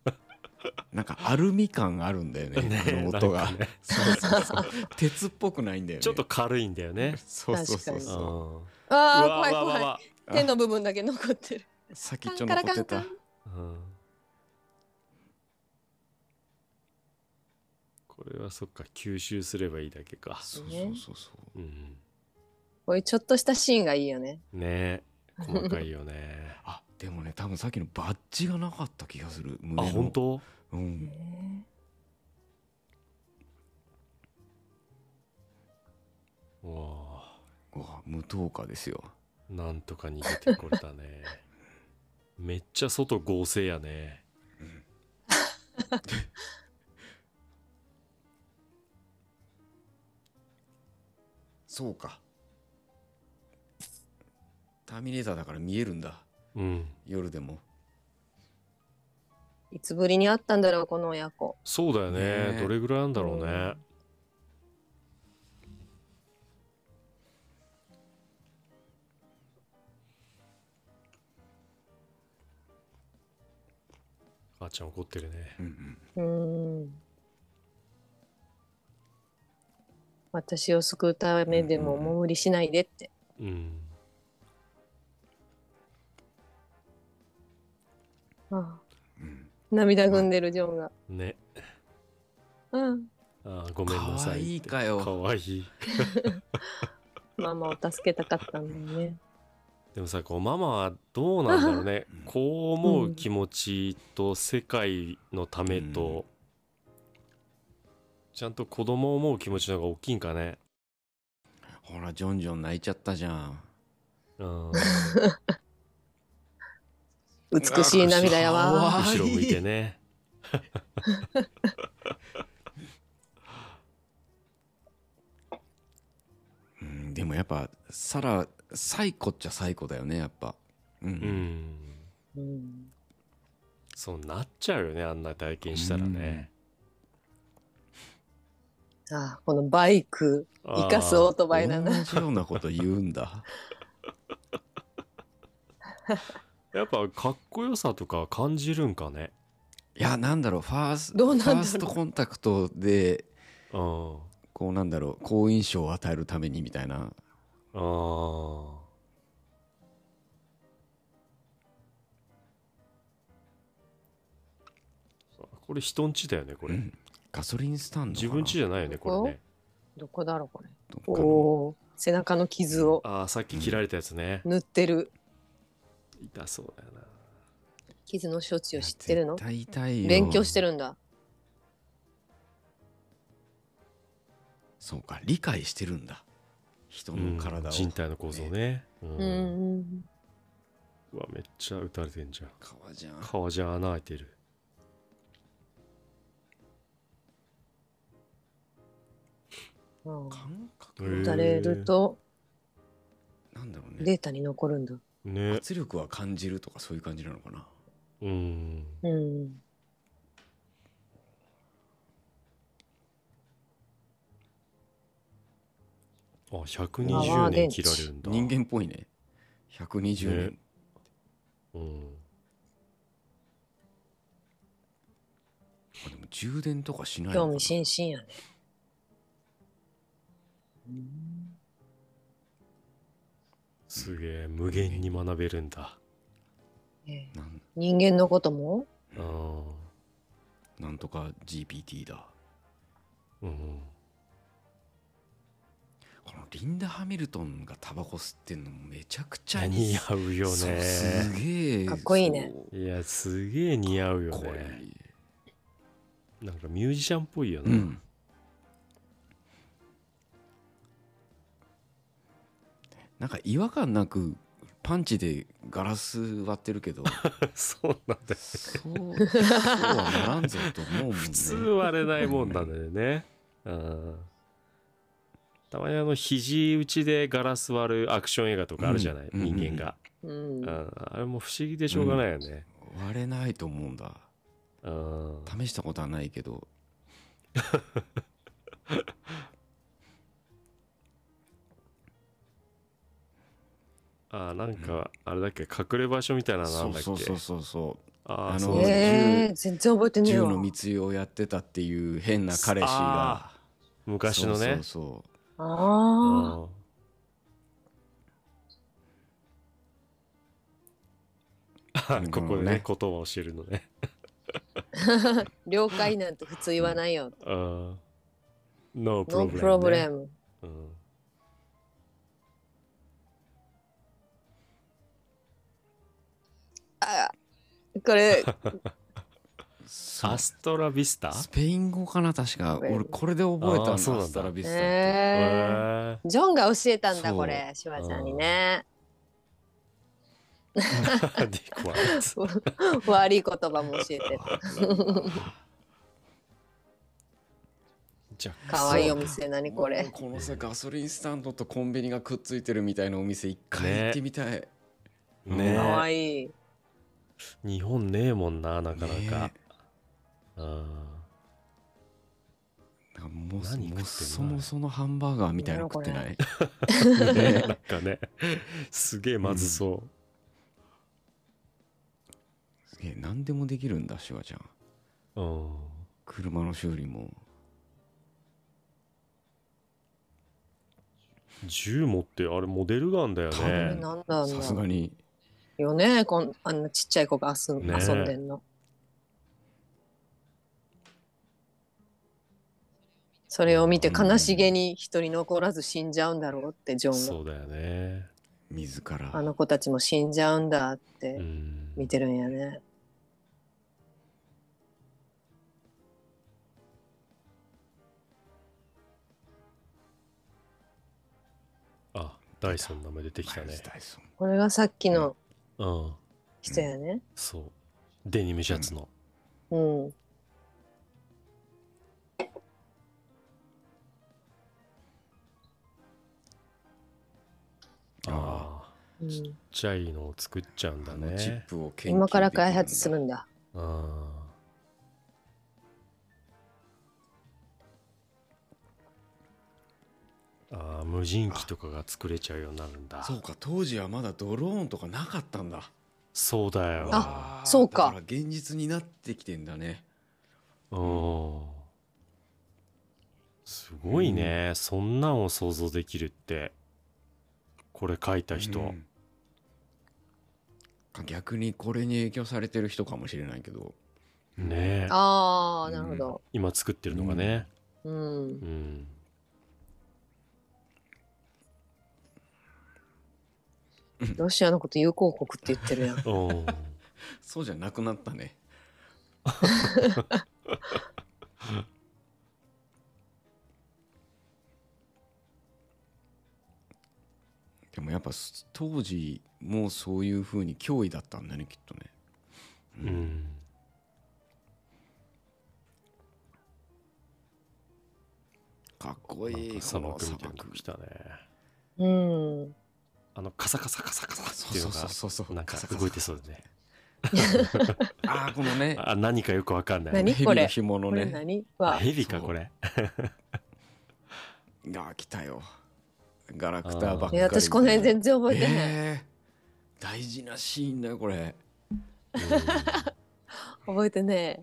Speaker 4: なんかアルミ感あるんだ よねあの音
Speaker 2: な
Speaker 4: が、
Speaker 2: んかね
Speaker 4: そうそうそう鉄っぽくないんだよね
Speaker 2: ちょっと軽いんだよね。
Speaker 4: そうそうそう
Speaker 2: うん。
Speaker 4: そう
Speaker 3: わあ
Speaker 2: うわ
Speaker 3: 怖い
Speaker 2: わわ
Speaker 3: 怖
Speaker 2: わ
Speaker 3: い手の部分だけ残って る
Speaker 4: 先っちょ残ってた
Speaker 2: うん。これはそっか、吸収すればいいだけか。
Speaker 4: そうそうそうそう
Speaker 2: うん。
Speaker 3: こういうちょっとしたシーンがいいよね
Speaker 2: ねえ細かいよね
Speaker 4: あで もね多分さっきのバッジがなかった気がする胸
Speaker 2: あ
Speaker 4: の
Speaker 2: 本当
Speaker 4: うん
Speaker 2: うわ
Speaker 4: うわ無灯火ですよ
Speaker 2: あなんとか逃げてこれた ねめっちゃ外合成やね
Speaker 4: そうかターミネーターだから見えるんだ
Speaker 2: うん
Speaker 4: 夜でも
Speaker 3: いつぶりに会ったんだろうこの親子
Speaker 2: そうだよね
Speaker 4: ねえ
Speaker 2: どれぐらいなんだろうね、あーちゃん怒ってるね
Speaker 4: うんうん
Speaker 3: うーん私を救うためでも
Speaker 4: うんうん
Speaker 3: もう無理しないでって。
Speaker 2: うん
Speaker 3: ああ
Speaker 4: うん
Speaker 3: 涙ぐんでるジョンが。
Speaker 2: ね
Speaker 3: うん。
Speaker 2: あーごめんなさいって
Speaker 4: かわいいかよ
Speaker 2: かわいい
Speaker 3: ママを助けたかったんだよね。
Speaker 2: でもさこうママはどうなんだろうね
Speaker 4: うん
Speaker 2: こう思う気持ちと世界のためと、
Speaker 4: うん
Speaker 2: ちゃんと子供を思う気持ちの方が大きいんかね
Speaker 4: ほらジョンジョン泣いちゃったじゃん
Speaker 2: うん
Speaker 3: 美しい涙やわ。
Speaker 2: 後ろ向いてね
Speaker 4: うんでもやっぱサラサイコっちゃサイコだよねやっぱう
Speaker 2: うんん
Speaker 3: うん
Speaker 2: そうなっちゃうよねあんな体験したらね、
Speaker 3: ああこのバイク、
Speaker 2: あー
Speaker 3: 生かすオートバイだな。
Speaker 4: 同じようなこと言うんだ
Speaker 2: やっぱかっこよさとか感じるんかね
Speaker 4: いやなんだろうファース
Speaker 3: どうなんだろ
Speaker 4: ファ
Speaker 3: う
Speaker 4: ーストコンタクトで
Speaker 2: うん
Speaker 4: こうなんだろう好印象を与えるためにみたいな
Speaker 2: あーこれ人んちだよねこ
Speaker 4: こ
Speaker 2: れ、
Speaker 4: ガソリンスタンドか
Speaker 2: 自
Speaker 4: な
Speaker 2: 分家じゃないよね
Speaker 3: ここ
Speaker 2: これね
Speaker 3: どこだろうこれ。
Speaker 4: どっか
Speaker 3: お
Speaker 4: の
Speaker 3: おー背中の傷を
Speaker 2: ああさっき切られたやつね、
Speaker 3: 塗ってる。
Speaker 2: 痛そうだよな
Speaker 3: 傷の処置を知ってるの
Speaker 4: いや絶対痛いよ
Speaker 3: 勉強してるんだ。
Speaker 4: そうか理解してるんだ人の体を、
Speaker 2: 人体の構造ね、うん
Speaker 3: うんうん。
Speaker 2: うわめっちゃ打たれてんじゃん
Speaker 4: 川じゃん
Speaker 2: 顔じゃ穴開いてる
Speaker 3: うん
Speaker 4: 感覚、
Speaker 2: へ
Speaker 3: 打
Speaker 2: ー
Speaker 3: たれると
Speaker 4: なんだろうね
Speaker 3: データに残るんだ。
Speaker 2: ね
Speaker 4: 圧力は感じるとかそういう感じなのかな
Speaker 2: うん
Speaker 3: うん。
Speaker 2: あ
Speaker 3: パワ
Speaker 2: 120
Speaker 3: ー電
Speaker 2: 年
Speaker 3: 池
Speaker 2: 切られるんだ
Speaker 4: 人間っぽいね120年、
Speaker 2: ねうん
Speaker 4: あでも充電とかしないのか
Speaker 3: 興
Speaker 4: な
Speaker 3: 味津々やね。
Speaker 2: すげえ無限に学べるんだ
Speaker 3: ええ
Speaker 4: なん
Speaker 3: 人間のことも
Speaker 2: うん
Speaker 4: なんとか GPT だ
Speaker 2: うん
Speaker 4: このリンダ・ハミルトンがタバコ吸ってんのめちゃくちゃ
Speaker 2: 似合うよ
Speaker 4: そうす
Speaker 2: ね
Speaker 4: げえ
Speaker 3: かっこいいね
Speaker 4: そう
Speaker 2: いやすげえ似合うよ
Speaker 4: かっこ
Speaker 2: ね
Speaker 4: いい
Speaker 2: なんかミュージシャンっぽいよ
Speaker 4: う
Speaker 2: ね、
Speaker 4: んなんか違和感なくパンチでガラス割ってる けど
Speaker 2: そうなんだよ
Speaker 4: そうそうはならんぞと思うもんね
Speaker 2: 普通割れないもんなんだよね。うん、たまにあの肘打ちでガラス割るアクション映画とかあるじゃない、
Speaker 4: うんうん
Speaker 2: 人間が、
Speaker 3: うん
Speaker 2: うん。あれも不思議でしょうがないよね。
Speaker 4: 割れないと思うんだ
Speaker 2: うん
Speaker 4: 試したことはないけど
Speaker 2: あなんかあれだっけ隠れ場所みたいなのな
Speaker 4: そ
Speaker 2: ん
Speaker 4: う
Speaker 2: だっけ
Speaker 4: そうそうそうそう
Speaker 2: あー
Speaker 4: あの
Speaker 2: そうだ
Speaker 3: ええ全然覚えてねえ
Speaker 4: 銃
Speaker 3: わ。
Speaker 4: の密輸をやってたっていう変な彼氏が
Speaker 2: あ昔のね
Speaker 4: そうそうそう
Speaker 3: ああ、
Speaker 2: うんあここでね言葉を知るのね。
Speaker 3: 了解なんて普通言わないよ。
Speaker 2: うんノープ
Speaker 3: ノ
Speaker 2: ロブレ
Speaker 3: ー
Speaker 2: ム、ね。
Speaker 3: プロブレム。
Speaker 2: うん
Speaker 3: あ これ、
Speaker 4: そう
Speaker 2: アストラビスタ
Speaker 4: スペイン語かな確か
Speaker 3: スペイン語
Speaker 4: 俺これで覚えたん
Speaker 2: あー
Speaker 4: だ
Speaker 2: そうなんだ
Speaker 4: アスタラビスタって
Speaker 3: ええ
Speaker 2: へ
Speaker 3: ジョンが教えたんだ
Speaker 4: そう
Speaker 3: これ、シュワちゃんにね。
Speaker 2: ー でこわいつ
Speaker 3: 悪い言葉も教え て。
Speaker 2: じゃ
Speaker 3: 可愛いお店何これ。
Speaker 4: このさガソリンスタンドとコンビニがくっついてるみたいなお店一回行ってみたい、
Speaker 2: ね
Speaker 3: 可愛いい。
Speaker 2: 日本ねえもんななか
Speaker 4: ね
Speaker 2: な
Speaker 4: え
Speaker 2: か、うん
Speaker 4: なんかも
Speaker 2: 何食
Speaker 4: う
Speaker 2: ってんの
Speaker 4: もうそもそのハンバーガーみたいなの食ってな い
Speaker 2: な
Speaker 4: ね
Speaker 2: んかねすげえまずそう、
Speaker 4: すえ何でもできるんだシュワちゃん
Speaker 2: うん。
Speaker 4: 車の修理も
Speaker 2: 銃持って、あれモデルガンだよ
Speaker 4: 多分
Speaker 2: ね。
Speaker 3: なんだ
Speaker 4: さす
Speaker 3: ろ
Speaker 4: がに
Speaker 3: うよねこんあんなちっちゃい子が遊ん,、
Speaker 2: ねえ
Speaker 3: 遊んでんのそれを見て悲しげに一人残らず死んじゃうんだろうってジョンが
Speaker 2: そうだよね。
Speaker 4: 自ら
Speaker 3: あの子たちも死んじゃうんだっ
Speaker 2: う
Speaker 3: て
Speaker 2: ん。
Speaker 3: 見てるんやね、
Speaker 2: あ、ダイソンの名前出てきた
Speaker 4: マイ
Speaker 2: ね
Speaker 4: ルス。ダイソン
Speaker 3: これがさっきの
Speaker 2: うん。
Speaker 3: 人やね
Speaker 2: そう。デニムシャツの。
Speaker 3: うん、
Speaker 4: うん
Speaker 2: ああ。
Speaker 3: うん、
Speaker 2: ちっちゃいのを作っちゃうんだ
Speaker 4: あのチッ
Speaker 2: ね。
Speaker 4: プを研究できるんだ
Speaker 3: 今から開発するんだ
Speaker 2: うん。ああ、無人機とかが作れちゃうようになるんだ。
Speaker 4: そうか当時はまだドローンとかなかったんだ
Speaker 2: そうだよ。
Speaker 3: あ
Speaker 4: わー
Speaker 3: そうか
Speaker 4: だら現実になってきてんだね
Speaker 2: うん。すごいね、そんなんを想像できるって。これ書いた人。
Speaker 4: うん逆にこれに影響されてる人かもしれないけど
Speaker 2: ねえ
Speaker 3: ああなるほど
Speaker 2: 今作ってるのがね。
Speaker 3: うん
Speaker 2: うん。
Speaker 3: ロシアのこと友好国って言ってるやん
Speaker 2: うん
Speaker 4: そうじゃなくなったね でもやっぱす当時もうそういうふうに脅威だったんだねきっとね
Speaker 2: うん。
Speaker 4: かっこい
Speaker 2: ないんか砂
Speaker 4: この
Speaker 2: 漠
Speaker 4: 砂
Speaker 2: みたいな
Speaker 4: 漠
Speaker 2: の来たね。
Speaker 3: うん
Speaker 2: あのカサカサカサカサっ
Speaker 4: そう
Speaker 2: ていう
Speaker 4: そ
Speaker 2: の
Speaker 4: う
Speaker 2: が
Speaker 4: そうそう
Speaker 2: なんか
Speaker 4: カサカサ
Speaker 2: 動いてそうでね。
Speaker 4: ああこのね
Speaker 2: あ何かよくわかんない。
Speaker 3: 何
Speaker 4: 蛇
Speaker 3: これ
Speaker 4: の紐の
Speaker 3: これ
Speaker 4: ね
Speaker 3: 何は
Speaker 2: ヘビかこれ。
Speaker 4: が来たよガラクタばっかり
Speaker 3: え私この辺全然覚えてへん、
Speaker 4: えー大事なシーンだよこれ
Speaker 3: 覚えてね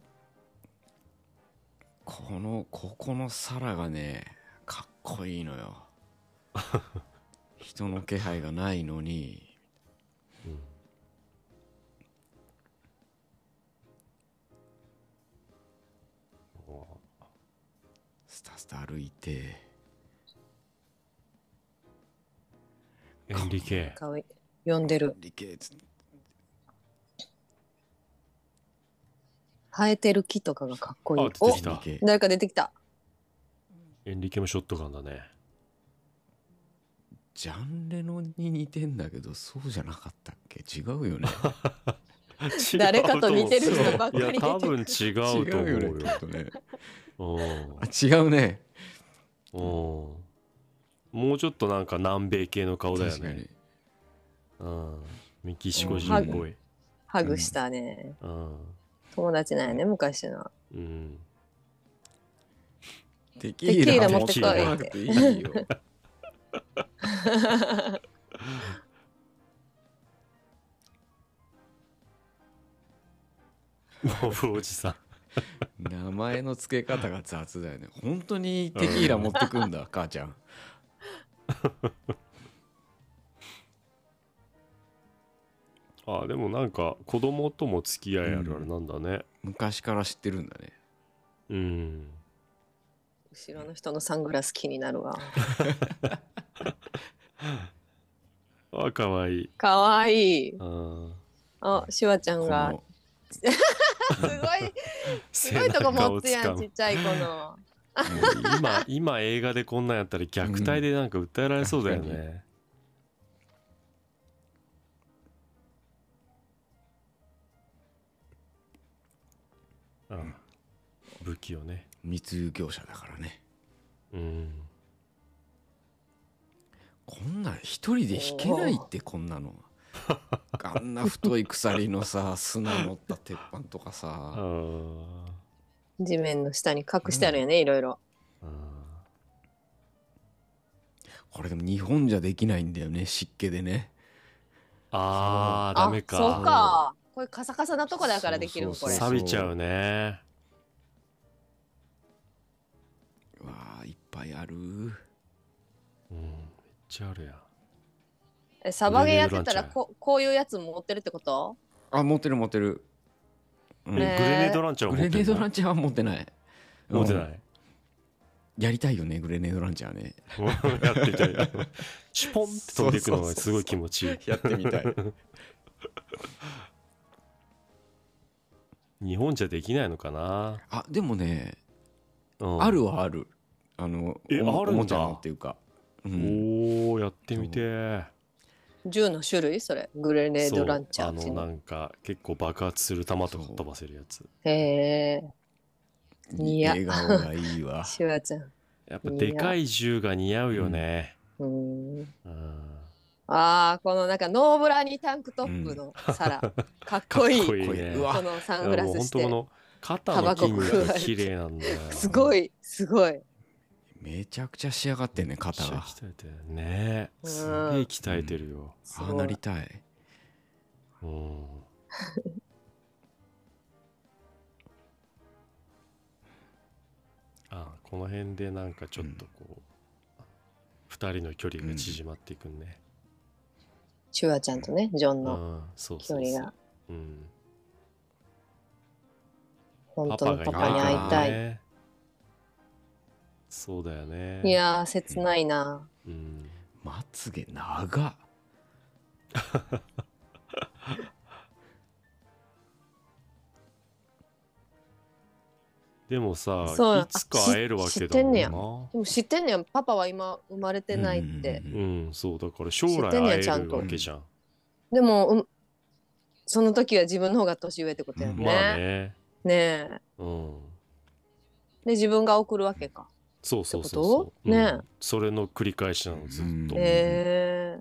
Speaker 4: このここの皿がねかっこいいの よ人の気配がないのに
Speaker 2: うんうんお
Speaker 4: スタスタ歩いて
Speaker 2: エンリケ。
Speaker 3: かわいい呼んでる
Speaker 4: 理系つ
Speaker 3: 生えてる木とかがかっこいい
Speaker 2: あ出
Speaker 3: お
Speaker 2: てきた
Speaker 4: 理系
Speaker 3: 誰か出てきた
Speaker 2: エンリケもショットガンだね。
Speaker 4: ジャンレノに似てんだけどそうじゃなかったっけ違うよね
Speaker 3: 誰かと似てる人ばっかり
Speaker 2: いや多 分違うと
Speaker 4: 違
Speaker 2: 思
Speaker 4: うよね
Speaker 2: う
Speaker 4: きっとね
Speaker 2: よ。
Speaker 4: あ違うね
Speaker 2: うんうんもうちょっとなんか南米系の顔だよ
Speaker 4: 確か
Speaker 2: ね
Speaker 4: に。
Speaker 2: うんメキシコ人っぽい。
Speaker 3: ハグしたね、
Speaker 2: うん。
Speaker 3: 友達なんやね昔の
Speaker 2: うん。
Speaker 4: テキ
Speaker 3: ーラ
Speaker 2: 持ってこい
Speaker 4: 持ってこなくていいよ
Speaker 2: モブおじさん。
Speaker 4: 名前の付け方が雑だよね本当にテキーラ持ってくんだ母ちゃん
Speaker 2: あでもなんか子供とも付き合いあるあれなんだね。
Speaker 4: 昔から知ってるんだね
Speaker 2: うん。
Speaker 3: 後ろの人のサングラス気になるわ
Speaker 2: あ可愛い。
Speaker 3: かわいい
Speaker 2: うん。
Speaker 3: あシュワちゃん
Speaker 4: こ
Speaker 3: が
Speaker 4: の
Speaker 3: すご いすごいとこ持つやんちっちゃい子の
Speaker 2: 今今映画でこんなんやったら虐待でなんか訴えられそうだよ
Speaker 4: うん
Speaker 2: ね。あ不器用ね。
Speaker 4: 密輸業者だからね
Speaker 2: うん。
Speaker 4: こんなん一人で弾けないってこん なのあんな太い鎖のさ砂乗った鉄板とか
Speaker 2: あ
Speaker 4: さ
Speaker 2: ー
Speaker 3: 地面の下に隠してあるんやね、いろいろ
Speaker 2: あ
Speaker 4: これでも日本じゃできないんだよね湿気でね
Speaker 2: ー。あー
Speaker 3: あ
Speaker 2: ダメか。
Speaker 3: そうかこういうカサカサなとこだからできるの
Speaker 4: そ
Speaker 3: こ
Speaker 4: う
Speaker 3: れ
Speaker 4: そうそう
Speaker 2: 錆びちゃうね
Speaker 4: うわあいっぱいある
Speaker 2: うんめっちゃあるやん
Speaker 3: えサバゲーやってた
Speaker 2: グレネードラ
Speaker 3: ら
Speaker 2: ンチャー
Speaker 3: ここういうやつ持ってるってこと
Speaker 4: あ持ってる持ってる、うん
Speaker 2: え
Speaker 3: ね
Speaker 2: グレネードランチャーは
Speaker 4: グ
Speaker 2: 持
Speaker 4: レ
Speaker 2: って
Speaker 4: ネード
Speaker 2: る
Speaker 4: ランチャーは持ってない
Speaker 2: 持って
Speaker 4: う
Speaker 2: なんい
Speaker 4: やりたいよねグレネードランチャーね
Speaker 2: やってみたいあのシュポンって飛んでいくのがすごい気持ちいい
Speaker 4: やってみたい
Speaker 2: 日本じゃできないのかな、
Speaker 4: あでもね、
Speaker 2: うん
Speaker 4: あるはあるあの
Speaker 2: え
Speaker 4: おも
Speaker 2: あるんだ
Speaker 4: おもちゃのっていうか、うん、
Speaker 2: おおやってみてー
Speaker 3: 銃の種類それグレネードランチャーって
Speaker 2: そ
Speaker 3: いうう
Speaker 2: あのな
Speaker 3: の
Speaker 2: んか結構爆発する弾とか
Speaker 4: そう
Speaker 2: 飛ばせるやつ
Speaker 3: へえいや
Speaker 4: 笑顔がいいわ
Speaker 3: シュワちゃん
Speaker 2: やっぱでかい銃が似合うよね、
Speaker 3: うーん
Speaker 2: うん
Speaker 3: ああこのなんかノーブラにタンクトップの皿、かっこい い
Speaker 2: かっこいい
Speaker 4: こ
Speaker 2: ね
Speaker 4: ううわ
Speaker 3: このサン
Speaker 2: い
Speaker 3: グ
Speaker 2: や
Speaker 3: ラ
Speaker 2: もう
Speaker 3: ス
Speaker 2: 本
Speaker 3: し
Speaker 2: 当こ
Speaker 3: て
Speaker 2: の肩の筋肉が綺麗なんだよ
Speaker 3: すごいすごい
Speaker 4: めちゃくちゃ仕上がってんね肩
Speaker 2: めっ
Speaker 4: が
Speaker 2: ちゃ鍛えてるね
Speaker 3: うん
Speaker 2: すげえ鍛えてるよ、
Speaker 3: す
Speaker 4: ああ
Speaker 3: ご
Speaker 4: ないりたい
Speaker 2: うん、 あこの辺でなんかちょっとこう、二人の距離が縮まっていくね、
Speaker 3: シュワちゃんとねジョン
Speaker 2: うん
Speaker 3: の
Speaker 2: そう
Speaker 3: 距
Speaker 2: そう
Speaker 3: 離
Speaker 2: そ
Speaker 3: が
Speaker 2: う、うん、
Speaker 3: 本当のパパに
Speaker 4: パ
Speaker 3: 会い
Speaker 4: パ
Speaker 3: た
Speaker 4: が
Speaker 3: い
Speaker 4: い
Speaker 3: い,、
Speaker 2: いそうだよね
Speaker 3: やー切ないな、
Speaker 2: うん、
Speaker 4: まつげ長っ
Speaker 2: でもさ
Speaker 3: そう
Speaker 2: いつか会えるわけ
Speaker 3: あ知知って
Speaker 2: だ
Speaker 3: んねや
Speaker 2: も
Speaker 3: でも知ってんねんパパは今生まれてないって、
Speaker 4: うん
Speaker 2: ん
Speaker 4: う
Speaker 2: なん
Speaker 4: うん
Speaker 2: うんそうだから将来
Speaker 3: 知ってんね
Speaker 2: 会
Speaker 3: や
Speaker 2: え
Speaker 3: ちゃん
Speaker 2: る
Speaker 3: と
Speaker 2: わけじゃん
Speaker 3: でも、うん、その時は自分の方が年上ってことやね。
Speaker 4: うん
Speaker 2: まあね
Speaker 3: ねえ。
Speaker 2: うん
Speaker 3: で自分が送るわけか。
Speaker 2: そうそうそう
Speaker 3: ってこ
Speaker 2: そ
Speaker 3: と
Speaker 2: う、
Speaker 3: ねえ
Speaker 2: うんそれの繰り返しなのずっと、
Speaker 4: うん
Speaker 3: へえ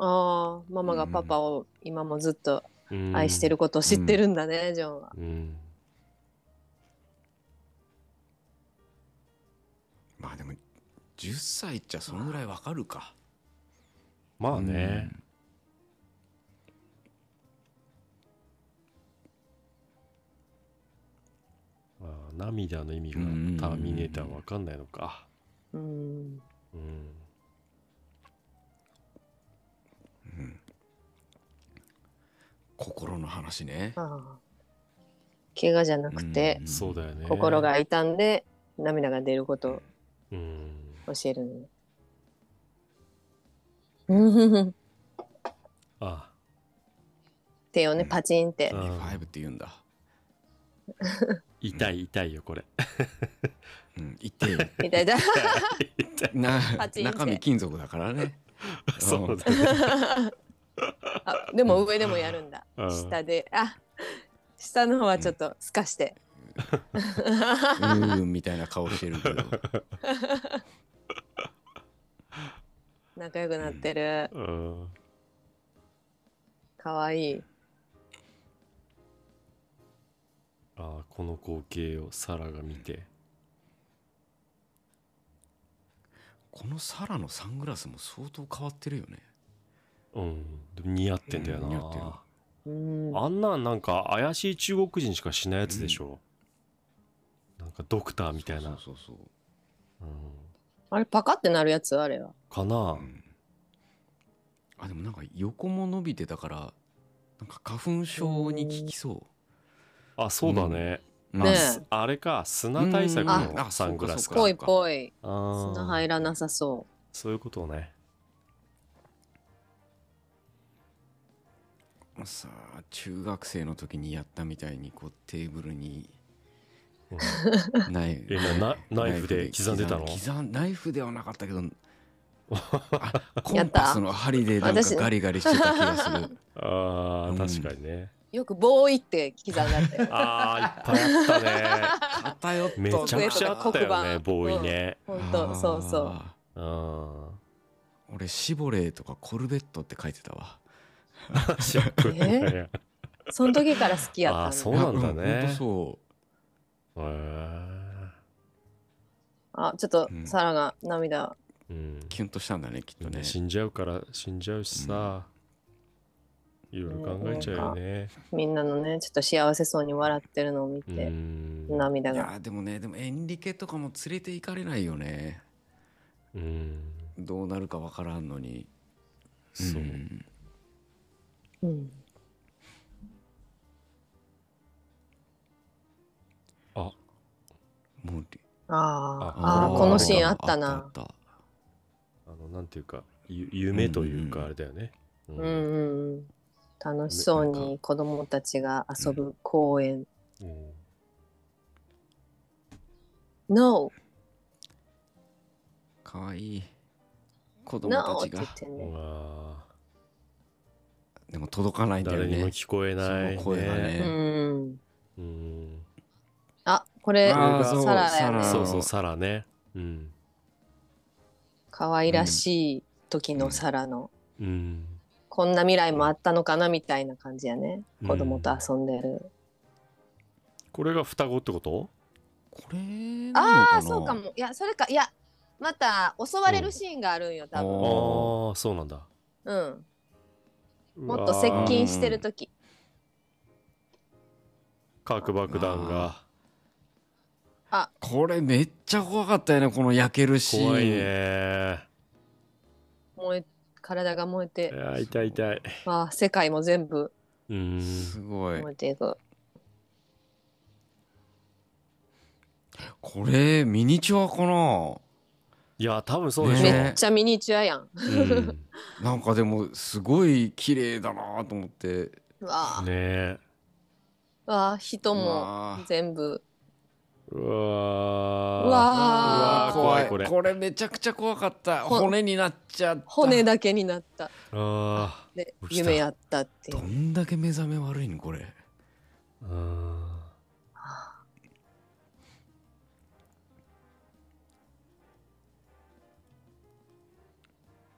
Speaker 3: ああママがパパを今もずっと
Speaker 2: うん
Speaker 3: 愛してることを知ってるんだね、ジョンは。
Speaker 2: うん
Speaker 4: まあでも10歳っちゃそのぐらいわかるか
Speaker 2: まあね、ああ涙の意味が
Speaker 4: うん
Speaker 2: ターミネーターわかんないのか
Speaker 3: うん
Speaker 2: うん
Speaker 4: うんうん心の話ね
Speaker 3: ああ怪我じゃなくて
Speaker 4: うん、
Speaker 2: そうだよね
Speaker 3: 心が痛んで涙が出ることを
Speaker 2: うん
Speaker 3: 教えるのね。うん
Speaker 2: あ
Speaker 3: 手をねパチンって
Speaker 2: う。ん
Speaker 4: 5って言うんだ、
Speaker 2: 痛い痛いよ これ
Speaker 4: うん、言っ てよ
Speaker 3: みたいな。
Speaker 2: 痛い
Speaker 4: な
Speaker 3: パチンって
Speaker 4: 中身金属だから ね
Speaker 2: そうだね
Speaker 3: あでも上でもやるんだ。
Speaker 2: うん
Speaker 3: 下であ下の方はちょっと透かして、
Speaker 4: うーんみたいな顔してるけど
Speaker 3: 仲良くなってる
Speaker 2: うん
Speaker 3: 可愛いい
Speaker 2: ああこの光景をサラが見て
Speaker 4: このサラのサングラスも相当変わってるよね
Speaker 2: うんでも似合ってんだよな、
Speaker 4: うん似合ってる
Speaker 3: うん
Speaker 2: あんなんなんか怪しい中国人しかしないやつでしょ、なんかドクターみたいな
Speaker 4: そうそうそう
Speaker 2: うん
Speaker 3: あれパカってなるやつあれは
Speaker 2: かな、
Speaker 4: うんあでもなんか横も伸びてたからなんか花粉症に効きそ
Speaker 2: あそうだね、
Speaker 4: う、
Speaker 3: ねえ
Speaker 2: すあれか砂対策
Speaker 4: うんあ
Speaker 2: のサングラス
Speaker 4: そ
Speaker 2: か
Speaker 4: うか
Speaker 3: ぽいぽい
Speaker 2: あー
Speaker 3: 砂入らなさそ
Speaker 2: そういうことね
Speaker 4: さあ中学生の時にやったみたいにこうテーブルに
Speaker 2: うん
Speaker 4: ナイ
Speaker 2: えもうなナイフで刻んでたの
Speaker 4: 刻んナイフではなかったけ どあコンパスの針でなん
Speaker 3: 私
Speaker 4: かガリガリしてた気がする
Speaker 2: あ
Speaker 4: うん
Speaker 2: ー確かにね、
Speaker 3: うよく棒いって刻んだって
Speaker 2: あーいっぱいあったね
Speaker 4: 偏 っと
Speaker 2: めちゃくちゃあったよね
Speaker 3: 黒
Speaker 2: ボ
Speaker 3: 板
Speaker 2: ーイね
Speaker 3: ほんとそうそう
Speaker 4: あ
Speaker 2: うん
Speaker 4: ー俺シボレーとかコルベットって書いてた わ
Speaker 2: シャープ ね
Speaker 3: その時から好きやった
Speaker 2: あ
Speaker 3: んだ
Speaker 2: そうなんだね
Speaker 4: いやうんほんとそう
Speaker 2: へー
Speaker 3: あちょっと
Speaker 4: うん
Speaker 3: サラが涙
Speaker 2: うん
Speaker 4: キュンとしたんだねきっ
Speaker 2: み
Speaker 4: と
Speaker 2: ん
Speaker 4: ね
Speaker 2: な死んじゃうから死んじゃうしさ、いろいろ考えちゃうよね。
Speaker 3: みんなのね、ちょっと幸せそうに笑ってるのを見
Speaker 2: う
Speaker 3: て、
Speaker 2: ん。
Speaker 3: 涙
Speaker 4: い
Speaker 3: が。
Speaker 4: やでもねでもエンリケとかも連れて行かれないよね
Speaker 2: うん。
Speaker 4: どうなるかわからんのに
Speaker 2: そう。
Speaker 4: ん
Speaker 3: うん。
Speaker 2: あ、
Speaker 4: もう
Speaker 3: あー
Speaker 2: あ
Speaker 3: あー、このシーンあった
Speaker 4: あ
Speaker 3: な。
Speaker 4: ったあった
Speaker 2: あの、なんていうか、ゆ夢という
Speaker 4: うん
Speaker 2: か、あれだよね。う
Speaker 3: うんうんうん。楽しそうに子供たちが遊ぶ公園。
Speaker 2: うん
Speaker 3: No!
Speaker 4: かわいい子供
Speaker 3: No!
Speaker 4: た
Speaker 3: っ
Speaker 4: ち
Speaker 3: て
Speaker 4: が
Speaker 3: 言ってんね
Speaker 2: う。わ
Speaker 4: でも届かな
Speaker 2: ー
Speaker 4: いんだよ
Speaker 2: 誰にも
Speaker 4: ね
Speaker 2: 聞こえない、
Speaker 4: そう声がね
Speaker 3: うん。
Speaker 2: うん。
Speaker 3: あ、これ、
Speaker 4: あ
Speaker 2: ーそう
Speaker 3: サラや
Speaker 4: あ
Speaker 3: ね
Speaker 4: サ。
Speaker 2: そう
Speaker 4: の
Speaker 2: そう、サラね。うん。
Speaker 3: 可愛らしい時のサラの、
Speaker 2: うん。
Speaker 3: こんな未来もあったのかなみたいな感じやね。子供と遊んでる。
Speaker 2: これが双子ってこと
Speaker 4: これなのかな
Speaker 3: ああ、そうかも。いや、それか、いや、また襲われるシーンがあるんよ、多分。
Speaker 2: ああ、そうなんだ。
Speaker 3: うん。
Speaker 2: も
Speaker 3: もっと接近してる時。
Speaker 2: 核爆弾
Speaker 4: あ
Speaker 2: が
Speaker 4: これめっちゃ怖かったよねこの焼けるシーン
Speaker 2: 怖いね
Speaker 3: 燃え、体が燃え
Speaker 2: い
Speaker 3: て、
Speaker 2: やー痛い痛い
Speaker 3: ああ、世界も全部
Speaker 2: うーん
Speaker 4: すごい
Speaker 3: 燃えていく。
Speaker 4: これミニチュアかない
Speaker 2: や多分そうでしょ、
Speaker 4: ね
Speaker 3: めっちゃミニチュアやん。
Speaker 2: うん、ね
Speaker 4: なんかでもすごい綺麗だなと思って
Speaker 3: うわあ、
Speaker 2: え
Speaker 3: うわあ、人
Speaker 4: う
Speaker 3: も
Speaker 4: わあ
Speaker 3: 全部。
Speaker 2: うわー
Speaker 3: うわあ
Speaker 2: うわー怖いこれ
Speaker 4: これめちゃくちゃ怖かった
Speaker 3: ほ
Speaker 4: 骨になっちゃった
Speaker 3: 骨だけになった。
Speaker 2: あ
Speaker 3: で
Speaker 2: どう、した
Speaker 3: 夢やったってい
Speaker 4: ど
Speaker 3: う。
Speaker 4: んだけ目覚め悪いのこれ
Speaker 2: ーうーん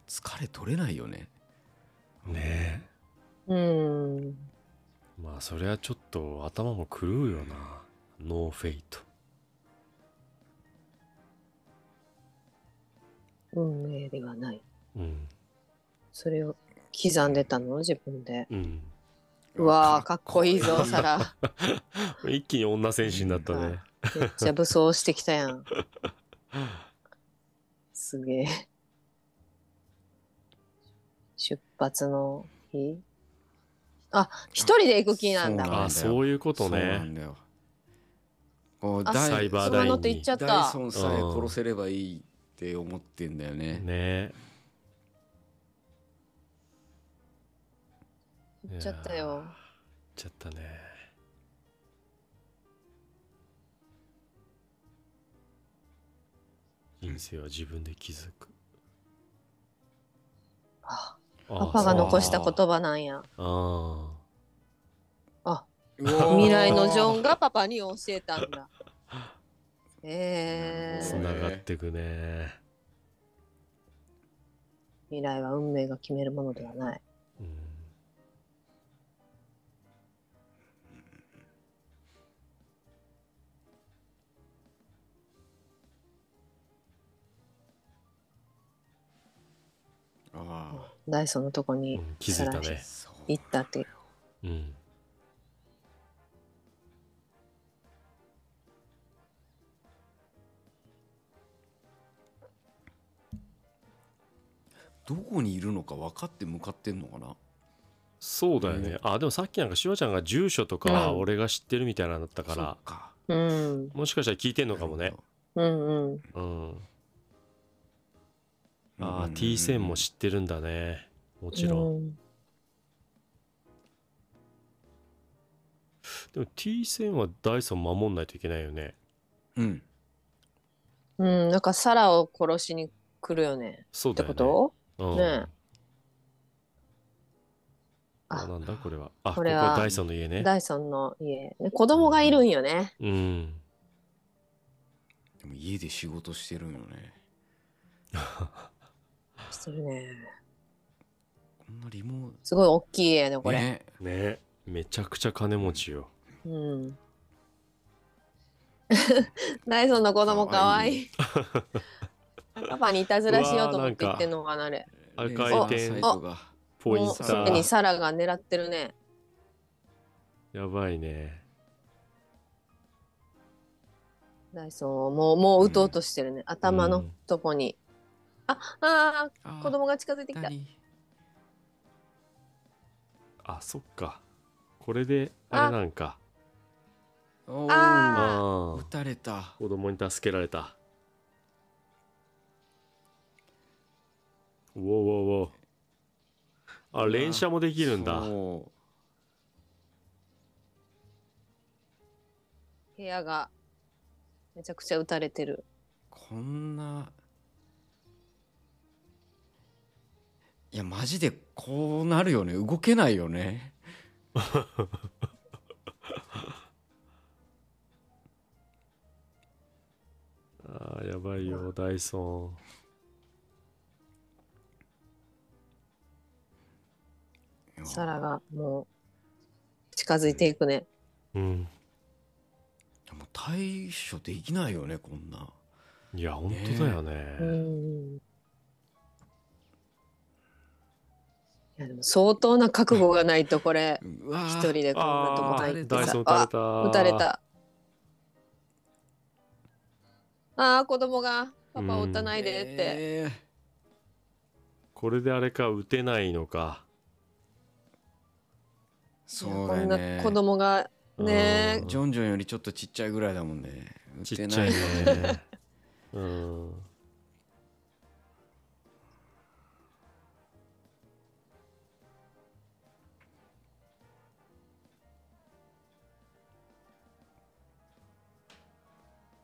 Speaker 4: 疲れ取れないよね
Speaker 2: ね
Speaker 3: うん。
Speaker 2: えまあそれはちょっと頭も狂うよなノーフェイト
Speaker 3: 運命ではない。
Speaker 2: うん
Speaker 3: それを刻んでたの自分で。
Speaker 2: うん
Speaker 3: うわあ、かっこいいぞ、サラ。
Speaker 2: 一気に女戦士になったね、
Speaker 3: めっちゃ武装してきたやん。すげえ。出発の日あ、一人で行く気なんだ。
Speaker 4: そ
Speaker 2: あ
Speaker 4: うな
Speaker 2: あ
Speaker 4: んだよ
Speaker 2: そういうこと
Speaker 4: そうな
Speaker 2: ね
Speaker 4: んだよこう
Speaker 3: あ
Speaker 4: ダイ
Speaker 2: サイバー
Speaker 3: そ
Speaker 2: ダ
Speaker 3: ん
Speaker 2: イ
Speaker 3: な
Speaker 2: ン
Speaker 3: のって言っ
Speaker 2: に
Speaker 3: ちゃっ
Speaker 4: ダイ
Speaker 3: た
Speaker 4: ソ。ンさえ殺せればいいって思ってんだよね
Speaker 2: ねえ
Speaker 3: 言っちゃったよ。
Speaker 2: 言っちゃったね人生は自分で気づく
Speaker 3: あ
Speaker 2: パ
Speaker 3: パパが残した言葉なんや。
Speaker 2: あ
Speaker 4: 未
Speaker 3: 未来のジョンがパパに教えた んだ。え
Speaker 2: あつ
Speaker 4: そう
Speaker 3: ー、
Speaker 2: ながってくね、
Speaker 3: 未来は運命が決めるものではない。
Speaker 2: うん、
Speaker 4: あ
Speaker 3: ダイソンのとこに
Speaker 2: うん気づいた
Speaker 3: さら
Speaker 4: あ
Speaker 2: ね
Speaker 4: そう
Speaker 3: 行ったって。
Speaker 2: うん
Speaker 4: どこにいるのか分かって向かってんのかな
Speaker 2: そうだよね、あでもさっきなんかしおちゃんが住所とか
Speaker 3: うん
Speaker 2: 俺が知ってるみたいなのだったか
Speaker 4: そ
Speaker 2: ら
Speaker 4: っ、か
Speaker 3: うん。
Speaker 2: もしかしたら聞いてんのかもね、
Speaker 3: うんうん。
Speaker 2: うん、
Speaker 4: うん
Speaker 2: ああ T 線も知ってるんだねもちろん、
Speaker 3: うん
Speaker 2: でも T 線はダイソン守んないといけないよね
Speaker 4: うん
Speaker 3: うん、なんかサラを殺しに来るよね。
Speaker 2: そう
Speaker 3: っ
Speaker 2: だ
Speaker 3: て
Speaker 2: よね
Speaker 3: こと、
Speaker 2: うん
Speaker 3: ねえ
Speaker 2: あ
Speaker 3: あ
Speaker 2: なんだこれはあこ
Speaker 3: こ
Speaker 2: れ
Speaker 3: れ
Speaker 2: は
Speaker 3: は
Speaker 2: こダイソンの家ね
Speaker 3: ダイソンの家。ね子供がいるんよね。
Speaker 2: うん
Speaker 4: でも家で仕事してるんよね
Speaker 3: してるね。
Speaker 4: こんなリモー
Speaker 3: すごい大きい家やね、これ。
Speaker 4: ね
Speaker 2: ねめちゃくちゃ金持ちよ
Speaker 3: うん。 ダイソンの子供かわいい。パパにいたずらしようと思って言ってんのかな、あれ。
Speaker 2: あ
Speaker 4: レー
Speaker 2: 回
Speaker 4: ザー
Speaker 2: 転
Speaker 4: サイトが
Speaker 2: ポイン
Speaker 3: もう
Speaker 2: タ
Speaker 3: す
Speaker 2: ー
Speaker 3: でにサラが狙ってるね。
Speaker 2: やばいね
Speaker 3: ダイソンもう、もううとうとしてるね。頭
Speaker 2: う
Speaker 3: の
Speaker 2: ん
Speaker 3: とこに。あ、あ
Speaker 4: あ
Speaker 3: あ、
Speaker 4: ー
Speaker 3: 子供が近づいてきた。
Speaker 4: 何
Speaker 2: あそっかこれであれなんか
Speaker 4: お
Speaker 2: あ
Speaker 3: あ
Speaker 4: ー
Speaker 2: あ
Speaker 4: 撃たれた
Speaker 2: 子供に助けられたうおうおうおうあ連射もできるんだ
Speaker 4: そう
Speaker 3: 部屋がめちゃくちゃ撃たれてる。
Speaker 4: こんないやマジでこうなるよね動けないよね
Speaker 2: あーやばいよダイソ
Speaker 3: サラがもう近づいていくね。
Speaker 2: ンうん
Speaker 4: でも対処できないよねこんない
Speaker 2: や本当だよね
Speaker 3: うん。いやでも相当な覚悟がないとこれ
Speaker 4: うわー
Speaker 3: 一人でこんなとこ
Speaker 2: あ
Speaker 3: 入
Speaker 2: ー
Speaker 3: っ
Speaker 2: ダ
Speaker 3: て
Speaker 2: イソン
Speaker 3: さ
Speaker 2: 撃たれ
Speaker 3: あ
Speaker 2: た
Speaker 3: 撃たれた。ああ子供がパパを撃たないでって。
Speaker 4: えー
Speaker 2: これであれか撃てないのか
Speaker 4: そうだよ
Speaker 3: い
Speaker 4: ね
Speaker 3: やこんな子供がねえ
Speaker 2: うん
Speaker 4: ジョンジョンよりちょっとちっちゃいぐらいだもんね
Speaker 2: ち
Speaker 4: 撃
Speaker 2: ってちゃ
Speaker 4: ないい
Speaker 2: ね うん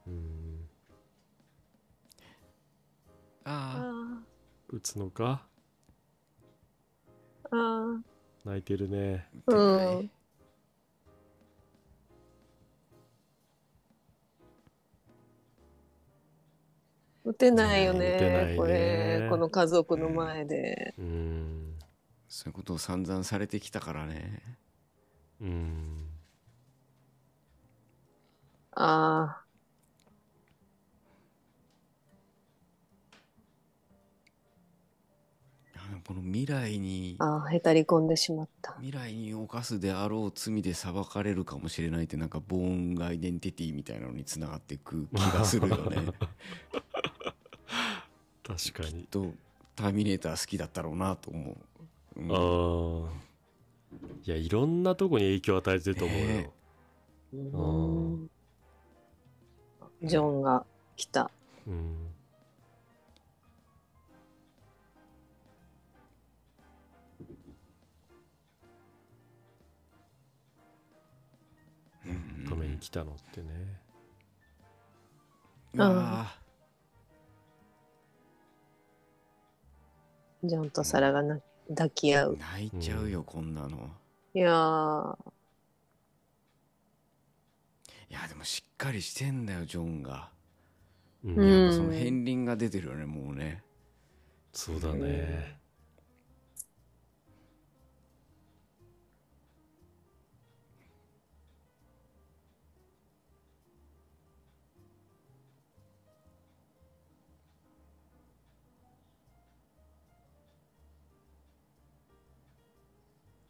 Speaker 2: うん
Speaker 4: あ
Speaker 3: あ
Speaker 2: 打つのか
Speaker 3: ああ
Speaker 2: 泣いてるね
Speaker 4: あ撃てない、
Speaker 3: うん打てないよ
Speaker 2: 打てない
Speaker 3: ね
Speaker 2: ね
Speaker 3: これこの家族の前で、
Speaker 2: うん
Speaker 4: そういうことを散々されてきたからね
Speaker 2: うん
Speaker 3: ああ
Speaker 4: あのこの未来に
Speaker 3: ああへたり込んでしまった
Speaker 4: 未来に犯すであろう罪で裁かれるかもしれないってなんかボーンがアイデンティティみたいなのにつながっていく気がするよ ね
Speaker 2: 確かに
Speaker 4: とターミネーター好きだったろうなと思う、うん
Speaker 2: ああいやいろんなとこに影響を与えてると思うよ、
Speaker 4: ね
Speaker 3: う
Speaker 2: ー
Speaker 3: んジョンが来た
Speaker 2: うん
Speaker 4: うん
Speaker 2: ために来たのってね、
Speaker 4: うわ
Speaker 3: ジョンとサラがな抱き合
Speaker 4: ー
Speaker 3: う
Speaker 4: 泣いちゃうよこんなの
Speaker 3: いやー
Speaker 4: いやでもしっかりしてんだよジョンが、
Speaker 2: うん
Speaker 3: うん
Speaker 4: やっぱその片鱗が出てるよねもうね
Speaker 2: そうだね、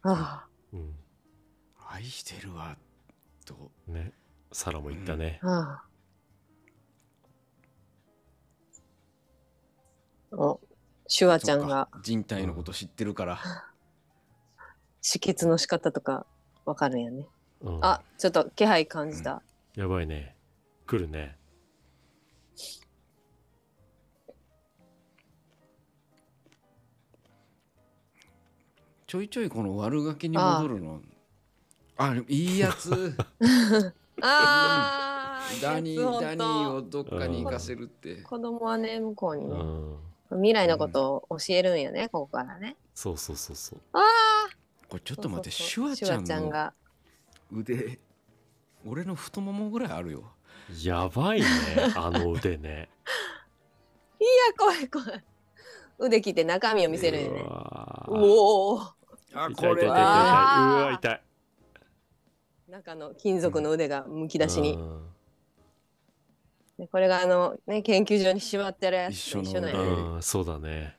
Speaker 3: あ
Speaker 2: うん
Speaker 4: 愛してるわと
Speaker 2: ねサラも言ったね
Speaker 3: あ、ああおシュワちゃんが
Speaker 4: そうか人体のこと知ってるから、
Speaker 3: 止血の仕方とかわかるんやね
Speaker 2: うん
Speaker 3: あちょっと気配感じた、
Speaker 2: やばいね来るね
Speaker 4: ちょいちょいこの悪ガキに戻るのあいいやつ
Speaker 3: ああ
Speaker 4: ダニーダニーを
Speaker 3: を
Speaker 4: どっかに行かせるって
Speaker 3: 子供はね向こうに
Speaker 2: う
Speaker 3: ね、
Speaker 2: ん
Speaker 3: 未来のことを教えるんやねここからね
Speaker 2: そうそうそうそう
Speaker 3: ああ
Speaker 4: これちょっと待ってシ
Speaker 3: そう
Speaker 4: ュ
Speaker 3: そう
Speaker 4: ワち
Speaker 3: そう
Speaker 4: ゃん
Speaker 3: シュワちゃん
Speaker 4: の
Speaker 3: が
Speaker 4: 腕俺の太ももぐらいあるよ
Speaker 2: やば いねあの腕ね
Speaker 3: いや怖い怖い腕切って中身を見せるんやね
Speaker 2: うわ
Speaker 3: う
Speaker 2: ー
Speaker 3: おお
Speaker 2: 痛
Speaker 4: あ
Speaker 2: い痛い痛い痛い痛いう
Speaker 3: わー
Speaker 2: わ痛い
Speaker 3: 中の金属の腕がむき出しに、
Speaker 2: うん
Speaker 3: でこれがあの、ね、研究所にしまってるやつと
Speaker 4: 一緒の
Speaker 3: 一緒なんや
Speaker 4: うん
Speaker 2: うんそうだね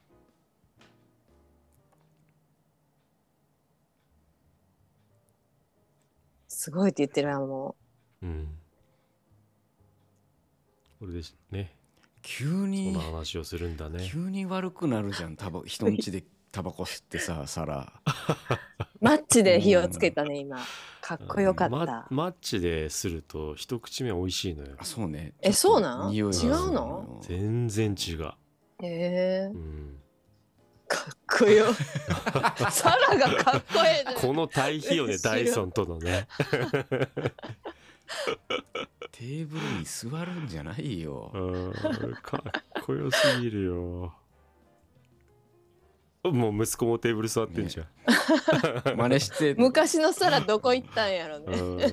Speaker 3: すごいって言ってるわ、も
Speaker 2: うん。これでしね、
Speaker 4: 急
Speaker 2: そん
Speaker 4: に
Speaker 2: な話をするんだね
Speaker 4: 急。に悪くなるじゃんタバ人んちでタバコ吸ってさ皿
Speaker 3: う。マッチで火をつけたね、今。かっこよ
Speaker 2: う
Speaker 3: かっ
Speaker 2: んマ
Speaker 3: た。
Speaker 2: マッチですると一口目美味しいのよ
Speaker 4: あ。そうね
Speaker 3: え
Speaker 4: ちょっと
Speaker 3: そうなん
Speaker 4: 匂いがする
Speaker 2: 違う
Speaker 3: の
Speaker 4: よ
Speaker 2: 全然違う。
Speaker 3: へえ
Speaker 2: うん、
Speaker 3: かっこよ。サラがかっこええね
Speaker 2: この対比よ ね、
Speaker 3: 知らん
Speaker 2: ダイソンとのね。
Speaker 4: テーブルに座るんじゃな いよ
Speaker 2: うんかっこよすぎるよ。もう息子もテーブル座ってんじゃん。
Speaker 4: 真似して
Speaker 3: 昔のサラどこ行ったんやろね。
Speaker 2: うん
Speaker 4: で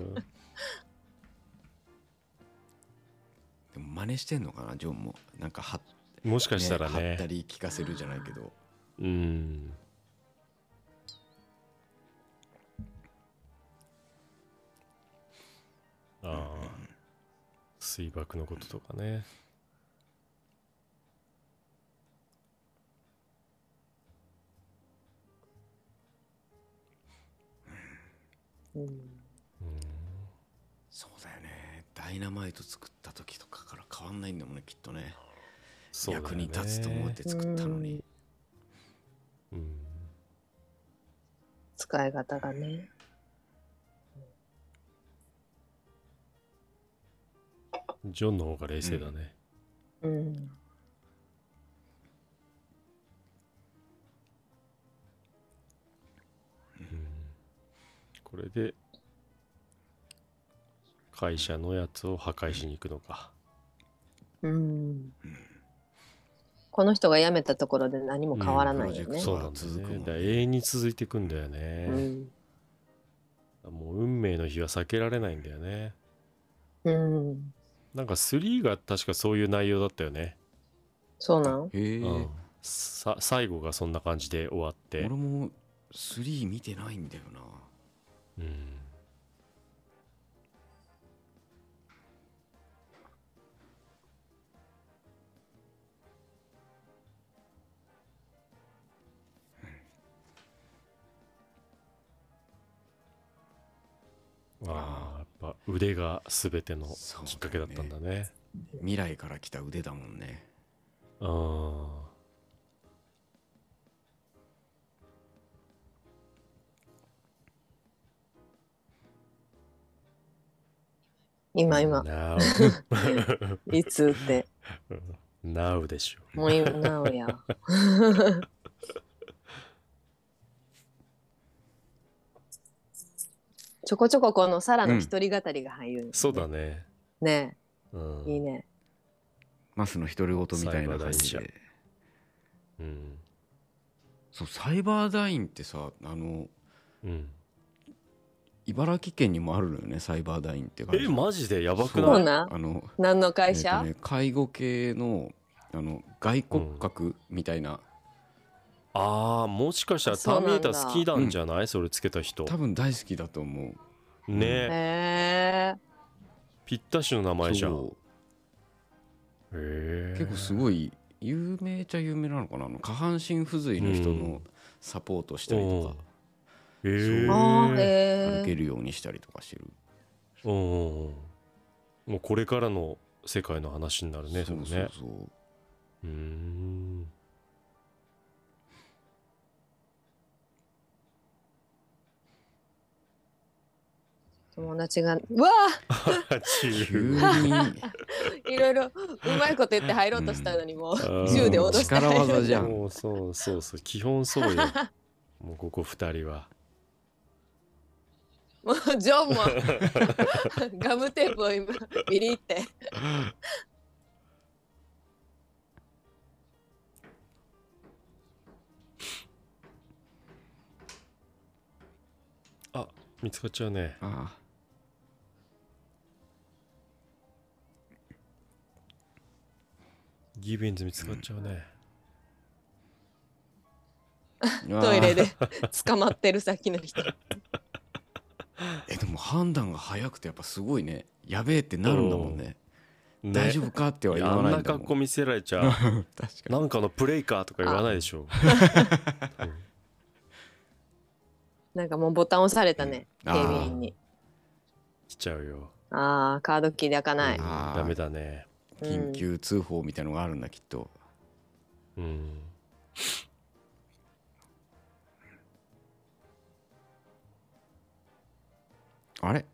Speaker 4: も真似してんのかなジョンもなんかは
Speaker 2: もしかしたら
Speaker 4: 貼
Speaker 2: ね
Speaker 4: ったり聞かせるじゃないけど
Speaker 2: うんああ水爆のこととかね
Speaker 3: うん
Speaker 2: うん
Speaker 4: そうだよねダイナマイト作った時とかから変わんないんだもんねきっとね
Speaker 2: そうだよ
Speaker 4: 役
Speaker 2: ね
Speaker 4: に立つと思って作ったのに
Speaker 2: うん
Speaker 3: 使い方がね。
Speaker 2: ジョンの方が冷静だね
Speaker 3: うん。
Speaker 2: うんこれで会社のやつを破壊しに行くのか
Speaker 3: うん。この人が辞めたところで何も変わらないよ
Speaker 4: うん
Speaker 3: ね。
Speaker 2: そうなんだよ
Speaker 4: 続くもん
Speaker 2: ね
Speaker 4: ね
Speaker 2: だから永遠に続いていくんだよ
Speaker 3: う
Speaker 2: ね、
Speaker 3: ん。
Speaker 2: もう運命の日は避けられないんだよね
Speaker 3: うん。
Speaker 2: なんか3が確かそういう内容だったよね、
Speaker 3: そうなん
Speaker 4: へえ
Speaker 2: うん、さ最後がそんな感じで終わって
Speaker 4: 俺、も3見てないんだよな
Speaker 2: うん、ああやっぱ腕が全てのきっかけだったんだね
Speaker 4: 未来から来た腕だもんね
Speaker 2: うん
Speaker 3: 今 今。
Speaker 2: Now
Speaker 3: いつって。
Speaker 2: Now でしょ
Speaker 3: もう今なおや。 ちょこちょここのサラの一人語りが入る、
Speaker 2: そうだね
Speaker 3: ね
Speaker 2: うん
Speaker 3: えいいね。
Speaker 4: マスの独り言みたいな感じ
Speaker 2: サイバーダイ
Speaker 4: で
Speaker 2: うん
Speaker 4: そうサイバーダインってさあの
Speaker 2: うん
Speaker 4: 茨城県にもあるのよねサイバーダインって感じ
Speaker 2: えマジでやばく
Speaker 3: そ
Speaker 2: な
Speaker 3: う
Speaker 2: い
Speaker 3: なん
Speaker 4: あの
Speaker 3: 何の会
Speaker 4: えー
Speaker 3: 社、
Speaker 4: とね、介護系のあの外骨格みたいな、
Speaker 2: ああもしかしたらターミネーター好きなんじゃないそれつけた人
Speaker 4: 多分大好きだと思う
Speaker 2: ね
Speaker 3: へえ
Speaker 2: ぴったしの名前じゃんへ
Speaker 4: そ
Speaker 2: え
Speaker 4: う結構すごい有名っちゃ有名なのかなあの下半身不随の人のサポートしたりとか、
Speaker 2: へえ
Speaker 3: あ
Speaker 4: 歩
Speaker 3: ーへ
Speaker 4: け
Speaker 3: え
Speaker 4: るようにしたりとかしてる、
Speaker 2: うんうんうんもうこれからの世界の話になるねそ
Speaker 4: そ
Speaker 2: れ
Speaker 4: う
Speaker 2: ね
Speaker 4: そうそう
Speaker 2: うーん
Speaker 3: 友達がうわ
Speaker 4: 急
Speaker 2: 10
Speaker 4: に
Speaker 3: あいろいろうまいこと言って入ろうとしたのにもう、 銃で
Speaker 4: お
Speaker 3: 脅して
Speaker 4: 力技じゃん
Speaker 2: もうそうそうそう基本そうよ もうここ二人は
Speaker 3: もうジョンもガムテープを今ビリって
Speaker 2: 見つかっちゃうね
Speaker 4: ああ
Speaker 2: ギビンズ見つかっちゃうね、
Speaker 3: トイレ
Speaker 4: あ
Speaker 3: で捕まってる先の人
Speaker 4: あえでも判断が早くてやっぱすごいねやべえってなるんだもんね大丈夫かってはい言
Speaker 2: やあ
Speaker 4: わ
Speaker 2: ん
Speaker 4: ない
Speaker 2: なん
Speaker 4: だもん
Speaker 2: 格好見せられちゃう
Speaker 4: 確かに
Speaker 2: なんかのプレイカーとか言わないでしょ。
Speaker 3: なんかもうボタン押されたね
Speaker 4: あ
Speaker 3: 警
Speaker 4: ー
Speaker 3: 備員に
Speaker 2: 来ちゃうよ。
Speaker 3: ああ、カードキーで開かない。
Speaker 2: うんダメだね。
Speaker 3: うん
Speaker 4: 緊急通報みたいのがあるんだきっと
Speaker 2: うん。
Speaker 4: あれ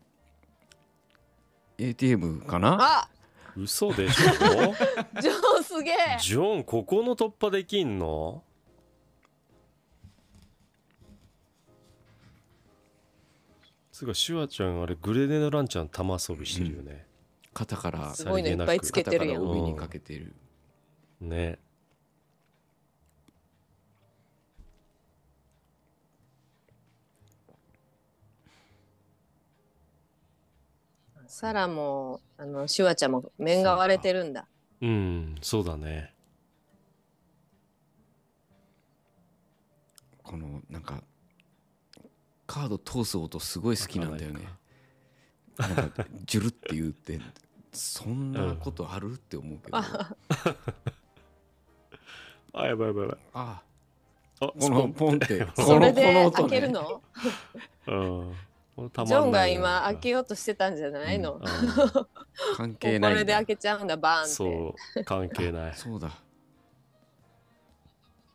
Speaker 4: ?ATM かな
Speaker 3: あ
Speaker 2: 嘘でし ょ
Speaker 3: ジョンすげえ
Speaker 2: ジョン、ここの突破できんのつうか、シュワちゃん、あれ、グレネのランチャーの玉遊びしてるよね。
Speaker 4: 肩から
Speaker 3: すごいのいっぱいつけ
Speaker 4: 肩
Speaker 3: て
Speaker 4: か
Speaker 3: る
Speaker 4: ら
Speaker 3: やん。
Speaker 4: 帯にかけてる
Speaker 2: ね。
Speaker 3: サラも、あの、シュワちゃんも面が割れてるんだ。
Speaker 2: うん、そうだね。
Speaker 4: このなんかカード通す音すごい好きなんだよねなんかジュルって言ってそんなことあるって思うけど、あ
Speaker 3: あ
Speaker 2: あ、やばいやばいやばい。
Speaker 4: あ
Speaker 2: あ、
Speaker 4: このポン ってこ
Speaker 3: そ
Speaker 4: の
Speaker 3: れ
Speaker 4: この
Speaker 3: で
Speaker 4: 音
Speaker 3: 開
Speaker 4: ね
Speaker 3: けるの
Speaker 2: うん。 このたまん
Speaker 3: ジョンが
Speaker 2: ないな
Speaker 3: 今開けようとしてたんじゃないの、
Speaker 2: うん
Speaker 3: も
Speaker 4: 関
Speaker 3: う
Speaker 4: 係
Speaker 3: こ
Speaker 4: ないんだ
Speaker 3: れで開けちゃうんだバーンってう
Speaker 2: そう、関係ない。
Speaker 4: そうだ、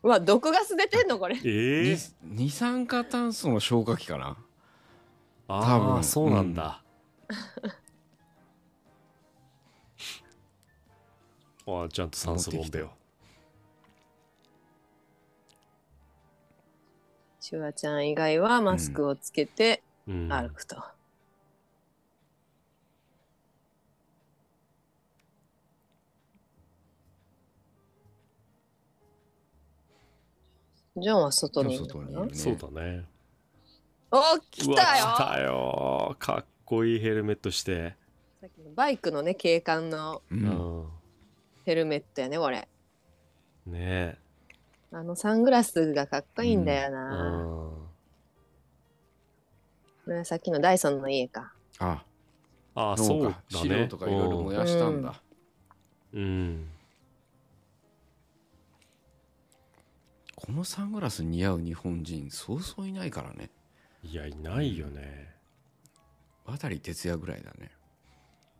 Speaker 3: わ毒ガス出てんのこれ
Speaker 2: ええー、
Speaker 4: に二酸化炭素の消火器かな多
Speaker 2: ああ、
Speaker 4: 分
Speaker 2: そうなんだ。ああ、ちゃんと酸素ボンベを。
Speaker 3: シュワちゃん以外はマスクをつけて
Speaker 2: うん。
Speaker 3: 歩くと、ジョンは外にいるのか
Speaker 4: 外にい
Speaker 3: な
Speaker 4: るね
Speaker 2: そうだね。
Speaker 3: お来たよ
Speaker 2: うわ来たよーかっこいいヘルメットして。
Speaker 3: さっきのバイクのね警官の
Speaker 4: う、
Speaker 2: うんん。
Speaker 3: ヘルメットやねこれ
Speaker 2: ねえ。
Speaker 3: あのサングラスがかっこいいんだよ
Speaker 2: う
Speaker 3: な、
Speaker 2: ん。
Speaker 3: 紫のダイソンの家か。
Speaker 4: あ
Speaker 2: ああ、
Speaker 4: そう
Speaker 2: そう
Speaker 4: か
Speaker 2: だ
Speaker 4: 資料
Speaker 2: ね。
Speaker 4: とかいろいろ燃やしたんだ、
Speaker 2: うんうん。
Speaker 4: このサングラス似合う日本人そうそういないからね
Speaker 2: いや、いないよね。
Speaker 4: 渡哲也ぐらいだね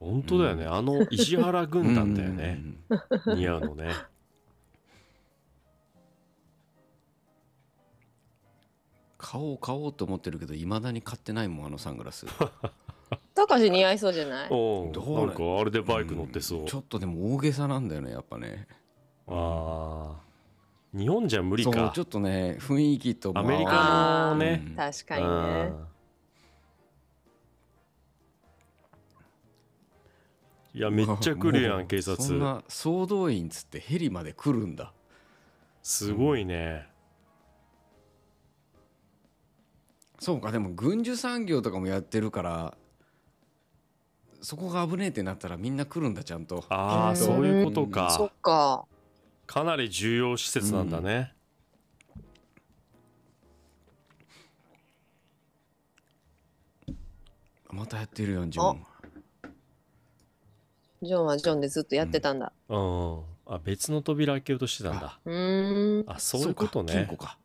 Speaker 2: 本当だよね。あの石原軍団だよね。
Speaker 4: うんうん
Speaker 2: 似合うのね。
Speaker 4: 買おう買おうと思ってるけどいまだに買ってないもんあのサン グラス
Speaker 3: たかし似合いそうじゃない
Speaker 2: お
Speaker 4: どう
Speaker 2: お、
Speaker 4: な
Speaker 2: なんかあれでバイク乗ってそう。
Speaker 4: んちょっとでも大げさなんだよねやっぱね
Speaker 2: ああ。日本じゃ無理
Speaker 4: そう
Speaker 2: か
Speaker 4: ちょ。っとね雰囲気と
Speaker 2: アメリ
Speaker 4: まあ
Speaker 2: カのね
Speaker 4: うん。
Speaker 3: 確か
Speaker 2: う
Speaker 3: にね。
Speaker 2: んいやめっちゃ来るや
Speaker 4: も
Speaker 2: ん
Speaker 4: う
Speaker 2: 警
Speaker 4: そん
Speaker 2: 察
Speaker 4: な総動員つってヘリまで来るんだ
Speaker 2: すごいね
Speaker 4: そうかでも軍需産業とかもやってるからそこが危ねえってなったらみんな来るんだちゃんと
Speaker 2: ああ
Speaker 3: うん
Speaker 2: そういうことか
Speaker 3: そっか。
Speaker 2: かなり重要施設なんだね
Speaker 4: またやってるやん自分
Speaker 3: ジョンはジョンでずっとやってたんだ。
Speaker 2: うんあ別の扉開けようとしてたんだ
Speaker 3: うーん。
Speaker 2: あそういうこと
Speaker 4: そうか金
Speaker 2: ね
Speaker 4: 庫か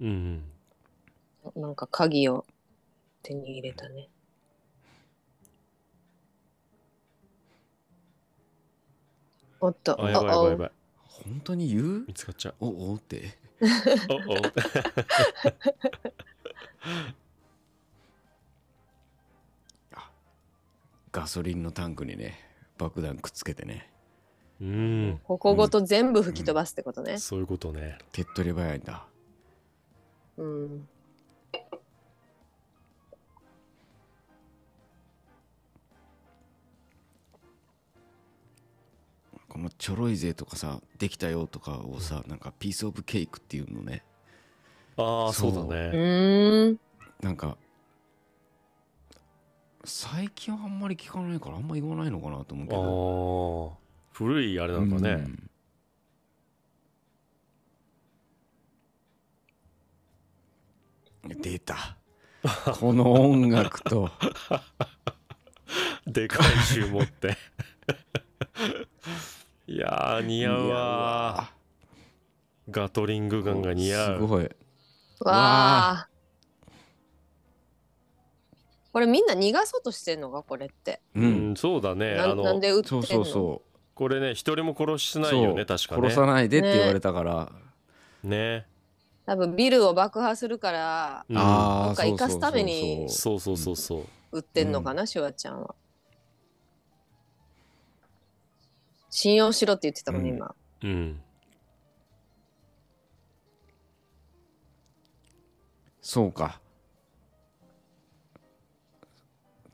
Speaker 2: うん
Speaker 3: なんか鍵を手に入れたね。おっと、
Speaker 2: あやばいやばいやばい
Speaker 4: 本当に言う
Speaker 2: 見つかっちゃう
Speaker 4: おおって
Speaker 2: おお
Speaker 4: ガソリンのタンクにね爆弾くっつけてね
Speaker 2: うん
Speaker 3: ここごと全部吹き飛ばすってことね。
Speaker 2: そういうことね
Speaker 4: 手っ取り早いんだ
Speaker 3: うん。
Speaker 4: このちょろいぜとかさできたよとかをさなんかピースオブケークっていうのね
Speaker 2: ああそ
Speaker 4: そう
Speaker 2: うだ
Speaker 3: う
Speaker 2: ね
Speaker 3: ーん。
Speaker 4: なんか最近はあんまり聞かないからあんま言わないのかなと思う
Speaker 2: あ
Speaker 4: け
Speaker 2: あ
Speaker 4: ど
Speaker 2: ー古いあれなんか
Speaker 4: う
Speaker 2: ね
Speaker 4: ん出 たこの音楽と
Speaker 2: でかい銃持っていやー似合うわガトリングガンが似合
Speaker 4: す
Speaker 2: う
Speaker 4: ごい
Speaker 3: わあ。これみんな逃がそうとしてんのかこれって
Speaker 4: う
Speaker 2: うんん、そうだね。
Speaker 3: な
Speaker 2: あ
Speaker 3: んなん
Speaker 2: の、
Speaker 3: で撃って
Speaker 4: そう
Speaker 3: んの
Speaker 4: そうそ
Speaker 2: これね、一人も殺して
Speaker 4: う
Speaker 2: ないよね、確か
Speaker 4: 殺さ
Speaker 2: ね。
Speaker 4: ないでって言われたから、
Speaker 2: ね。
Speaker 3: 多分ビルを爆破するから
Speaker 2: うん
Speaker 4: ああ
Speaker 3: なんか生かすために
Speaker 2: そうそうそうそう。
Speaker 3: 撃ってんのかな、シュワちゃんは信用しろって言ってたもんね、
Speaker 4: うん
Speaker 3: 今
Speaker 2: うん。
Speaker 4: そうか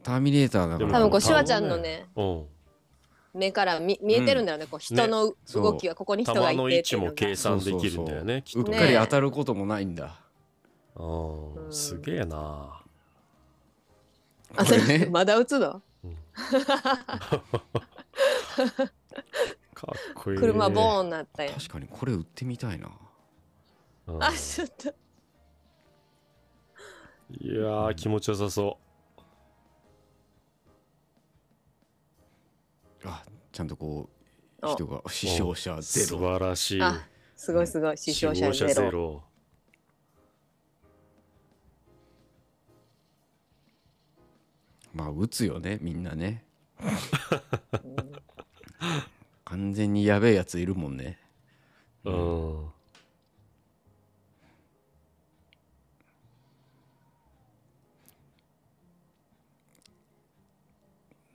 Speaker 4: ターミネーターだか
Speaker 2: でも
Speaker 3: 多分こ
Speaker 4: ら
Speaker 3: うシュワちゃんのね
Speaker 2: うん。
Speaker 3: 目から見見えてるんだよね、こう人の
Speaker 4: そう
Speaker 3: 動きはここに人がい
Speaker 2: 球の
Speaker 3: て
Speaker 2: 位
Speaker 3: っ
Speaker 2: 置
Speaker 3: ていうの
Speaker 2: も
Speaker 3: が
Speaker 2: 計算できるんだよね、き
Speaker 4: う
Speaker 2: っ
Speaker 4: っ
Speaker 2: と
Speaker 4: か
Speaker 2: ね。
Speaker 4: り当たることもないんだ、
Speaker 2: う、
Speaker 3: うんん
Speaker 2: すげえな。
Speaker 3: あ
Speaker 4: こ れね
Speaker 3: まだ撃つの
Speaker 2: かっこいい。
Speaker 3: 車ボ
Speaker 2: ン。
Speaker 3: ーンなったよ、
Speaker 4: 確かにこれ売ってみたいな
Speaker 2: うん
Speaker 3: あちょっと
Speaker 2: いやー、気持ちよさそ
Speaker 4: あちゃんとこう
Speaker 3: お
Speaker 4: 人が死傷者
Speaker 2: う。
Speaker 4: ゼ
Speaker 2: 素
Speaker 4: ロ
Speaker 2: 晴らしい。
Speaker 3: あすごいすごい死傷者ゼロ
Speaker 2: ロ。
Speaker 4: まあ撃つよねみんな ね
Speaker 3: うん
Speaker 4: 完全にやべえやついるもんね
Speaker 2: うん。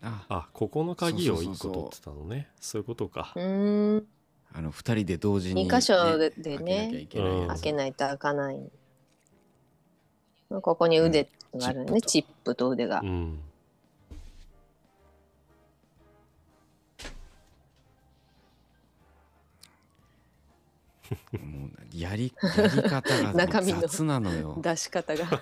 Speaker 4: あ
Speaker 2: あ、ここの鍵を
Speaker 4: そうそう
Speaker 2: 一個
Speaker 4: そう
Speaker 2: 取ってたのね。そういうことか
Speaker 3: う。ーん
Speaker 4: あの二人で同時に、
Speaker 3: 2箇所で
Speaker 4: 開
Speaker 3: で
Speaker 4: けなきゃ
Speaker 3: ね
Speaker 4: いけないや
Speaker 2: うん
Speaker 4: つ
Speaker 3: 開けないと開かないここに腕があるね、チップと腕が
Speaker 2: うん。
Speaker 4: もうやりやり方が
Speaker 3: 中身の
Speaker 4: 雑なのよ
Speaker 3: 出し方が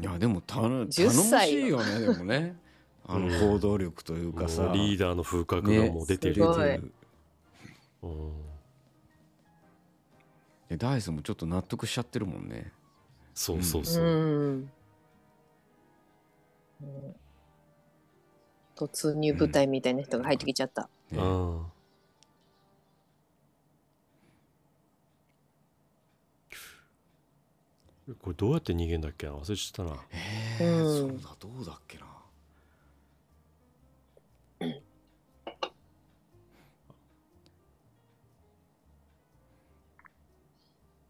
Speaker 4: いやでもたの
Speaker 3: 10
Speaker 4: 頼もし
Speaker 3: 歳
Speaker 4: いよねで もねあの行動力とい
Speaker 2: も
Speaker 4: うか
Speaker 2: う
Speaker 4: さ、
Speaker 2: リーダーの風格がもう出てる
Speaker 3: ねすごい
Speaker 2: よ。
Speaker 4: 出てる
Speaker 2: うん
Speaker 4: でダイスもちょっと納得しちゃってるもんね
Speaker 2: そうそう
Speaker 3: う
Speaker 2: そう。
Speaker 3: んうん突入部隊みたいな人が入ってきちゃった、
Speaker 4: ね
Speaker 2: うん。これどうやって逃げんだっけな忘れちゃったな。
Speaker 4: えー
Speaker 3: うん
Speaker 4: そうだどうだっけな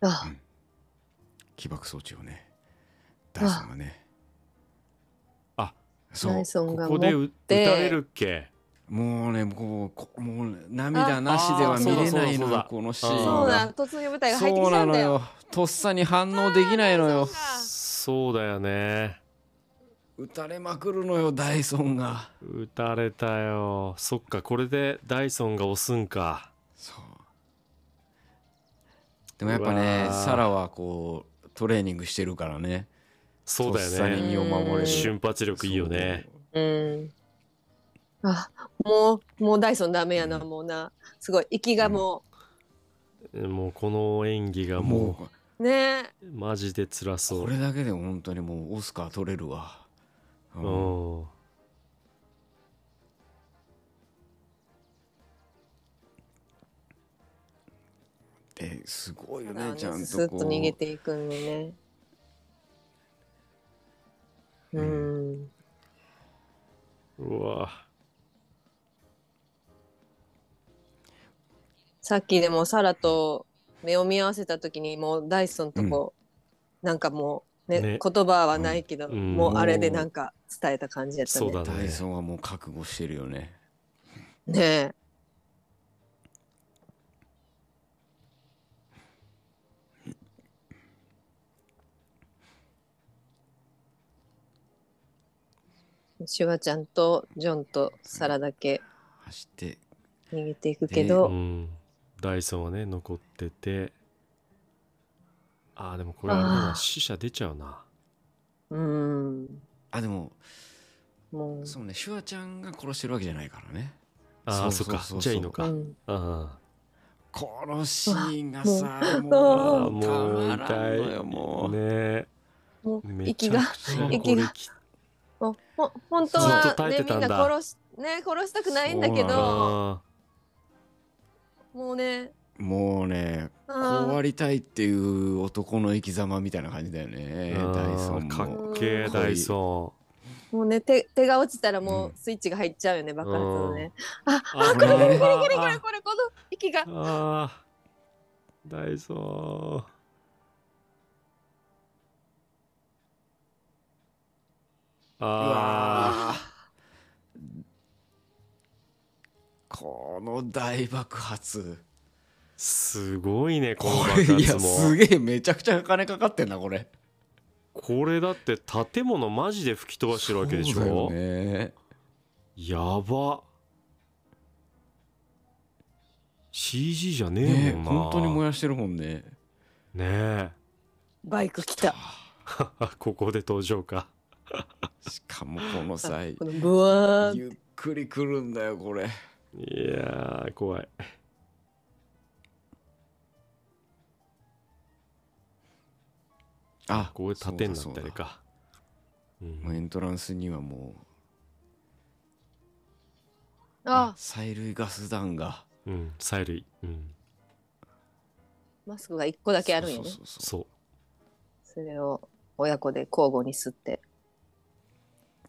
Speaker 3: あ
Speaker 4: 起爆装置をねダイスがね
Speaker 2: あ
Speaker 4: そ
Speaker 3: ナ
Speaker 4: う
Speaker 3: イソン
Speaker 2: こ
Speaker 3: が
Speaker 2: こで
Speaker 3: も
Speaker 2: う打たれるっけ
Speaker 4: もうねこうこもうね涙なしでは見れないの
Speaker 2: あ
Speaker 4: よ
Speaker 2: あ
Speaker 4: このシーン
Speaker 3: そう
Speaker 4: が
Speaker 3: だ突入部隊が入ってき
Speaker 4: そう
Speaker 3: ちゃ
Speaker 4: な
Speaker 3: うん
Speaker 4: の
Speaker 3: だよ
Speaker 4: よとっさに反応できないのよ
Speaker 2: そうだよね。
Speaker 4: 打たれまくるのよダイソンが
Speaker 2: 打たれたよ。そっか、これでダイソンが押すんか。
Speaker 4: そうでもやっぱね
Speaker 2: うわー
Speaker 4: サラはこうトレーニングしてるからね
Speaker 2: そうだ
Speaker 4: とっさ
Speaker 2: よ
Speaker 4: に
Speaker 2: ね。
Speaker 4: 身を守れる
Speaker 2: 瞬発力いいよね。
Speaker 3: うんあもうもうダイソンダメやな、
Speaker 4: うん
Speaker 3: もうなすごい息がも
Speaker 2: もうこの演技が
Speaker 4: そう
Speaker 2: も
Speaker 4: も
Speaker 3: うねえ
Speaker 2: うマジで辛
Speaker 4: う
Speaker 2: そ
Speaker 4: こ
Speaker 2: う。
Speaker 4: れだけで本当にもうオスカー取れるわ、う
Speaker 2: うんん。
Speaker 4: えすごいよ
Speaker 3: ただ
Speaker 4: ねちゃん
Speaker 3: スッ
Speaker 4: と
Speaker 3: と
Speaker 4: こ
Speaker 3: 逃げ
Speaker 4: う
Speaker 3: ていくんでね
Speaker 4: う
Speaker 3: うん
Speaker 2: うわ。
Speaker 3: さっきでもサラと目を見合わせた時にもうダイソンとこう、なんかもうね
Speaker 2: ね
Speaker 3: 言葉はないけど、
Speaker 2: うん
Speaker 3: もうあれでなんか伝えた感じやったね
Speaker 2: そうだ
Speaker 4: ダ
Speaker 2: ね
Speaker 4: イ。ソンはもう覚悟してるよね
Speaker 3: ねえシュワちゃんとジョンとサラだけ
Speaker 4: 走って
Speaker 3: 逃げていくけど、
Speaker 2: うん。ダイソンはね、残ってて。ああ、でもこれあれだ
Speaker 3: あ
Speaker 2: な。
Speaker 3: ー
Speaker 2: 死者出ちゃうな。
Speaker 3: うん
Speaker 4: あでも
Speaker 3: もう
Speaker 4: そうねシュワちゃんが殺してるわけじゃないからね
Speaker 2: ああ、
Speaker 4: そ
Speaker 2: そうっか
Speaker 4: そうそうそう。
Speaker 2: じゃあいいのか。
Speaker 3: う
Speaker 2: うん
Speaker 3: ん
Speaker 2: うん。
Speaker 4: このシーンがさ
Speaker 2: あ
Speaker 4: も
Speaker 2: あ
Speaker 4: う
Speaker 2: も
Speaker 4: た
Speaker 2: う
Speaker 4: まら
Speaker 2: 痛
Speaker 4: ん
Speaker 2: い
Speaker 4: のよもう、
Speaker 2: ね
Speaker 3: もう
Speaker 2: め
Speaker 3: 息
Speaker 2: ちゃ
Speaker 3: が
Speaker 2: くちゃこれ
Speaker 3: 息が
Speaker 2: き
Speaker 3: もうほ本当
Speaker 2: ずっと
Speaker 3: は
Speaker 2: 耐え
Speaker 3: ね
Speaker 2: て
Speaker 3: み
Speaker 2: た
Speaker 3: ん
Speaker 2: ん
Speaker 3: な
Speaker 2: だ
Speaker 3: 殺しね殺したくないんだけ
Speaker 4: そうな
Speaker 2: あ
Speaker 3: どもうね
Speaker 4: もうねこうありたいっていう男の生き様みたいな感じだよね
Speaker 2: あー
Speaker 4: ダイソン
Speaker 2: か
Speaker 4: も
Speaker 2: っけえ
Speaker 4: かっこいい
Speaker 2: ダイソ
Speaker 3: もうね手手が落ちたらもううんスイッチが入っちゃうよね、バカラスのねあ
Speaker 2: ン
Speaker 3: あ
Speaker 4: ー
Speaker 3: これこれこれこれ
Speaker 2: あ
Speaker 3: これこれこの息が
Speaker 2: あーダイソー
Speaker 4: う
Speaker 2: あ
Speaker 4: わーこの大爆発
Speaker 2: ーすごいねこ
Speaker 4: こ
Speaker 2: の爆
Speaker 4: れい
Speaker 2: 発
Speaker 4: や
Speaker 2: も
Speaker 4: すげえめちゃくちゃ金かかってんなこれ
Speaker 2: これだって建物マジで吹き飛ばしてるわけでし
Speaker 4: そうだよ
Speaker 2: ょ、
Speaker 4: ね
Speaker 2: やば CG じゃねえ
Speaker 4: ね
Speaker 2: もんな、
Speaker 4: 本当に燃やしてるもんね
Speaker 2: ね
Speaker 3: バイク来た
Speaker 2: えここで登場か
Speaker 4: しかもこの際
Speaker 3: このブワーン
Speaker 4: ゆっくり来るんだよこれ
Speaker 2: いやー怖い
Speaker 4: あ
Speaker 2: ここで建てになった
Speaker 4: そうだそ
Speaker 2: り
Speaker 4: うだ
Speaker 2: かう、
Speaker 4: もうんエントランスにはもう
Speaker 3: あ
Speaker 4: 催涙ガス弾が
Speaker 2: うん、催涙、うん、
Speaker 3: マスクが一個だけあるんよね
Speaker 4: そうそうそう
Speaker 2: そう
Speaker 3: それを親子で交互に吸って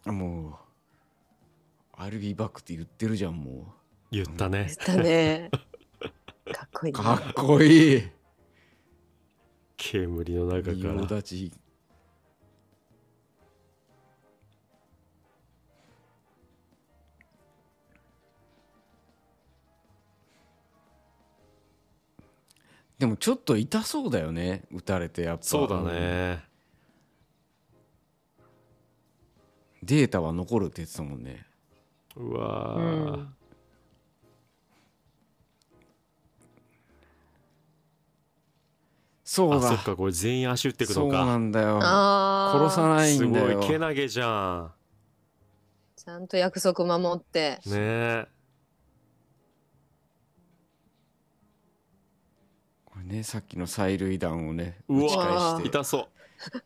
Speaker 4: そうもう「I'll be back」って言ってるじゃんも
Speaker 2: 言ったね
Speaker 3: 言ったねかっこいいうね
Speaker 4: かっこいい
Speaker 2: 煙の中
Speaker 4: 仁王
Speaker 2: から
Speaker 4: 立ちでもちょっと痛そうだよね打たれてやっぱ
Speaker 2: そうだね
Speaker 4: データは残るって言ってたもんね
Speaker 2: うわー、
Speaker 3: うん
Speaker 4: そ
Speaker 2: あ
Speaker 4: うだ
Speaker 2: そっかこれ全員足打ってく
Speaker 4: そ
Speaker 2: の
Speaker 4: うな
Speaker 2: か
Speaker 4: んだよ
Speaker 3: ああ
Speaker 4: 殺さない
Speaker 2: す
Speaker 4: んだ
Speaker 2: ごい
Speaker 4: よ
Speaker 2: けなげじゃ
Speaker 3: ちゃんと約束守っ
Speaker 2: ん
Speaker 3: て
Speaker 2: ねえ
Speaker 4: これねさっきの催涙弾をね
Speaker 2: う
Speaker 4: 打
Speaker 2: わ
Speaker 4: ち返して
Speaker 2: 痛そ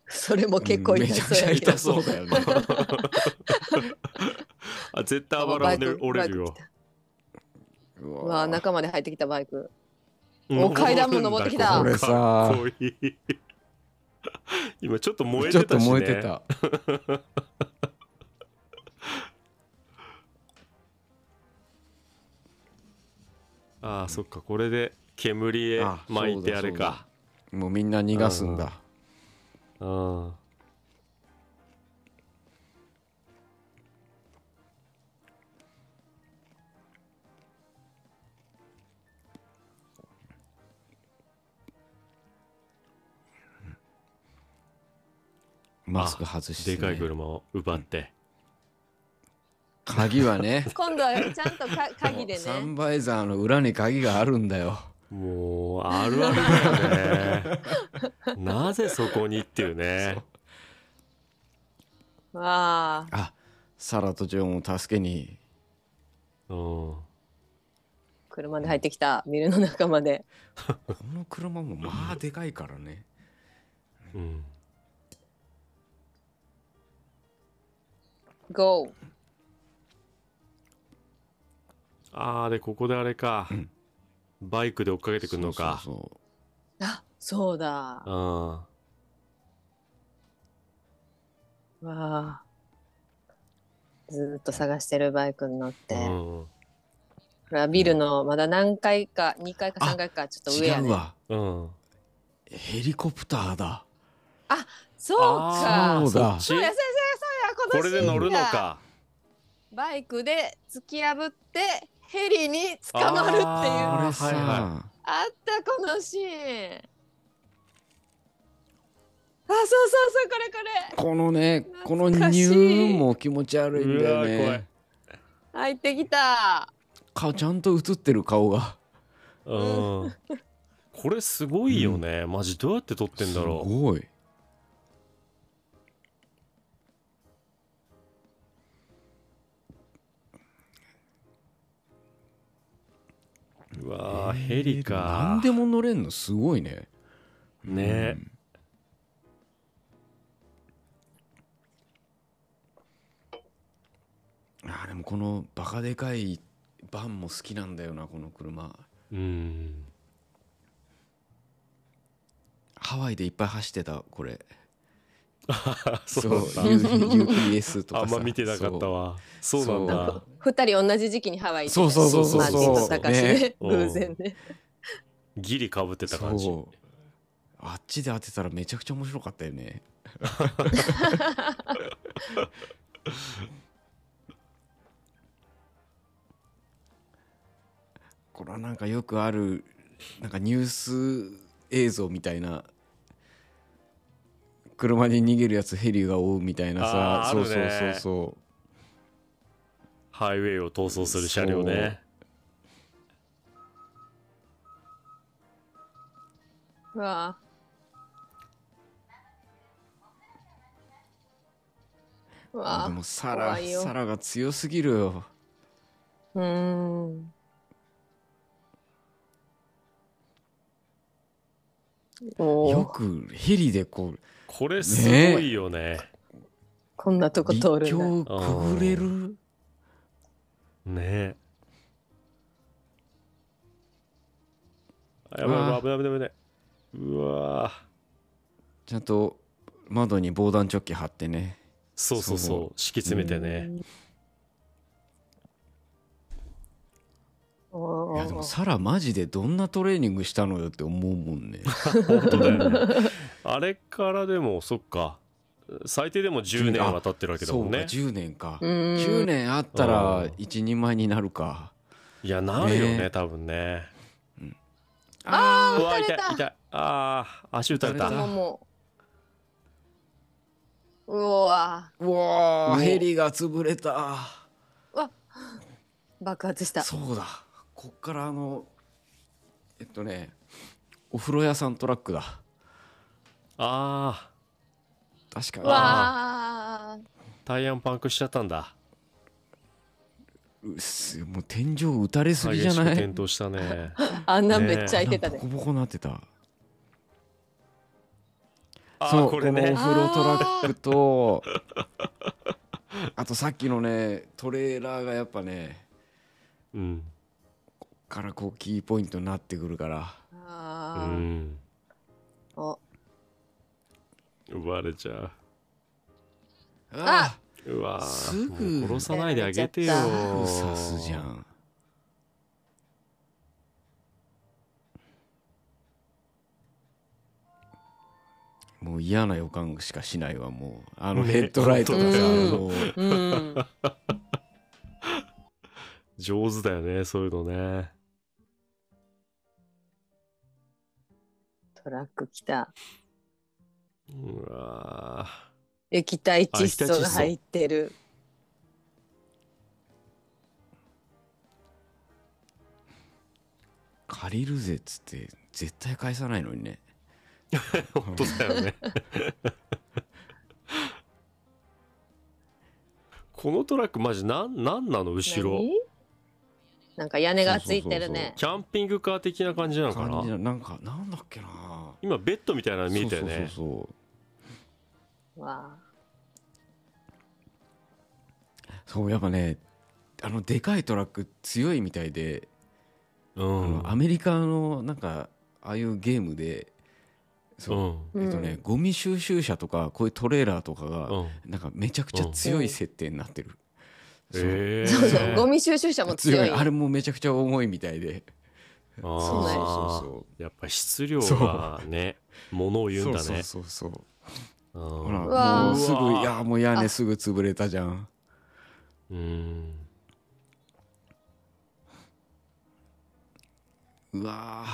Speaker 3: それも結構痛
Speaker 4: めちゃく
Speaker 3: そう
Speaker 4: ちゃ
Speaker 3: やけど
Speaker 4: 痛そうだよ ね
Speaker 2: うあ絶対暴れ折れるよ
Speaker 3: バイク来たうわあ中まで入ってきたバイク
Speaker 2: うん
Speaker 3: お階段も登ってきた
Speaker 2: 登るんだかっ
Speaker 4: こ
Speaker 2: こいい今ちょっと燃え
Speaker 4: ちょ
Speaker 2: て
Speaker 4: っと
Speaker 2: たしね
Speaker 4: 燃えてた
Speaker 2: ああそっかこれで煙へ
Speaker 4: あそうだ
Speaker 2: 巻いてあれか
Speaker 4: もうみんな逃がすんだ
Speaker 2: うん
Speaker 4: マスク外して、ね、
Speaker 2: でかい車を奪って
Speaker 4: 鍵はね
Speaker 3: 今度はちゃんと か 鍵で
Speaker 4: サン
Speaker 3: ね
Speaker 4: バイザーの裏に鍵があるんだよ
Speaker 2: もうあるあるだよねなぜそこにっていうね
Speaker 3: わあ
Speaker 4: あサラとジョンを助けに
Speaker 2: うん
Speaker 3: 車で入ってきたビルの中まで
Speaker 4: この車もまあでかいからね
Speaker 2: うん、
Speaker 3: GO
Speaker 2: ああでここであれか、
Speaker 4: うん
Speaker 2: バイクで追っかけてくるのか
Speaker 4: そうそう
Speaker 3: あそうだわ
Speaker 2: うん
Speaker 3: あずーっと探してるバイクに乗って、こ
Speaker 2: うん
Speaker 3: れはビルのまだ何回か2回か3回かちょっと
Speaker 4: そう
Speaker 3: 上や
Speaker 4: 違う
Speaker 3: ね
Speaker 4: わ
Speaker 2: うん
Speaker 4: ヘリコプターだ
Speaker 3: そう
Speaker 2: あ
Speaker 3: か
Speaker 2: ー
Speaker 4: そうだ
Speaker 2: そ
Speaker 3: そう
Speaker 2: っ
Speaker 3: やそうや
Speaker 2: ちこ
Speaker 3: そうやこの
Speaker 2: れ
Speaker 3: シーン
Speaker 2: で乗るの
Speaker 3: が
Speaker 2: か
Speaker 3: バイクで突き破ってヘリに捕まるっていう
Speaker 2: あ
Speaker 3: あ
Speaker 2: ー
Speaker 4: これさ、
Speaker 2: はいは
Speaker 3: ったこのシーンあそうそうそうこれこれ
Speaker 4: このねこのニ
Speaker 3: 懐かしい
Speaker 4: ューも気持ち悪いんだよ
Speaker 2: うわー怖い
Speaker 4: ね
Speaker 3: 入ってきた
Speaker 4: 顔ちゃんと映ってる顔が
Speaker 2: うんこれすごいよね、マジどうやって撮ってんだろ
Speaker 4: す
Speaker 2: う
Speaker 4: ごい
Speaker 2: うわーヘリか
Speaker 4: 何でも乗れんのすごいね
Speaker 2: ね
Speaker 4: うんあーでもこのバカでかいバンも好きなんだよなこの車
Speaker 2: うん
Speaker 4: ハワイでいっぱい走ってたこれ
Speaker 2: そう
Speaker 4: う
Speaker 2: なんだ
Speaker 4: U- UPS と
Speaker 2: あ
Speaker 4: か
Speaker 2: ん
Speaker 4: さ
Speaker 2: ま見てなかったわそ
Speaker 4: そうう
Speaker 2: なんだ
Speaker 4: そう
Speaker 3: 二人同じ時期にハワイ行ってたよ
Speaker 4: そ
Speaker 2: そう
Speaker 4: う
Speaker 2: そうそう
Speaker 3: マーティンと高橋ね
Speaker 2: ね
Speaker 3: 偶然ね
Speaker 2: ギリかぶってた感じ
Speaker 4: そうあっちで当てたらめちゃくちゃ面白かったよね これはなんかよくあるなんかニュース映像みたいな車で逃げるやつヘリが追うみたいなさ
Speaker 2: あー
Speaker 4: そう
Speaker 2: ある
Speaker 4: そう
Speaker 2: ね
Speaker 4: そうそう
Speaker 2: ハイウェイを逃走する車両ね
Speaker 3: うわう
Speaker 4: あ
Speaker 3: わ
Speaker 4: でもサラ
Speaker 3: 怖いよ
Speaker 4: サラが強すぎるよ
Speaker 3: うーんお
Speaker 4: よ
Speaker 3: お
Speaker 4: くヘリでこう
Speaker 2: これすごいよね
Speaker 3: こんなとこ
Speaker 4: 陸
Speaker 3: 通るんだ
Speaker 4: 橋くぐれる
Speaker 2: ねえあやばいやばい危ない危ない危ないうわー
Speaker 4: ちゃんと窓に防弾チョッキ貼ってね
Speaker 2: そうそうそう
Speaker 4: そう
Speaker 2: 敷き詰めてね、
Speaker 3: うんお
Speaker 4: い
Speaker 3: ー
Speaker 4: やでもサラマジでどんなトレーニングしたのよって思うもんね
Speaker 2: 本当だよねあれからでもそっか最低でも10年は経ってるわけだ
Speaker 4: そ
Speaker 2: も
Speaker 4: うんか
Speaker 2: ね
Speaker 4: 10年か
Speaker 3: うーん
Speaker 4: 9年あった
Speaker 2: う
Speaker 4: ら
Speaker 2: ん
Speaker 4: 一人前になるか
Speaker 2: いやないよね
Speaker 4: ねえ
Speaker 2: 多分ね
Speaker 4: あ
Speaker 2: うわ
Speaker 3: 打
Speaker 2: 痛
Speaker 3: た
Speaker 2: い
Speaker 3: れた
Speaker 2: 痛いあー足打たれ
Speaker 4: 打たれ
Speaker 2: た
Speaker 4: た
Speaker 3: ももうわ
Speaker 4: うわ
Speaker 2: うお
Speaker 4: ーヘリが潰れた
Speaker 3: 爆発した
Speaker 4: そうだこっからあのえっとねお風呂屋さんトラックだ
Speaker 2: あ
Speaker 4: 確か
Speaker 3: うわ
Speaker 2: ータイヤンパンクしちゃったんだ
Speaker 4: うっすもう天井打たれすぎ
Speaker 2: 激
Speaker 4: じゃ
Speaker 2: しく
Speaker 4: ない
Speaker 2: 転倒したね
Speaker 3: ーあんなめっちゃ開いてたね
Speaker 4: ボコボコなってた
Speaker 2: あ
Speaker 4: そ
Speaker 2: ー
Speaker 4: う
Speaker 2: これ
Speaker 4: このお
Speaker 2: ね
Speaker 4: 風呂トラック とあとさっきのねトレーラーがやっぱね
Speaker 2: うん、
Speaker 4: からこうキーポイントになってくるから
Speaker 2: う
Speaker 3: あー
Speaker 2: ん、
Speaker 3: お
Speaker 2: 奪われちゃ
Speaker 3: あ
Speaker 2: ううわー
Speaker 4: すぐ
Speaker 2: もう殺さないであげてよ
Speaker 3: やられ
Speaker 4: あ
Speaker 3: ち
Speaker 4: ーすぐ刺すじゃんもう嫌な予感しかしないわもうあの
Speaker 2: ね
Speaker 4: ヘッドライトがさ、
Speaker 3: うん
Speaker 4: もう
Speaker 3: うん
Speaker 2: 上手だよねそういうのね
Speaker 3: トラック来た
Speaker 2: うわー
Speaker 3: 液体窒
Speaker 2: あ液体
Speaker 3: 素
Speaker 2: 窒
Speaker 3: が
Speaker 2: 素
Speaker 3: 入ってる
Speaker 4: 借りるぜっつって絶対返さないのにね
Speaker 2: 本当だよね このトラックマジなんなんなの後ろ
Speaker 3: 何なんか屋根がついてるね
Speaker 2: キャンピングカー的な感じなのか
Speaker 4: 感じ
Speaker 2: な
Speaker 4: ななんかなんだっけな
Speaker 2: 今ベッドみたいなの見えたよね
Speaker 4: そうそうそう
Speaker 3: わ
Speaker 4: そうそうやっぱねあのでかいトラック強いみたいで、
Speaker 2: う
Speaker 4: あ
Speaker 2: ん
Speaker 4: のアメリカのなんかああいうゲームで
Speaker 2: う
Speaker 4: そ
Speaker 2: ん
Speaker 4: う、えっとね
Speaker 3: うん
Speaker 4: ゴミ収集車とかこういうトレーラーとかが、
Speaker 2: うん
Speaker 4: なんかめちゃくちゃ強い設定になってる、そう
Speaker 2: ええ
Speaker 3: ーそうそうゴミ収 集車も強い
Speaker 4: あれもめちゃくちゃ重いみたいで
Speaker 2: あ
Speaker 4: そうそう
Speaker 2: あ
Speaker 4: そうそう
Speaker 2: やっぱ質量がねものを言うんだ
Speaker 4: そう
Speaker 2: ね
Speaker 4: そうそうそう
Speaker 2: うん
Speaker 4: ほら
Speaker 3: うわ
Speaker 4: もうすぐ
Speaker 2: うわ
Speaker 4: いやもう屋根すぐ潰れたじゃん
Speaker 2: うん
Speaker 4: うわ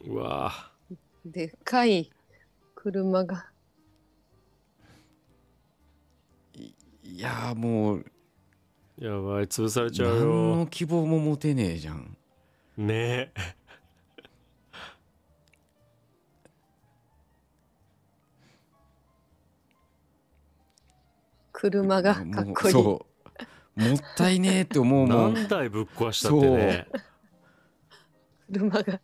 Speaker 4: ー
Speaker 2: うわー
Speaker 3: でっかい車が
Speaker 4: いやーもう
Speaker 2: やばい潰されちゃう
Speaker 4: 何の
Speaker 2: よ
Speaker 4: 希望も持てねえじゃん
Speaker 2: ねえ
Speaker 3: 車がかっこいい
Speaker 4: もうそうもったいねえって思うもん
Speaker 2: 何台ぶっ壊したってね
Speaker 3: 車が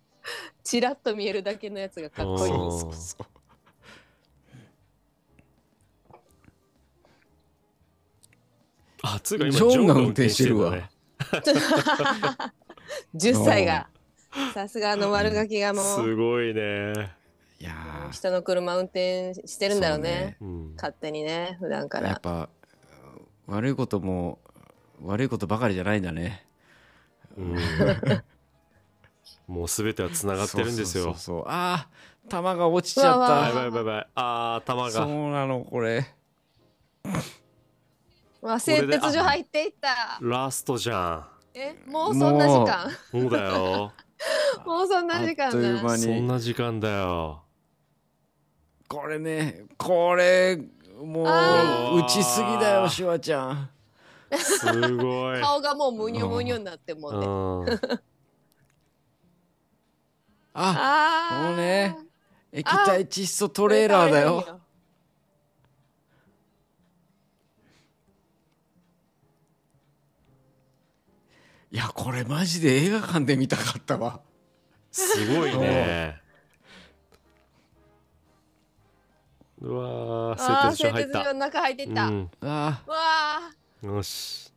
Speaker 3: ちらっと見えるだけのやつがかっこいい
Speaker 2: うん
Speaker 4: そうそう
Speaker 2: あつうか今
Speaker 4: ジョンが
Speaker 2: ジョンが運
Speaker 4: 運
Speaker 2: 転
Speaker 4: 転
Speaker 2: し
Speaker 4: してて
Speaker 2: る
Speaker 4: る
Speaker 2: わ
Speaker 4: わ
Speaker 2: ね
Speaker 3: 10歳がさすがあの丸書きがもう
Speaker 2: すごいね
Speaker 4: いやー
Speaker 3: 人の車運転してるんだよね
Speaker 2: うん
Speaker 3: 勝手にね普段か
Speaker 4: そうねやっ
Speaker 3: ら
Speaker 4: ぱ悪いことも悪いことばかりじゃないんだね
Speaker 2: うんもうすべてはつながってるんですよ
Speaker 4: そうそうそうそうああ玉が落ちちゃ
Speaker 3: うわう
Speaker 2: バ
Speaker 3: わ
Speaker 2: イバイ
Speaker 4: っ
Speaker 2: バイバイあー
Speaker 4: た
Speaker 2: 玉
Speaker 4: そ
Speaker 2: が
Speaker 4: うなのこれ
Speaker 3: わ製鉄所入っていった
Speaker 2: ラストじゃ
Speaker 3: えもうそんな時間
Speaker 2: んそう だよ
Speaker 3: もうそんな時
Speaker 4: あ
Speaker 3: 間
Speaker 4: っという
Speaker 3: だ
Speaker 4: 間
Speaker 2: そん
Speaker 4: に
Speaker 2: な時間だよ
Speaker 4: これねこれも
Speaker 3: あ
Speaker 4: う
Speaker 2: ー
Speaker 4: 打ちすぎだよシュワちゃん
Speaker 2: すごい
Speaker 3: 顔がもうむにょむにょになってもうね
Speaker 2: うん
Speaker 4: あ
Speaker 3: あー
Speaker 4: もうね液体窒素トレーラーだよいやこれマジで映画館で見たかったわ
Speaker 2: すごいね。うわー、
Speaker 3: あー
Speaker 2: 製鉄所
Speaker 3: 製
Speaker 2: 入っ
Speaker 3: 鉄所
Speaker 2: た。
Speaker 3: の中入っていった、
Speaker 2: うん、
Speaker 4: あ
Speaker 3: わあ
Speaker 2: よし。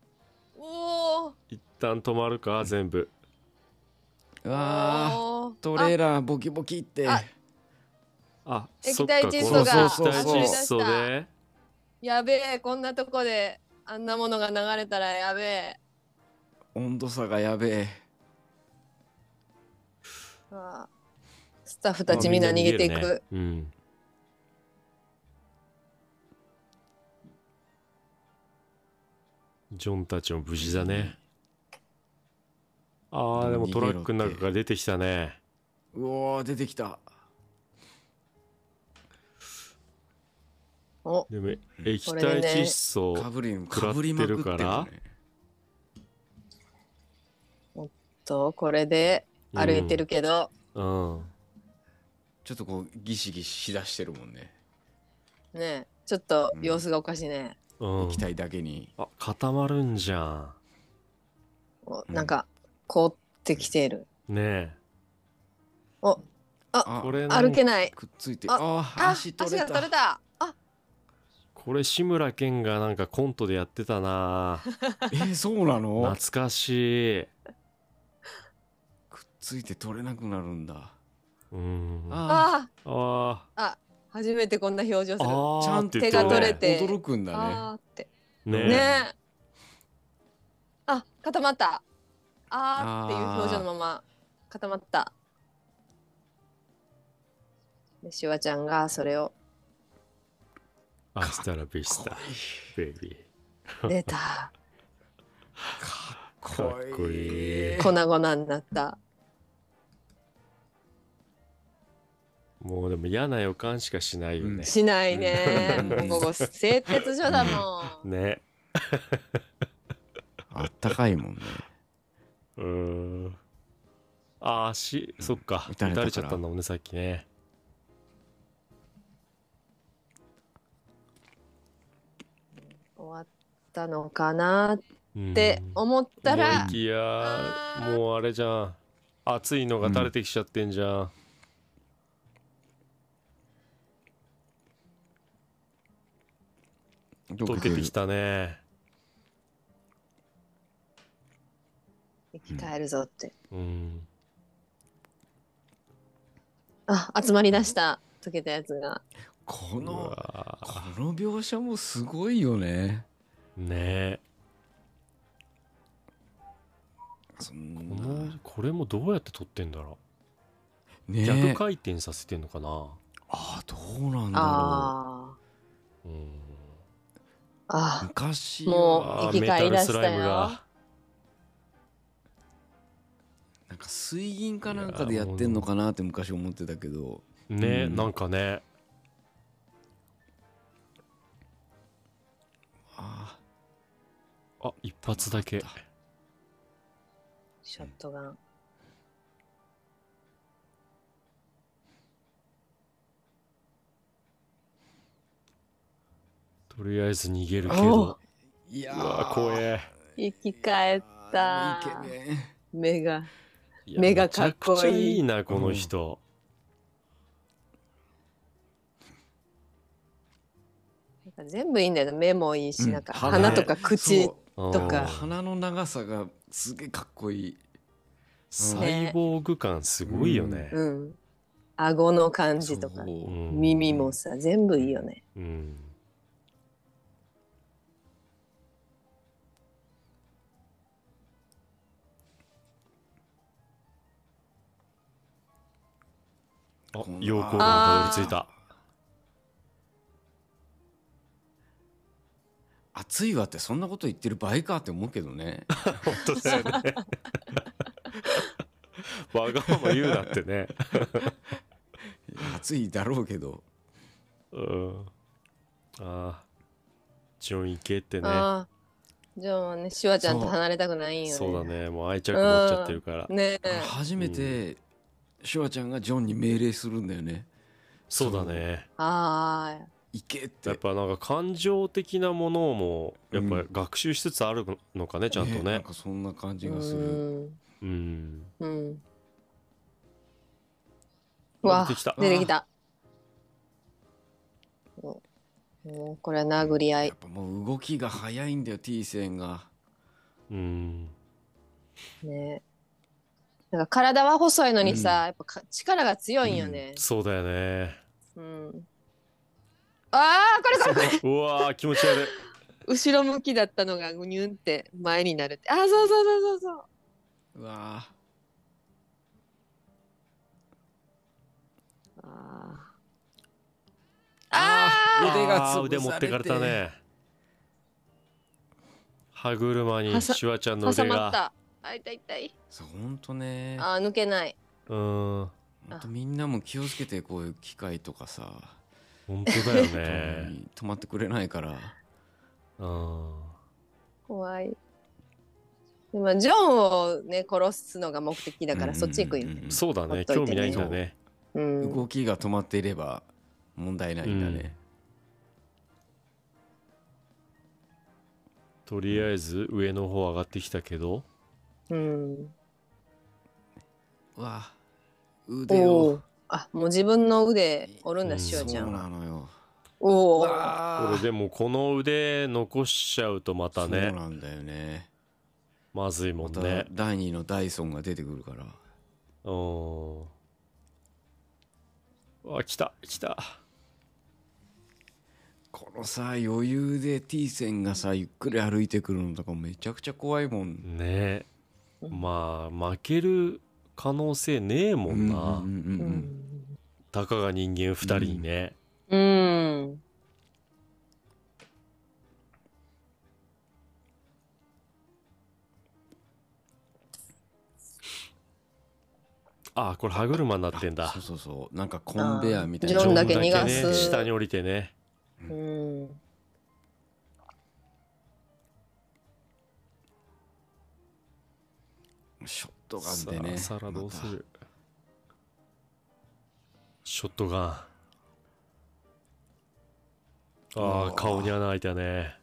Speaker 3: おー
Speaker 2: 一旦止まるか、全部。
Speaker 4: ーわー
Speaker 3: おー
Speaker 4: トレーラーボキボキって
Speaker 3: あ
Speaker 2: あ、そ
Speaker 3: 液
Speaker 2: っか
Speaker 3: 体窒素が
Speaker 2: この液体
Speaker 4: そうそうそう
Speaker 2: 窒素で。
Speaker 3: やべえこんなとこであんなものが流れたらやべえ
Speaker 4: 温度差がやべえ
Speaker 3: わあスタッフたちみんな逃げていく、
Speaker 2: まあみんな逃げるねうん。ジョンたちも無事だね。あー、でもトラックの中から出てきたね。
Speaker 4: うおー出てきた
Speaker 3: お
Speaker 2: でも、液
Speaker 3: これ
Speaker 2: 体
Speaker 3: でね
Speaker 2: 窒素。
Speaker 4: かぶり
Speaker 2: 食らっ
Speaker 4: か
Speaker 2: て
Speaker 4: ぶりまくって
Speaker 2: る
Speaker 4: る
Speaker 2: から
Speaker 4: から
Speaker 3: とこれで歩いてるけど、
Speaker 2: うん。
Speaker 4: ちょっとこうギシギシしだしてるもんね
Speaker 3: ねえちょっと様子がおかしいね、
Speaker 2: うん
Speaker 4: 液。体だけに
Speaker 2: あ、固まるんじゃ
Speaker 3: お
Speaker 4: うん
Speaker 3: なんか凍ってきている
Speaker 2: ん。ねえ。
Speaker 4: あ
Speaker 2: これなん
Speaker 3: 歩けない
Speaker 4: くっついて
Speaker 3: あ
Speaker 4: あー
Speaker 3: あ
Speaker 4: 足取れ
Speaker 3: 足が
Speaker 4: た
Speaker 3: 取れたあ
Speaker 2: これ志村けんがなんかコントでやってたな
Speaker 4: えーそうなの
Speaker 2: 懐かしい
Speaker 4: くっついて取れなくなるんだ
Speaker 2: うんあ
Speaker 4: あ
Speaker 3: あ
Speaker 2: あ
Speaker 3: ー初めてこんな表情するあ
Speaker 2: あ
Speaker 4: ちゃんと
Speaker 2: って言って
Speaker 3: 手が取れ
Speaker 4: ー
Speaker 3: てで
Speaker 4: 驚くんだね
Speaker 3: あーって
Speaker 2: ね
Speaker 3: ね
Speaker 2: ね
Speaker 3: えあ固まったあーっていう表情のまま固まったでシュワちゃんがそれを
Speaker 2: アスタラビスタ
Speaker 4: か
Speaker 2: ベイビ
Speaker 3: 出た
Speaker 4: かっこいい
Speaker 2: か
Speaker 3: 粉々になった
Speaker 2: ーもうでも嫌な予感しかしないよね、
Speaker 3: しないね
Speaker 4: う
Speaker 3: も
Speaker 4: ん
Speaker 3: うここ製鉄所だもん
Speaker 2: ね
Speaker 4: あったかいもんね
Speaker 2: うーんあ足そっか
Speaker 4: 打
Speaker 2: 打た
Speaker 4: たれたから
Speaker 2: れちゃったんだもんねさっきね
Speaker 3: 終わったのかなっ
Speaker 2: うん
Speaker 3: て思った
Speaker 2: 思
Speaker 3: ら
Speaker 2: いきやもうあれじゃん熱いのが垂れてきちゃってんじゃん、溶けてきたね
Speaker 3: 生き返るぞって
Speaker 2: うん
Speaker 3: あ集まりだした溶けたやつが
Speaker 4: こ
Speaker 2: う
Speaker 4: の
Speaker 2: わ
Speaker 4: この描写もすごいよね
Speaker 2: ねえ
Speaker 4: そ
Speaker 2: こ
Speaker 4: ん
Speaker 2: の
Speaker 4: な
Speaker 2: これもどうやって撮ってんだろう、
Speaker 4: ね
Speaker 2: 逆回転させてんのかな
Speaker 4: あーどうなんだろ
Speaker 3: あ
Speaker 2: うん
Speaker 3: ーあ
Speaker 4: う
Speaker 3: ー
Speaker 4: 昔
Speaker 3: もう
Speaker 4: は
Speaker 2: あー
Speaker 3: 生き
Speaker 2: メタ
Speaker 3: 返り
Speaker 2: ル
Speaker 3: だし
Speaker 2: ス
Speaker 3: たよ
Speaker 2: ライムが
Speaker 4: なんか水銀かなんかでやってんのかなって昔思ってたけど
Speaker 2: ねえ、
Speaker 4: うん
Speaker 2: なんかね
Speaker 4: あ
Speaker 2: あ一発だけ
Speaker 3: ショットガン
Speaker 2: とりあえず逃げるけど
Speaker 4: ーいや
Speaker 2: うわ怖え
Speaker 3: 生き返った
Speaker 4: あーイケメン
Speaker 3: 目が
Speaker 2: いや
Speaker 3: 目がかっ
Speaker 2: めち
Speaker 3: こいい
Speaker 2: ゃくちゃいいなこの人、
Speaker 3: なんか全部いいんだよね目もいいし、
Speaker 4: うん
Speaker 3: なんか
Speaker 4: 鼻
Speaker 3: 鼻とか口
Speaker 4: そう
Speaker 2: うん
Speaker 3: とか
Speaker 4: 鼻の長さがすげえかっこいい
Speaker 2: サイボーグ感すごいよね
Speaker 3: う、ん顎の感じとか
Speaker 4: そう
Speaker 2: うん
Speaker 3: 耳もさ全部いいよね
Speaker 2: うんあ
Speaker 4: こん、な
Speaker 2: 陽光にたどり着いた。
Speaker 4: 暑いわってそんなこと言ってる場合かって思うけど ね
Speaker 2: 本当だよね。 わがまま言うなってね。
Speaker 4: 暑いだろうけど
Speaker 2: うん。ああ。ジョン行けってね。
Speaker 3: ああじゃあねシュワちゃんと
Speaker 4: そう
Speaker 3: 離れたくないんよね
Speaker 2: そうだね。もう愛着持っちゃってるから。
Speaker 3: ねえ
Speaker 4: 初めてシュワちゃんがジョンに命令するんだよね
Speaker 2: そうだね。
Speaker 3: ああ
Speaker 4: 行けっ
Speaker 2: やってぱなんか感情的なものもやっ
Speaker 4: う
Speaker 2: ぱ
Speaker 4: ん
Speaker 2: 学習しつつあるのかね、ちゃんと
Speaker 4: なん
Speaker 2: ね。
Speaker 4: かそんな感じ
Speaker 3: う
Speaker 4: がする
Speaker 3: ん
Speaker 2: うん。
Speaker 3: うんう
Speaker 2: 出
Speaker 3: わ
Speaker 2: てきた。
Speaker 3: 出てきたおもうこれは殴り合い
Speaker 4: やっぱもう動きが早いんだよ T 線が
Speaker 2: うん。
Speaker 3: ねなんか体は細いのにさ、やっぱか力が強いんよね、
Speaker 2: そうだよね。
Speaker 3: うんああこれこれこれ
Speaker 2: うわー気持ち悪い。
Speaker 3: 後ろ向きだったのがぐにゅんって前になるってあーそうそうそうそうそう
Speaker 4: うわー
Speaker 3: あー
Speaker 4: あ
Speaker 3: あ
Speaker 4: 腕が
Speaker 2: あー
Speaker 4: 潰されて
Speaker 2: 腕持ってかれたね。歯車に
Speaker 3: はさ
Speaker 2: シュワちゃんの
Speaker 3: ー挟
Speaker 2: 腕
Speaker 3: ま
Speaker 2: が。
Speaker 3: ったあ痛い痛い
Speaker 4: そうほんとね
Speaker 3: あー抜けない
Speaker 2: うん。本
Speaker 4: ほんとみんなも気をつけてこういう機会とかさ、
Speaker 2: 当だよ
Speaker 4: 本当
Speaker 2: ね。
Speaker 4: に止まってくれないから
Speaker 2: うん。
Speaker 3: 怖いでもジョンをね殺すのが目的だからそっち行くよ、
Speaker 4: うんうんうん
Speaker 2: そうだね。
Speaker 3: ほっと
Speaker 2: 興
Speaker 3: いてね
Speaker 2: 味ないんだね。
Speaker 3: うん
Speaker 4: 動きが止まっていれば問題ないんだね、
Speaker 2: とりあえず上の方上がってきたけど。
Speaker 3: うん、
Speaker 4: うわ腕
Speaker 3: お
Speaker 4: を
Speaker 3: おあもう自分の腕折るんだ
Speaker 2: うん
Speaker 3: しおちゃ
Speaker 4: そうんなのよ
Speaker 3: おお
Speaker 4: わ
Speaker 2: こ
Speaker 4: ー
Speaker 2: れでもこの腕残しちゃうとまた
Speaker 4: そう
Speaker 2: ね、
Speaker 4: なんだよね
Speaker 2: まずいも
Speaker 4: ま
Speaker 2: ん
Speaker 4: た
Speaker 2: ね。
Speaker 4: 第二のダイソンが出てくるから
Speaker 2: うん。あ、来た、来た。
Speaker 4: このさ余裕で T 線がさゆっくり歩いてくるのとかめちゃくちゃ怖いもん
Speaker 2: ねえ。まあ、負ける可能性ねえもんな。
Speaker 4: うんうんうん
Speaker 3: う
Speaker 4: うん
Speaker 3: ん、
Speaker 2: たかが人間2人にね、
Speaker 3: うん、
Speaker 2: ああこれ歯車にな
Speaker 4: あ
Speaker 2: ってんだ
Speaker 4: そうそうそうなんかコンベアみたいな
Speaker 3: あジョンだけ
Speaker 2: ジョ
Speaker 3: 逃がす
Speaker 2: ね下に降りてね
Speaker 3: うん
Speaker 4: ショットガンでね
Speaker 2: さあさらどうす
Speaker 4: ま
Speaker 2: るショットガンああ
Speaker 4: おー
Speaker 2: 顔に穴開いたね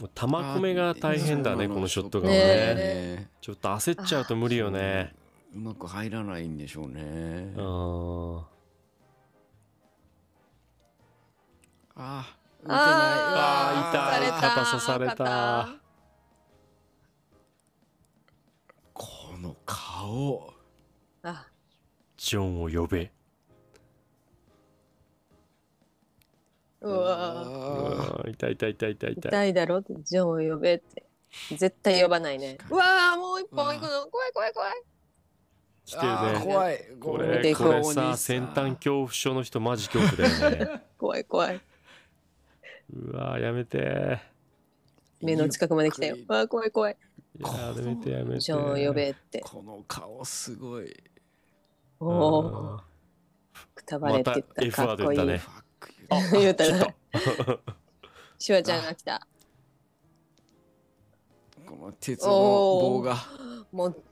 Speaker 4: た
Speaker 2: 玉込めが大変だね
Speaker 4: あー
Speaker 2: このショットガンは
Speaker 3: ね
Speaker 2: ね
Speaker 3: え
Speaker 2: ちょっと焦っちゃうと無理よね
Speaker 4: そううまく入らないんでしょうね
Speaker 2: うん
Speaker 4: あー打
Speaker 2: あー
Speaker 4: てないうわー
Speaker 2: 痛い肩刺された
Speaker 3: 肩
Speaker 4: この顔
Speaker 3: あ
Speaker 2: ジョンを呼べ
Speaker 3: うわ
Speaker 2: うん痛い痛い痛い痛い痛い
Speaker 3: 痛いだろってジョンを呼べって絶対呼ばないね
Speaker 4: 確
Speaker 3: う
Speaker 4: かに
Speaker 3: わーもう一本行くの怖い怖い怖い
Speaker 2: 来てる
Speaker 4: あー
Speaker 2: ね
Speaker 4: 怖い
Speaker 2: こ
Speaker 3: 見て
Speaker 2: れ
Speaker 3: いこう
Speaker 2: これさ先端恐怖症の人マジ恐怖だよね
Speaker 3: 怖い怖いう
Speaker 2: わやめて
Speaker 3: 目の近くまで来たよ
Speaker 4: ゆっくり
Speaker 3: わあ怖い怖い
Speaker 2: いややめてやめて
Speaker 3: ジョンを呼べって
Speaker 4: この顔すごい
Speaker 3: おお
Speaker 2: あ
Speaker 3: くたばれって言ったらかっこいい、
Speaker 2: また F は出たね
Speaker 4: ファックユ
Speaker 2: ーあ
Speaker 3: 言うたら
Speaker 2: 来た
Speaker 3: シュワちゃんが来た
Speaker 4: この鉄の棒が
Speaker 3: もう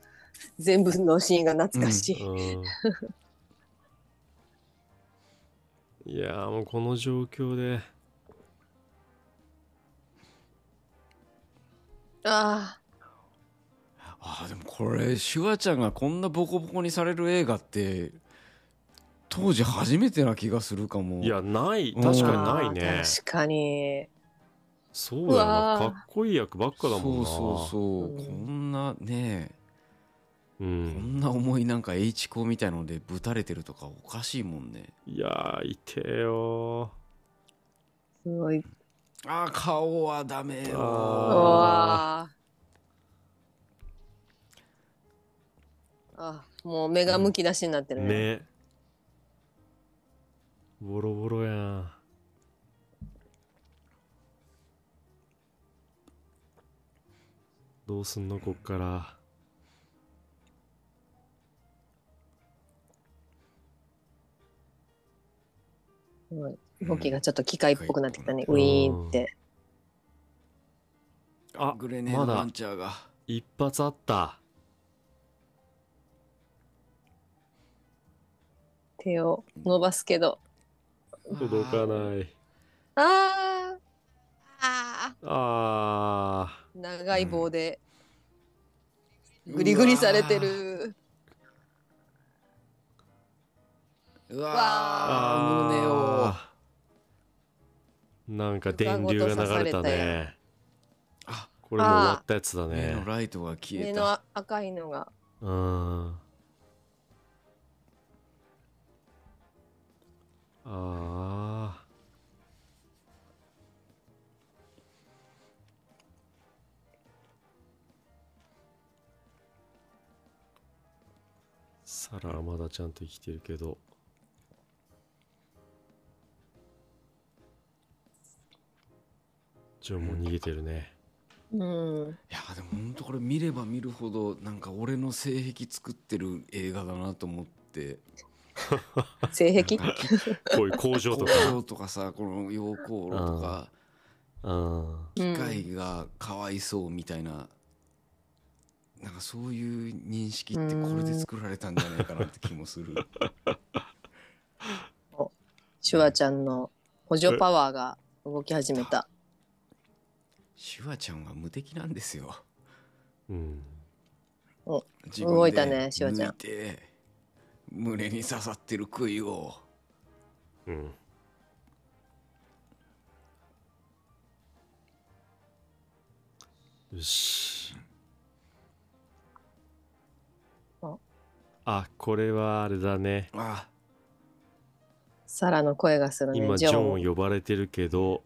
Speaker 3: 全部のシーンが懐かしい、
Speaker 2: うんいやーもうこの状況で
Speaker 3: あ
Speaker 4: あーでもこれシュワちゃんがこんなボコボコにされる映画って当時初めてな気がするかも
Speaker 2: いやない
Speaker 4: うん
Speaker 2: 確
Speaker 3: あ
Speaker 2: かにないね
Speaker 3: 確かに
Speaker 2: そうやな
Speaker 3: うわ
Speaker 2: か
Speaker 3: ー
Speaker 2: っこいい役ばっかだもんな
Speaker 4: そうそうそう、
Speaker 1: うん
Speaker 4: こんなね
Speaker 2: う
Speaker 4: こ
Speaker 2: ん、
Speaker 4: んな重いなんか H 校みたいのでぶたれてるとかおかしいもんね
Speaker 2: いやーいてえよ
Speaker 3: すごい。
Speaker 4: あー顔はダメ
Speaker 3: う
Speaker 2: あ
Speaker 4: よ
Speaker 3: わあ。あ、もう目がむき出しになってるね。
Speaker 2: 目ボロボロやんどうすんのこっから
Speaker 3: すごい動きがちょっと機械っぽくなってきたね。
Speaker 4: う
Speaker 3: ウ
Speaker 4: ん
Speaker 3: ィーンって。
Speaker 2: あ
Speaker 4: グレネー
Speaker 2: ま
Speaker 4: ド
Speaker 2: だ
Speaker 4: ランチャーが、
Speaker 2: 一発あった
Speaker 3: 手を伸ばすけど。
Speaker 2: 届かない
Speaker 3: あーあ
Speaker 2: あー
Speaker 3: ー。長い棒で
Speaker 4: グ
Speaker 3: グリグリされてる。
Speaker 4: うわ
Speaker 2: あ
Speaker 4: ー胸を
Speaker 2: あなんか電流が流れた
Speaker 3: 床ごと刺されたや
Speaker 2: ね
Speaker 4: あ
Speaker 2: これもう終わったやつだ
Speaker 4: 目の
Speaker 2: ね
Speaker 4: ライトが消
Speaker 3: 目
Speaker 4: え
Speaker 3: の
Speaker 4: た
Speaker 3: 赤いのが。
Speaker 2: うんあさらはまだちゃんと生きてるけどジョンも逃げてるね
Speaker 3: うん。
Speaker 4: いやでも本当これ見れば見るほどなんか俺の性癖作ってる映画だなと思って
Speaker 3: 性癖
Speaker 4: なんか
Speaker 2: こういう工場と
Speaker 4: 工
Speaker 2: か
Speaker 4: 場とかさこの溶鉱炉とか
Speaker 2: うん
Speaker 3: うん
Speaker 4: 機械がかわいそうみたいな、なんかそういう認識ってこれで作られたんじゃないかなって気もす る。
Speaker 3: シュワちゃんの補助パワーが動き始めた。
Speaker 4: シュワちゃんは無敵なんですよ。
Speaker 2: うん
Speaker 4: 自
Speaker 3: 動いたねシュワちゃん
Speaker 4: 抜いて胸に刺さってる杭を。
Speaker 2: うんよし
Speaker 3: あ
Speaker 2: あこれはあれだね
Speaker 4: あ
Speaker 3: サラの声がするね。
Speaker 2: 今ジ
Speaker 3: ジ
Speaker 2: ョ
Speaker 3: ョ
Speaker 2: ンを
Speaker 3: ン。
Speaker 2: 呼ばれてるけど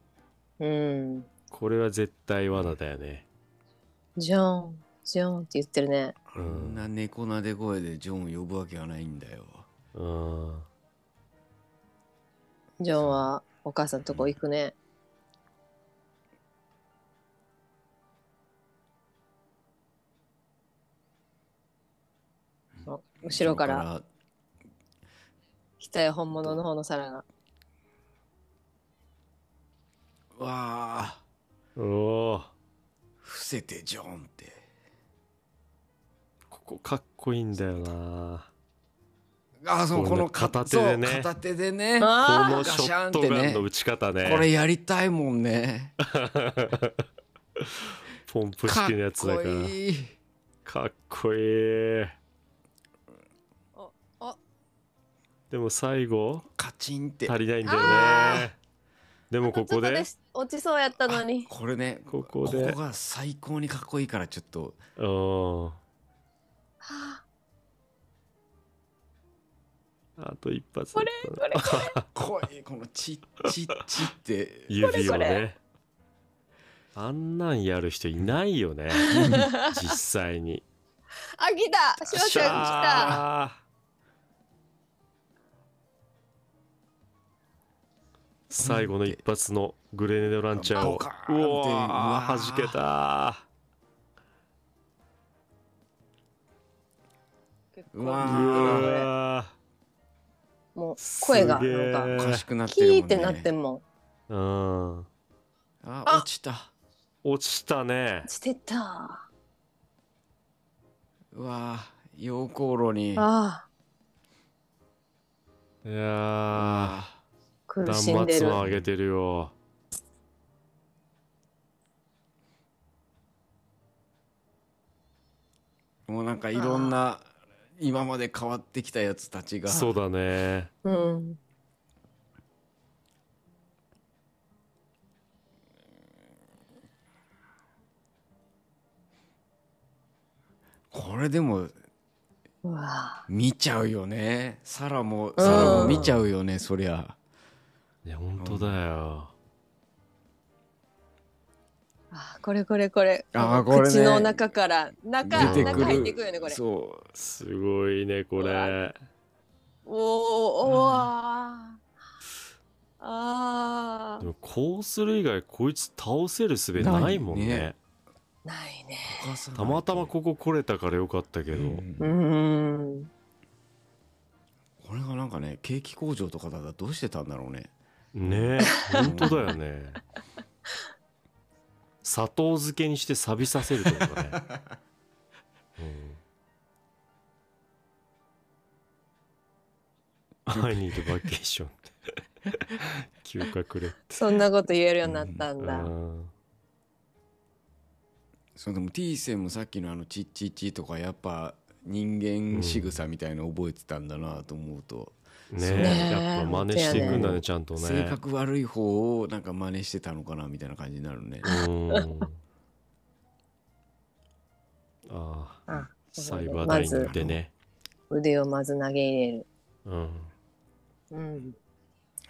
Speaker 3: うん。
Speaker 2: これは絶対罠だよね
Speaker 3: ジョン、ジョンって言ってるね。
Speaker 4: あんな猫なで声でジョンを呼ぶわけはないんだよ。
Speaker 2: うん
Speaker 3: ジョンはお母さんとこ行くね。お後ろから来たよ本物の方のサラが。
Speaker 4: 後ろから。わあ
Speaker 2: おおー
Speaker 4: 伏せてジョンって。
Speaker 2: ここかっこいいんだよな
Speaker 4: ああそう
Speaker 2: こ
Speaker 4: こ
Speaker 2: れね
Speaker 4: のか
Speaker 2: 片手でね
Speaker 4: そう片手でね。
Speaker 2: こ
Speaker 4: こ
Speaker 3: あ
Speaker 2: のショットガンの打ち方ね
Speaker 4: れやりたいもんね。
Speaker 2: ポンプ式のやつだから
Speaker 4: かっこいい
Speaker 2: かっこいい
Speaker 3: ああ
Speaker 2: でも最後
Speaker 4: カチンって
Speaker 2: 足りないんだよ
Speaker 4: あ
Speaker 2: ねでもここ
Speaker 3: ちょっと
Speaker 2: で
Speaker 3: し落ちそうやったのに
Speaker 4: あ。これね
Speaker 2: ここで
Speaker 4: こが最高にかっこいいからちょっと
Speaker 2: うん
Speaker 3: はあ
Speaker 2: あと一発だったな
Speaker 3: これ
Speaker 4: こ
Speaker 3: こ
Speaker 4: いこのチッチッチッって
Speaker 2: 指を
Speaker 3: これこ
Speaker 2: ねあんなんやる人いないよ ね実際に
Speaker 3: あ来た。シュワちゃん来た。
Speaker 2: ゃん来た最後の一発のグレネードランチャーを
Speaker 4: ボカ
Speaker 2: う
Speaker 4: ーンって
Speaker 2: わ
Speaker 4: うわ
Speaker 2: は
Speaker 4: ー
Speaker 2: じけた
Speaker 3: 結
Speaker 4: う
Speaker 3: 構
Speaker 2: う
Speaker 4: わ
Speaker 3: こ
Speaker 2: わ
Speaker 3: れもう声が
Speaker 2: すげえ
Speaker 4: お
Speaker 3: なんか
Speaker 4: かしくなって
Speaker 3: キ
Speaker 4: るもんね
Speaker 3: ーってなってんもん。
Speaker 2: ーうん
Speaker 4: あ
Speaker 3: あ
Speaker 4: 落ちた
Speaker 2: 落ちたね
Speaker 3: してた。あ
Speaker 4: うわ溶鉱炉に
Speaker 3: あ
Speaker 2: いや
Speaker 4: あ
Speaker 2: ー
Speaker 3: 苦
Speaker 2: 断
Speaker 3: しんで
Speaker 2: 末
Speaker 3: る。
Speaker 2: 魔上げてるよ
Speaker 4: もうなんかいろんな今まで変わってきたやつたちが
Speaker 2: そうだね
Speaker 3: うん。
Speaker 4: これでも
Speaker 3: うわ
Speaker 4: 見ちゃうよねサラもサラも見ちゃうよねそりゃ
Speaker 2: いや本当だよ、
Speaker 3: あこれこれこれ
Speaker 4: あーこれね
Speaker 3: 口の中から中
Speaker 4: 出てく
Speaker 3: 中入ってい
Speaker 4: る
Speaker 3: くよねこれ
Speaker 4: そ
Speaker 2: すごいねこ
Speaker 3: う
Speaker 2: れ
Speaker 3: わおーおーあ
Speaker 2: で
Speaker 3: ー
Speaker 2: もこうする以外こいつ倒せる術ないもんね
Speaker 4: ないね
Speaker 3: ないね
Speaker 4: う溶かさないと
Speaker 2: たまたまここ来れたからよかったけ
Speaker 4: う
Speaker 2: ど、
Speaker 4: ん
Speaker 3: うーん
Speaker 4: これがなんかねケーキ工場とかだったらどうしてたんだろうね
Speaker 2: ねえ本当だよね砂糖漬けにして錆びさせるとかね、うん、アイニーとバケーションって休暇くれって
Speaker 3: そんなこと言えるようになったんだ、
Speaker 2: うん
Speaker 4: それでも T 線もさっきのあのチッチッチとかやっぱ人間仕草みたいなの覚えてたんだなと思うと、
Speaker 2: ね
Speaker 4: そう
Speaker 2: え
Speaker 4: ね
Speaker 2: やっぱ真似していくんだねちゃんとね
Speaker 4: 性格悪い方をなんか真似してたのかなみたいな感じになるね
Speaker 2: うんああ
Speaker 3: あ
Speaker 2: サイバーダインでね、
Speaker 3: 腕をまず投げ入れる、
Speaker 2: うん
Speaker 3: うん、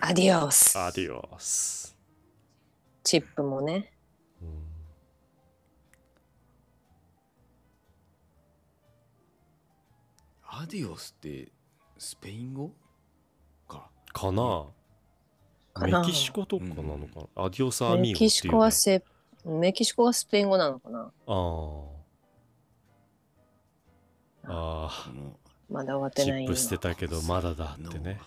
Speaker 3: アディオス
Speaker 2: アディオス、
Speaker 3: チップもね
Speaker 2: うん
Speaker 4: アディオスってスペイン語か
Speaker 2: かな
Speaker 3: かな
Speaker 2: メキシコとかなのかな、アディオス・ア
Speaker 3: メ
Speaker 2: ミーゴっていう、ね、
Speaker 3: キシコはセメキシコはスペイン語なのかな
Speaker 2: あああ
Speaker 4: この
Speaker 3: まだ終わ
Speaker 2: あ
Speaker 3: って
Speaker 2: チ
Speaker 3: ない
Speaker 2: ッ
Speaker 3: よ
Speaker 2: プ捨てたけどまだだってね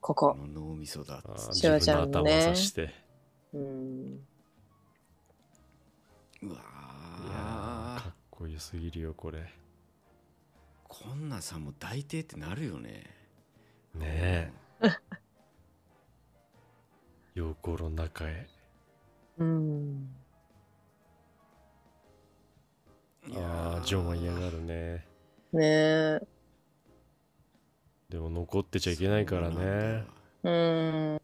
Speaker 3: こ
Speaker 4: 脳
Speaker 3: こ、
Speaker 4: この脳みそだっ
Speaker 2: あ
Speaker 4: つ
Speaker 2: あ
Speaker 4: って
Speaker 2: 自
Speaker 3: シロちゃ
Speaker 2: 分
Speaker 3: ん
Speaker 2: の
Speaker 3: の
Speaker 2: 頭
Speaker 3: ね
Speaker 2: さして、
Speaker 3: うん、
Speaker 4: う
Speaker 2: い
Speaker 4: わ
Speaker 2: やあか
Speaker 4: あ
Speaker 2: っこよすぎるよこれね
Speaker 4: こんなさもう大抵ってなるよね
Speaker 2: え陽光の中へ
Speaker 3: うん、
Speaker 4: いや
Speaker 2: ああジョンは嫌がるね
Speaker 3: ねえ
Speaker 2: でも残ってちゃいけないから
Speaker 4: そうなんだよ
Speaker 2: ね
Speaker 3: うん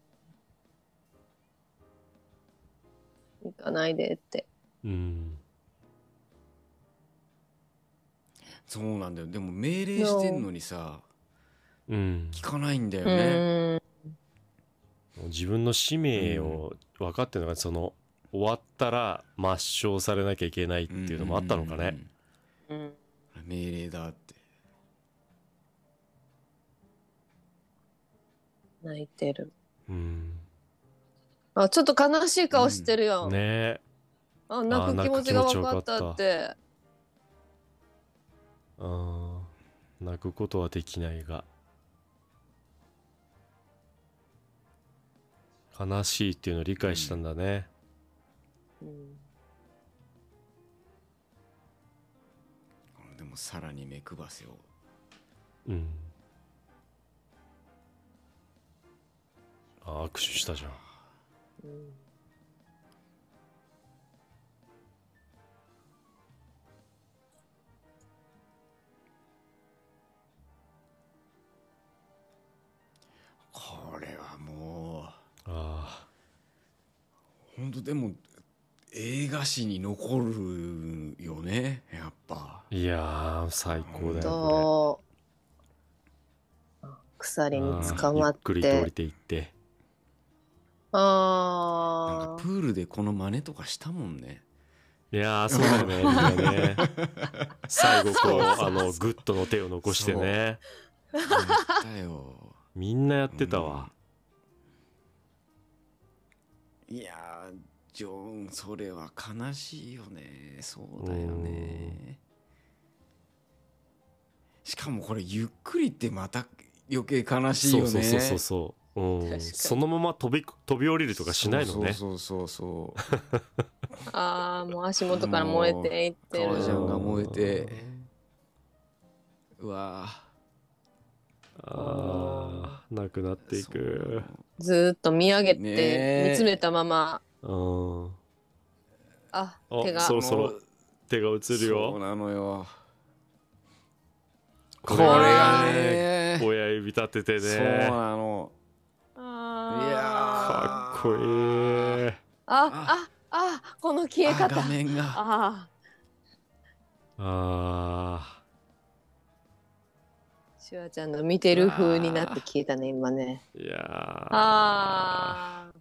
Speaker 3: 行かないでって
Speaker 2: うん
Speaker 4: そうなんだよでも命令してんのにさ
Speaker 2: うん
Speaker 4: 聞かないんだよ
Speaker 3: う
Speaker 4: ね
Speaker 3: ん
Speaker 2: 自分の使命を分かってるのがその終わったら抹消されなきゃいけないっていうのもあったのかね、
Speaker 3: うん
Speaker 4: うん命令だって
Speaker 3: 泣いてる
Speaker 2: うん
Speaker 3: あちょっと悲しい顔してるやん、
Speaker 2: ねえ
Speaker 3: あ泣く気持ちが分かったって
Speaker 2: うん泣くことはできないが悲しいっていうのを理解したんだね、
Speaker 3: うん
Speaker 4: これでもさらに目くばせを
Speaker 2: うんあ握手したじゃん
Speaker 3: うん
Speaker 4: これはも
Speaker 2: あ
Speaker 4: う本当でも映画史に残るよねやっぱ
Speaker 2: ーいやー最高だよこ
Speaker 3: と鎖
Speaker 2: れ
Speaker 3: に
Speaker 2: う
Speaker 3: 捕まっ
Speaker 2: んゆっくりと降
Speaker 3: て
Speaker 2: りていって
Speaker 4: なん
Speaker 3: あ
Speaker 4: か
Speaker 3: あ
Speaker 4: プールでこの真似とかしたもんね
Speaker 2: いやーそうだよねみんなね最後こう
Speaker 4: そうそうそう
Speaker 2: あのグッドの手を残してね
Speaker 4: やったよ
Speaker 2: みんなやってたわ、
Speaker 4: うんいやージョンそれは悲しいよねそうだよねしかもこれゆっくりってまた余計悲しい
Speaker 2: そ
Speaker 4: よ
Speaker 2: う
Speaker 4: ね
Speaker 2: そうそうそうそう、
Speaker 3: 確
Speaker 2: う
Speaker 3: か
Speaker 2: ん、
Speaker 3: に
Speaker 2: そのまま飛び飛び降りるとかしないのね
Speaker 4: そうそうそうそう
Speaker 3: あーもう足元から燃えていって
Speaker 4: 革
Speaker 3: る
Speaker 4: ジャンが燃えてうわ
Speaker 2: あーなくなっ
Speaker 4: ー
Speaker 2: ていく
Speaker 3: ずーっと見上げて
Speaker 4: ねえ
Speaker 3: 見つめたまま、
Speaker 2: うん
Speaker 3: あ
Speaker 2: あ
Speaker 3: 手が
Speaker 2: そ
Speaker 4: そう
Speaker 2: ろそろ手が映る
Speaker 4: そう
Speaker 2: よ
Speaker 4: なのよ
Speaker 2: こ
Speaker 4: こ
Speaker 2: れ
Speaker 4: れ
Speaker 2: が
Speaker 4: が
Speaker 2: ね
Speaker 4: ね
Speaker 2: 親指立てて
Speaker 4: そう
Speaker 2: ね
Speaker 4: なのいや
Speaker 3: あ
Speaker 2: かっ
Speaker 3: ー
Speaker 2: こいい
Speaker 3: あああこの消え
Speaker 4: あ
Speaker 3: 方
Speaker 4: 画面が
Speaker 3: あ
Speaker 2: あ
Speaker 3: シュワちゃんの見てる風になって聞いたね、今ね。
Speaker 2: ーいやー
Speaker 3: ああ。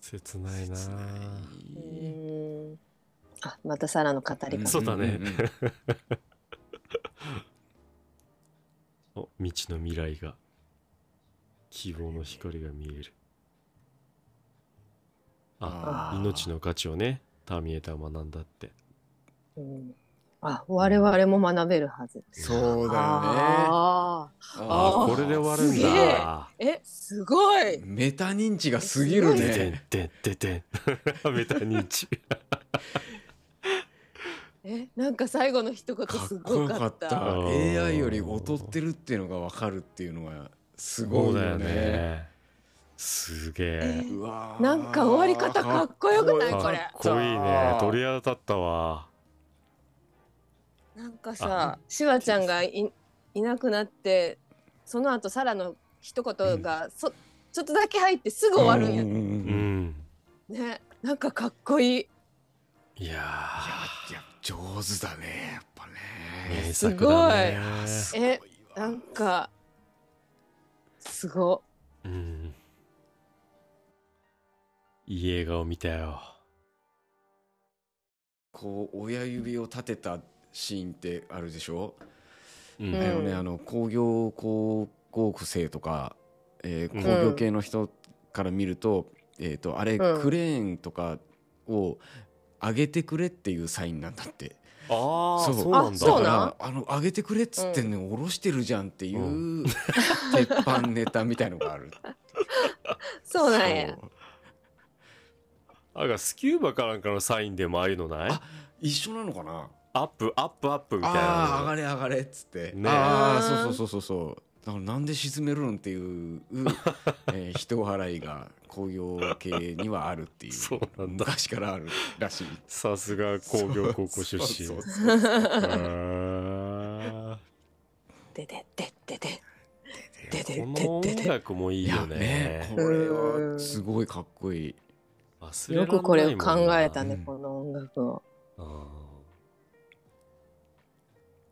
Speaker 2: 切ないな
Speaker 4: 切な
Speaker 3: う
Speaker 4: い
Speaker 3: ーん。あ、またサラの語り
Speaker 4: ん
Speaker 3: か。
Speaker 2: そうだね
Speaker 4: んうん
Speaker 2: お未知の未来が希望の光が見えるあ
Speaker 4: あー
Speaker 2: 命の価値をねターミネーターは学んだって
Speaker 3: うん。あ、我々も学べるはず。
Speaker 4: そうだよね
Speaker 3: あ
Speaker 2: あ
Speaker 3: あ
Speaker 2: あ
Speaker 3: ー
Speaker 2: これで終わる
Speaker 3: す
Speaker 2: ん
Speaker 3: げえ
Speaker 2: だ
Speaker 3: あ。え、すごい。
Speaker 4: メタ認知が過ぎる
Speaker 2: でてん
Speaker 4: ね
Speaker 2: てんててん メタ認知
Speaker 3: え、なんか最後の一言
Speaker 4: かっ
Speaker 3: す
Speaker 4: こ
Speaker 3: ご
Speaker 4: よか
Speaker 3: かっ。
Speaker 4: ったた
Speaker 2: あー
Speaker 4: AI より劣ってるっていうのが分かるっていうのはす
Speaker 2: そ
Speaker 4: ご
Speaker 2: う
Speaker 4: い
Speaker 2: だよ
Speaker 4: よね
Speaker 2: ねすげ
Speaker 3: え
Speaker 2: え
Speaker 3: ー
Speaker 4: うわー
Speaker 3: なんか終わり方かっこよくない
Speaker 2: か
Speaker 3: これ
Speaker 2: っこいいね鳥肌立ったわ
Speaker 3: なんかさ、シュワちゃんがいいなくなって、その後サラの一言がそ、ちょっとだけ入ってすぐ終わるんや
Speaker 4: うう
Speaker 2: うん
Speaker 4: うん
Speaker 2: ん
Speaker 4: い
Speaker 3: ね。なんかかっこいい。
Speaker 2: いや
Speaker 4: や
Speaker 2: ー
Speaker 4: いや上手だねやっぱね
Speaker 2: 名作だね
Speaker 4: す
Speaker 3: え
Speaker 4: ごいわ
Speaker 3: なんかすご
Speaker 2: うんいい映画を見たよ
Speaker 4: こう親指を立てたシーンってあるでしょ、
Speaker 2: う
Speaker 4: あ
Speaker 3: ん
Speaker 4: のねあの工業高校生とか、えー工業系の人から見ると,、えー、とあれ、
Speaker 3: うん
Speaker 4: クレーンとかを上げてくれっていうサインなんだって
Speaker 2: ああ
Speaker 4: そう
Speaker 2: そうなんだ
Speaker 3: あそう
Speaker 4: だ
Speaker 3: なん
Speaker 4: からあの上げてくれっつってんのに下ろしてるじゃんっていう、 鉄板ネタみたいのがある
Speaker 3: いそうなんや
Speaker 4: そう
Speaker 2: あがスキューバかなんかのサインでもああいうのない
Speaker 4: あ一緒なのかな
Speaker 2: アップアップアップみたい
Speaker 4: ああー上が
Speaker 2: な
Speaker 4: れ上がれっつって、
Speaker 2: ね
Speaker 4: ああ
Speaker 3: あー
Speaker 4: そうそうそうそうそうだからなんで沈めるんっ ていう、えー人払いが工業系にはあるっていう
Speaker 2: そうなんだ
Speaker 4: 昔からあるらしい
Speaker 2: さすが工業高校出身
Speaker 4: そうそうそう
Speaker 2: あー
Speaker 3: ででででででで
Speaker 2: この
Speaker 3: で
Speaker 2: 音
Speaker 3: で
Speaker 2: 楽もい
Speaker 4: い
Speaker 2: いよ
Speaker 4: や
Speaker 2: ね
Speaker 4: ねこれはすごいかっこいい
Speaker 2: 忘れら
Speaker 3: よ
Speaker 2: んないもんな
Speaker 3: くこれを考えた
Speaker 4: う
Speaker 3: ね
Speaker 4: ん
Speaker 3: この音楽を
Speaker 2: あ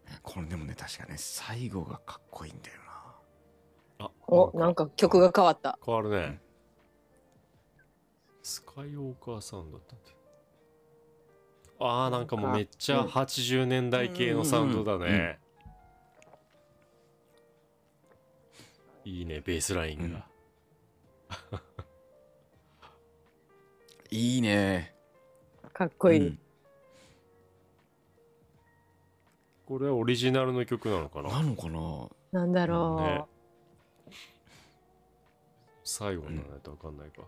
Speaker 2: ー
Speaker 4: これでもね確かね最後がかっこいいんだよな
Speaker 2: あ
Speaker 3: おなんか曲が変わった
Speaker 2: 変わるねスカイウォーカーサウンドだったんだあーなんかもうめっちゃ80年代系のサウンドだねいいねベースラインが
Speaker 4: いいね
Speaker 3: かっこいい、
Speaker 4: うん
Speaker 2: これはオリジナルの曲なのかな
Speaker 4: なのかな
Speaker 3: なんだろう、
Speaker 2: ね最後にならないとわかんないか、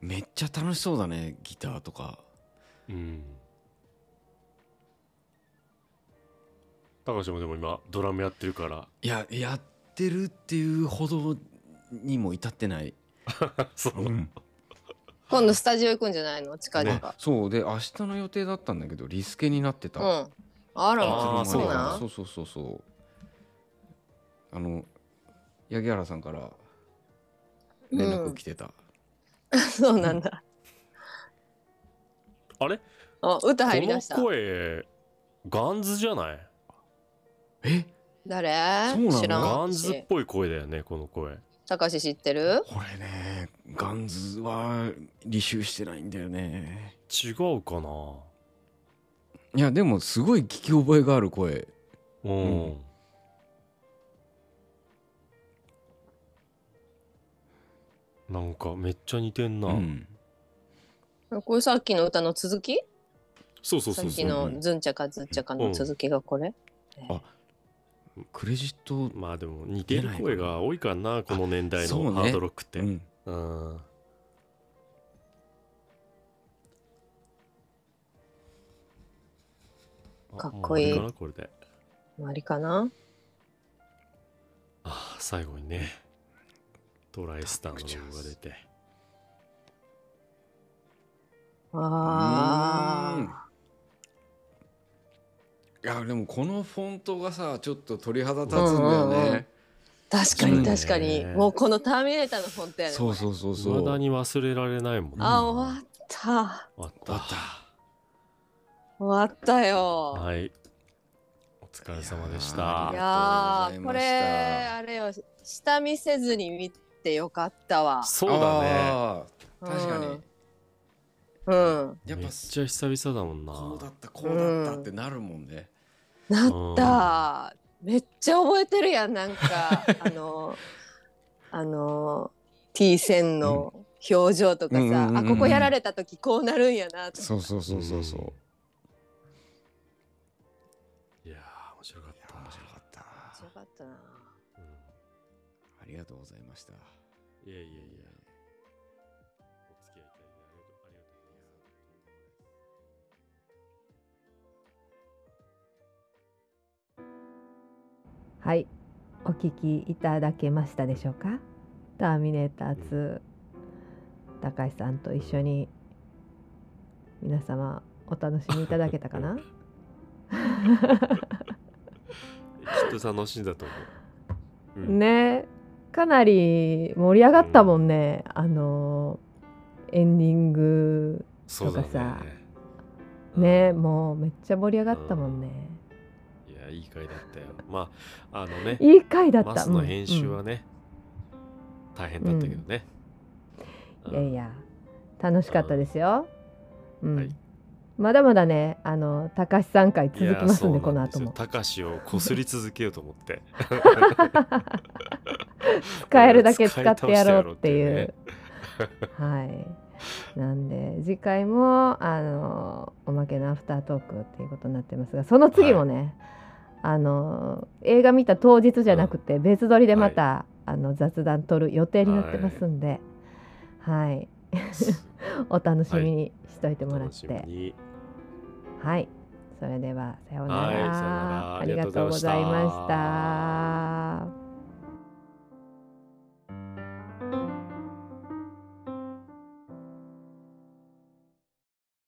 Speaker 4: めっちゃ楽しそうだねギターとか
Speaker 2: うん高橋もでも今ドラムやってるから
Speaker 4: いややってるっていうほどにも至ってない、
Speaker 2: そう、
Speaker 3: 今度スタジオ行くんじゃないの近々、
Speaker 4: あそうで明日の予定だったんだけどリスケになってた、
Speaker 3: うんあらま
Speaker 2: あー
Speaker 4: 車で
Speaker 3: そうなん
Speaker 4: そうそうそうそうあの八木原さんから連絡来てた、
Speaker 3: そうなんだ
Speaker 2: あれこ
Speaker 3: あ歌入りだ
Speaker 2: の
Speaker 3: した
Speaker 2: 声ガンズじゃない
Speaker 4: え
Speaker 3: 誰
Speaker 4: そうなの
Speaker 3: 知らん
Speaker 2: ガンズっ
Speaker 3: 私
Speaker 2: ぽい声だよねこの声
Speaker 3: たかし知ってる
Speaker 4: これねガンズは履修してないんだよね
Speaker 2: 違うかない
Speaker 4: やでもすごい聞き覚えがある声
Speaker 2: うん、
Speaker 4: うん
Speaker 2: なんかめっちゃ似てんな、
Speaker 4: うん
Speaker 3: これさっきの歌の続き
Speaker 2: そうそう
Speaker 3: さ
Speaker 2: そう
Speaker 3: っ
Speaker 2: そ
Speaker 3: き
Speaker 2: う
Speaker 3: のズンチャかズンチャかの続きがこれ、
Speaker 4: クレジット
Speaker 2: まあでも似てる声が多いからなこの年代
Speaker 4: そう
Speaker 2: の
Speaker 4: ね
Speaker 2: ハードロックって、
Speaker 4: うん
Speaker 2: うんあ
Speaker 3: かっこいい
Speaker 2: もう終わりかなこれで
Speaker 3: 終わりかな
Speaker 2: ああ最後にねトライスターのロゴが出て
Speaker 3: あ
Speaker 4: うんいやでもこのフォントがさちょっと鳥肌立つんだよね、
Speaker 3: うんうんうん確かに確かに、
Speaker 2: ね
Speaker 3: もうこの「ターミネーター」のフォントやね
Speaker 4: そうそうそう
Speaker 2: いま
Speaker 4: そ
Speaker 2: だ
Speaker 4: う
Speaker 2: に忘れられないもんね
Speaker 3: あ終わっった
Speaker 2: 終わっ
Speaker 4: 終わった
Speaker 2: た。
Speaker 3: 終わったよ、
Speaker 2: はい。お疲れ様でし
Speaker 4: い
Speaker 3: い、
Speaker 2: た。
Speaker 3: や
Speaker 4: ありがと
Speaker 3: ー
Speaker 4: うご
Speaker 3: こ
Speaker 4: ざいま
Speaker 3: れ
Speaker 4: した
Speaker 3: あれよ下見せずに見てよかったわ
Speaker 2: そうだね。
Speaker 4: あー確かに
Speaker 3: うん、うん、
Speaker 4: やっ
Speaker 2: め
Speaker 4: ぱ
Speaker 2: っちゃ久々だもんな。
Speaker 4: こうだったこうだったってなるもんね
Speaker 3: なった、めっちゃ覚えてるやんな んかあのあの T 線の表情とかさ、
Speaker 5: うんうんうんうん
Speaker 3: あここやられた時こうなるんやなとか
Speaker 5: そうそうそうそうそう。
Speaker 2: いやー、面白かっ
Speaker 4: いや
Speaker 2: た。
Speaker 4: 面白かった
Speaker 3: よかったな
Speaker 2: う
Speaker 4: ありがとうございました
Speaker 2: んいやいやいや。お付き合いいただいてありがとうありがとうございます。
Speaker 1: はい、お聞きいただけましたでしょうか。ターミネーター2、高橋さんと一緒に皆様お楽しみいただけたかな
Speaker 2: きっと楽しんだと思う。うん、
Speaker 1: ねかなり盛り上がったもんね。あのエンディング
Speaker 2: そうだ
Speaker 1: とかさ
Speaker 2: ね。
Speaker 1: ね、
Speaker 2: うん
Speaker 1: もうめっちゃ盛り上がったもんね。
Speaker 2: いや、いい回だったよ。まあ、あのね、
Speaker 1: いい回だった。
Speaker 2: マスの編集はね、大変だったけどね。
Speaker 1: うんうんいやいや楽しかったですよ。うん
Speaker 2: はい
Speaker 1: まだまだねあの高橋さん回
Speaker 2: い
Speaker 1: 続
Speaker 2: や
Speaker 1: きます
Speaker 2: そ
Speaker 1: ん
Speaker 2: う
Speaker 1: で
Speaker 2: な
Speaker 1: この
Speaker 2: です
Speaker 1: 後
Speaker 2: よ
Speaker 1: も。
Speaker 2: たかしをこすり続けようと思って。
Speaker 1: 使えるだけ使ってやろうっていう
Speaker 2: ね。。
Speaker 1: はい。なんで次回もあのおまけのアフタートークっていうことになってますが、その次もね、あの映画見た当日じゃなくて、別撮りでまた、あの雑談撮る予定になってますんで、はい、お楽しみにし といてもらっ
Speaker 2: 楽
Speaker 1: て
Speaker 2: し、みに。
Speaker 1: はい。それではさようなら。
Speaker 2: はいさようなら
Speaker 1: ありがとうございま
Speaker 2: ありがとうござい
Speaker 1: した。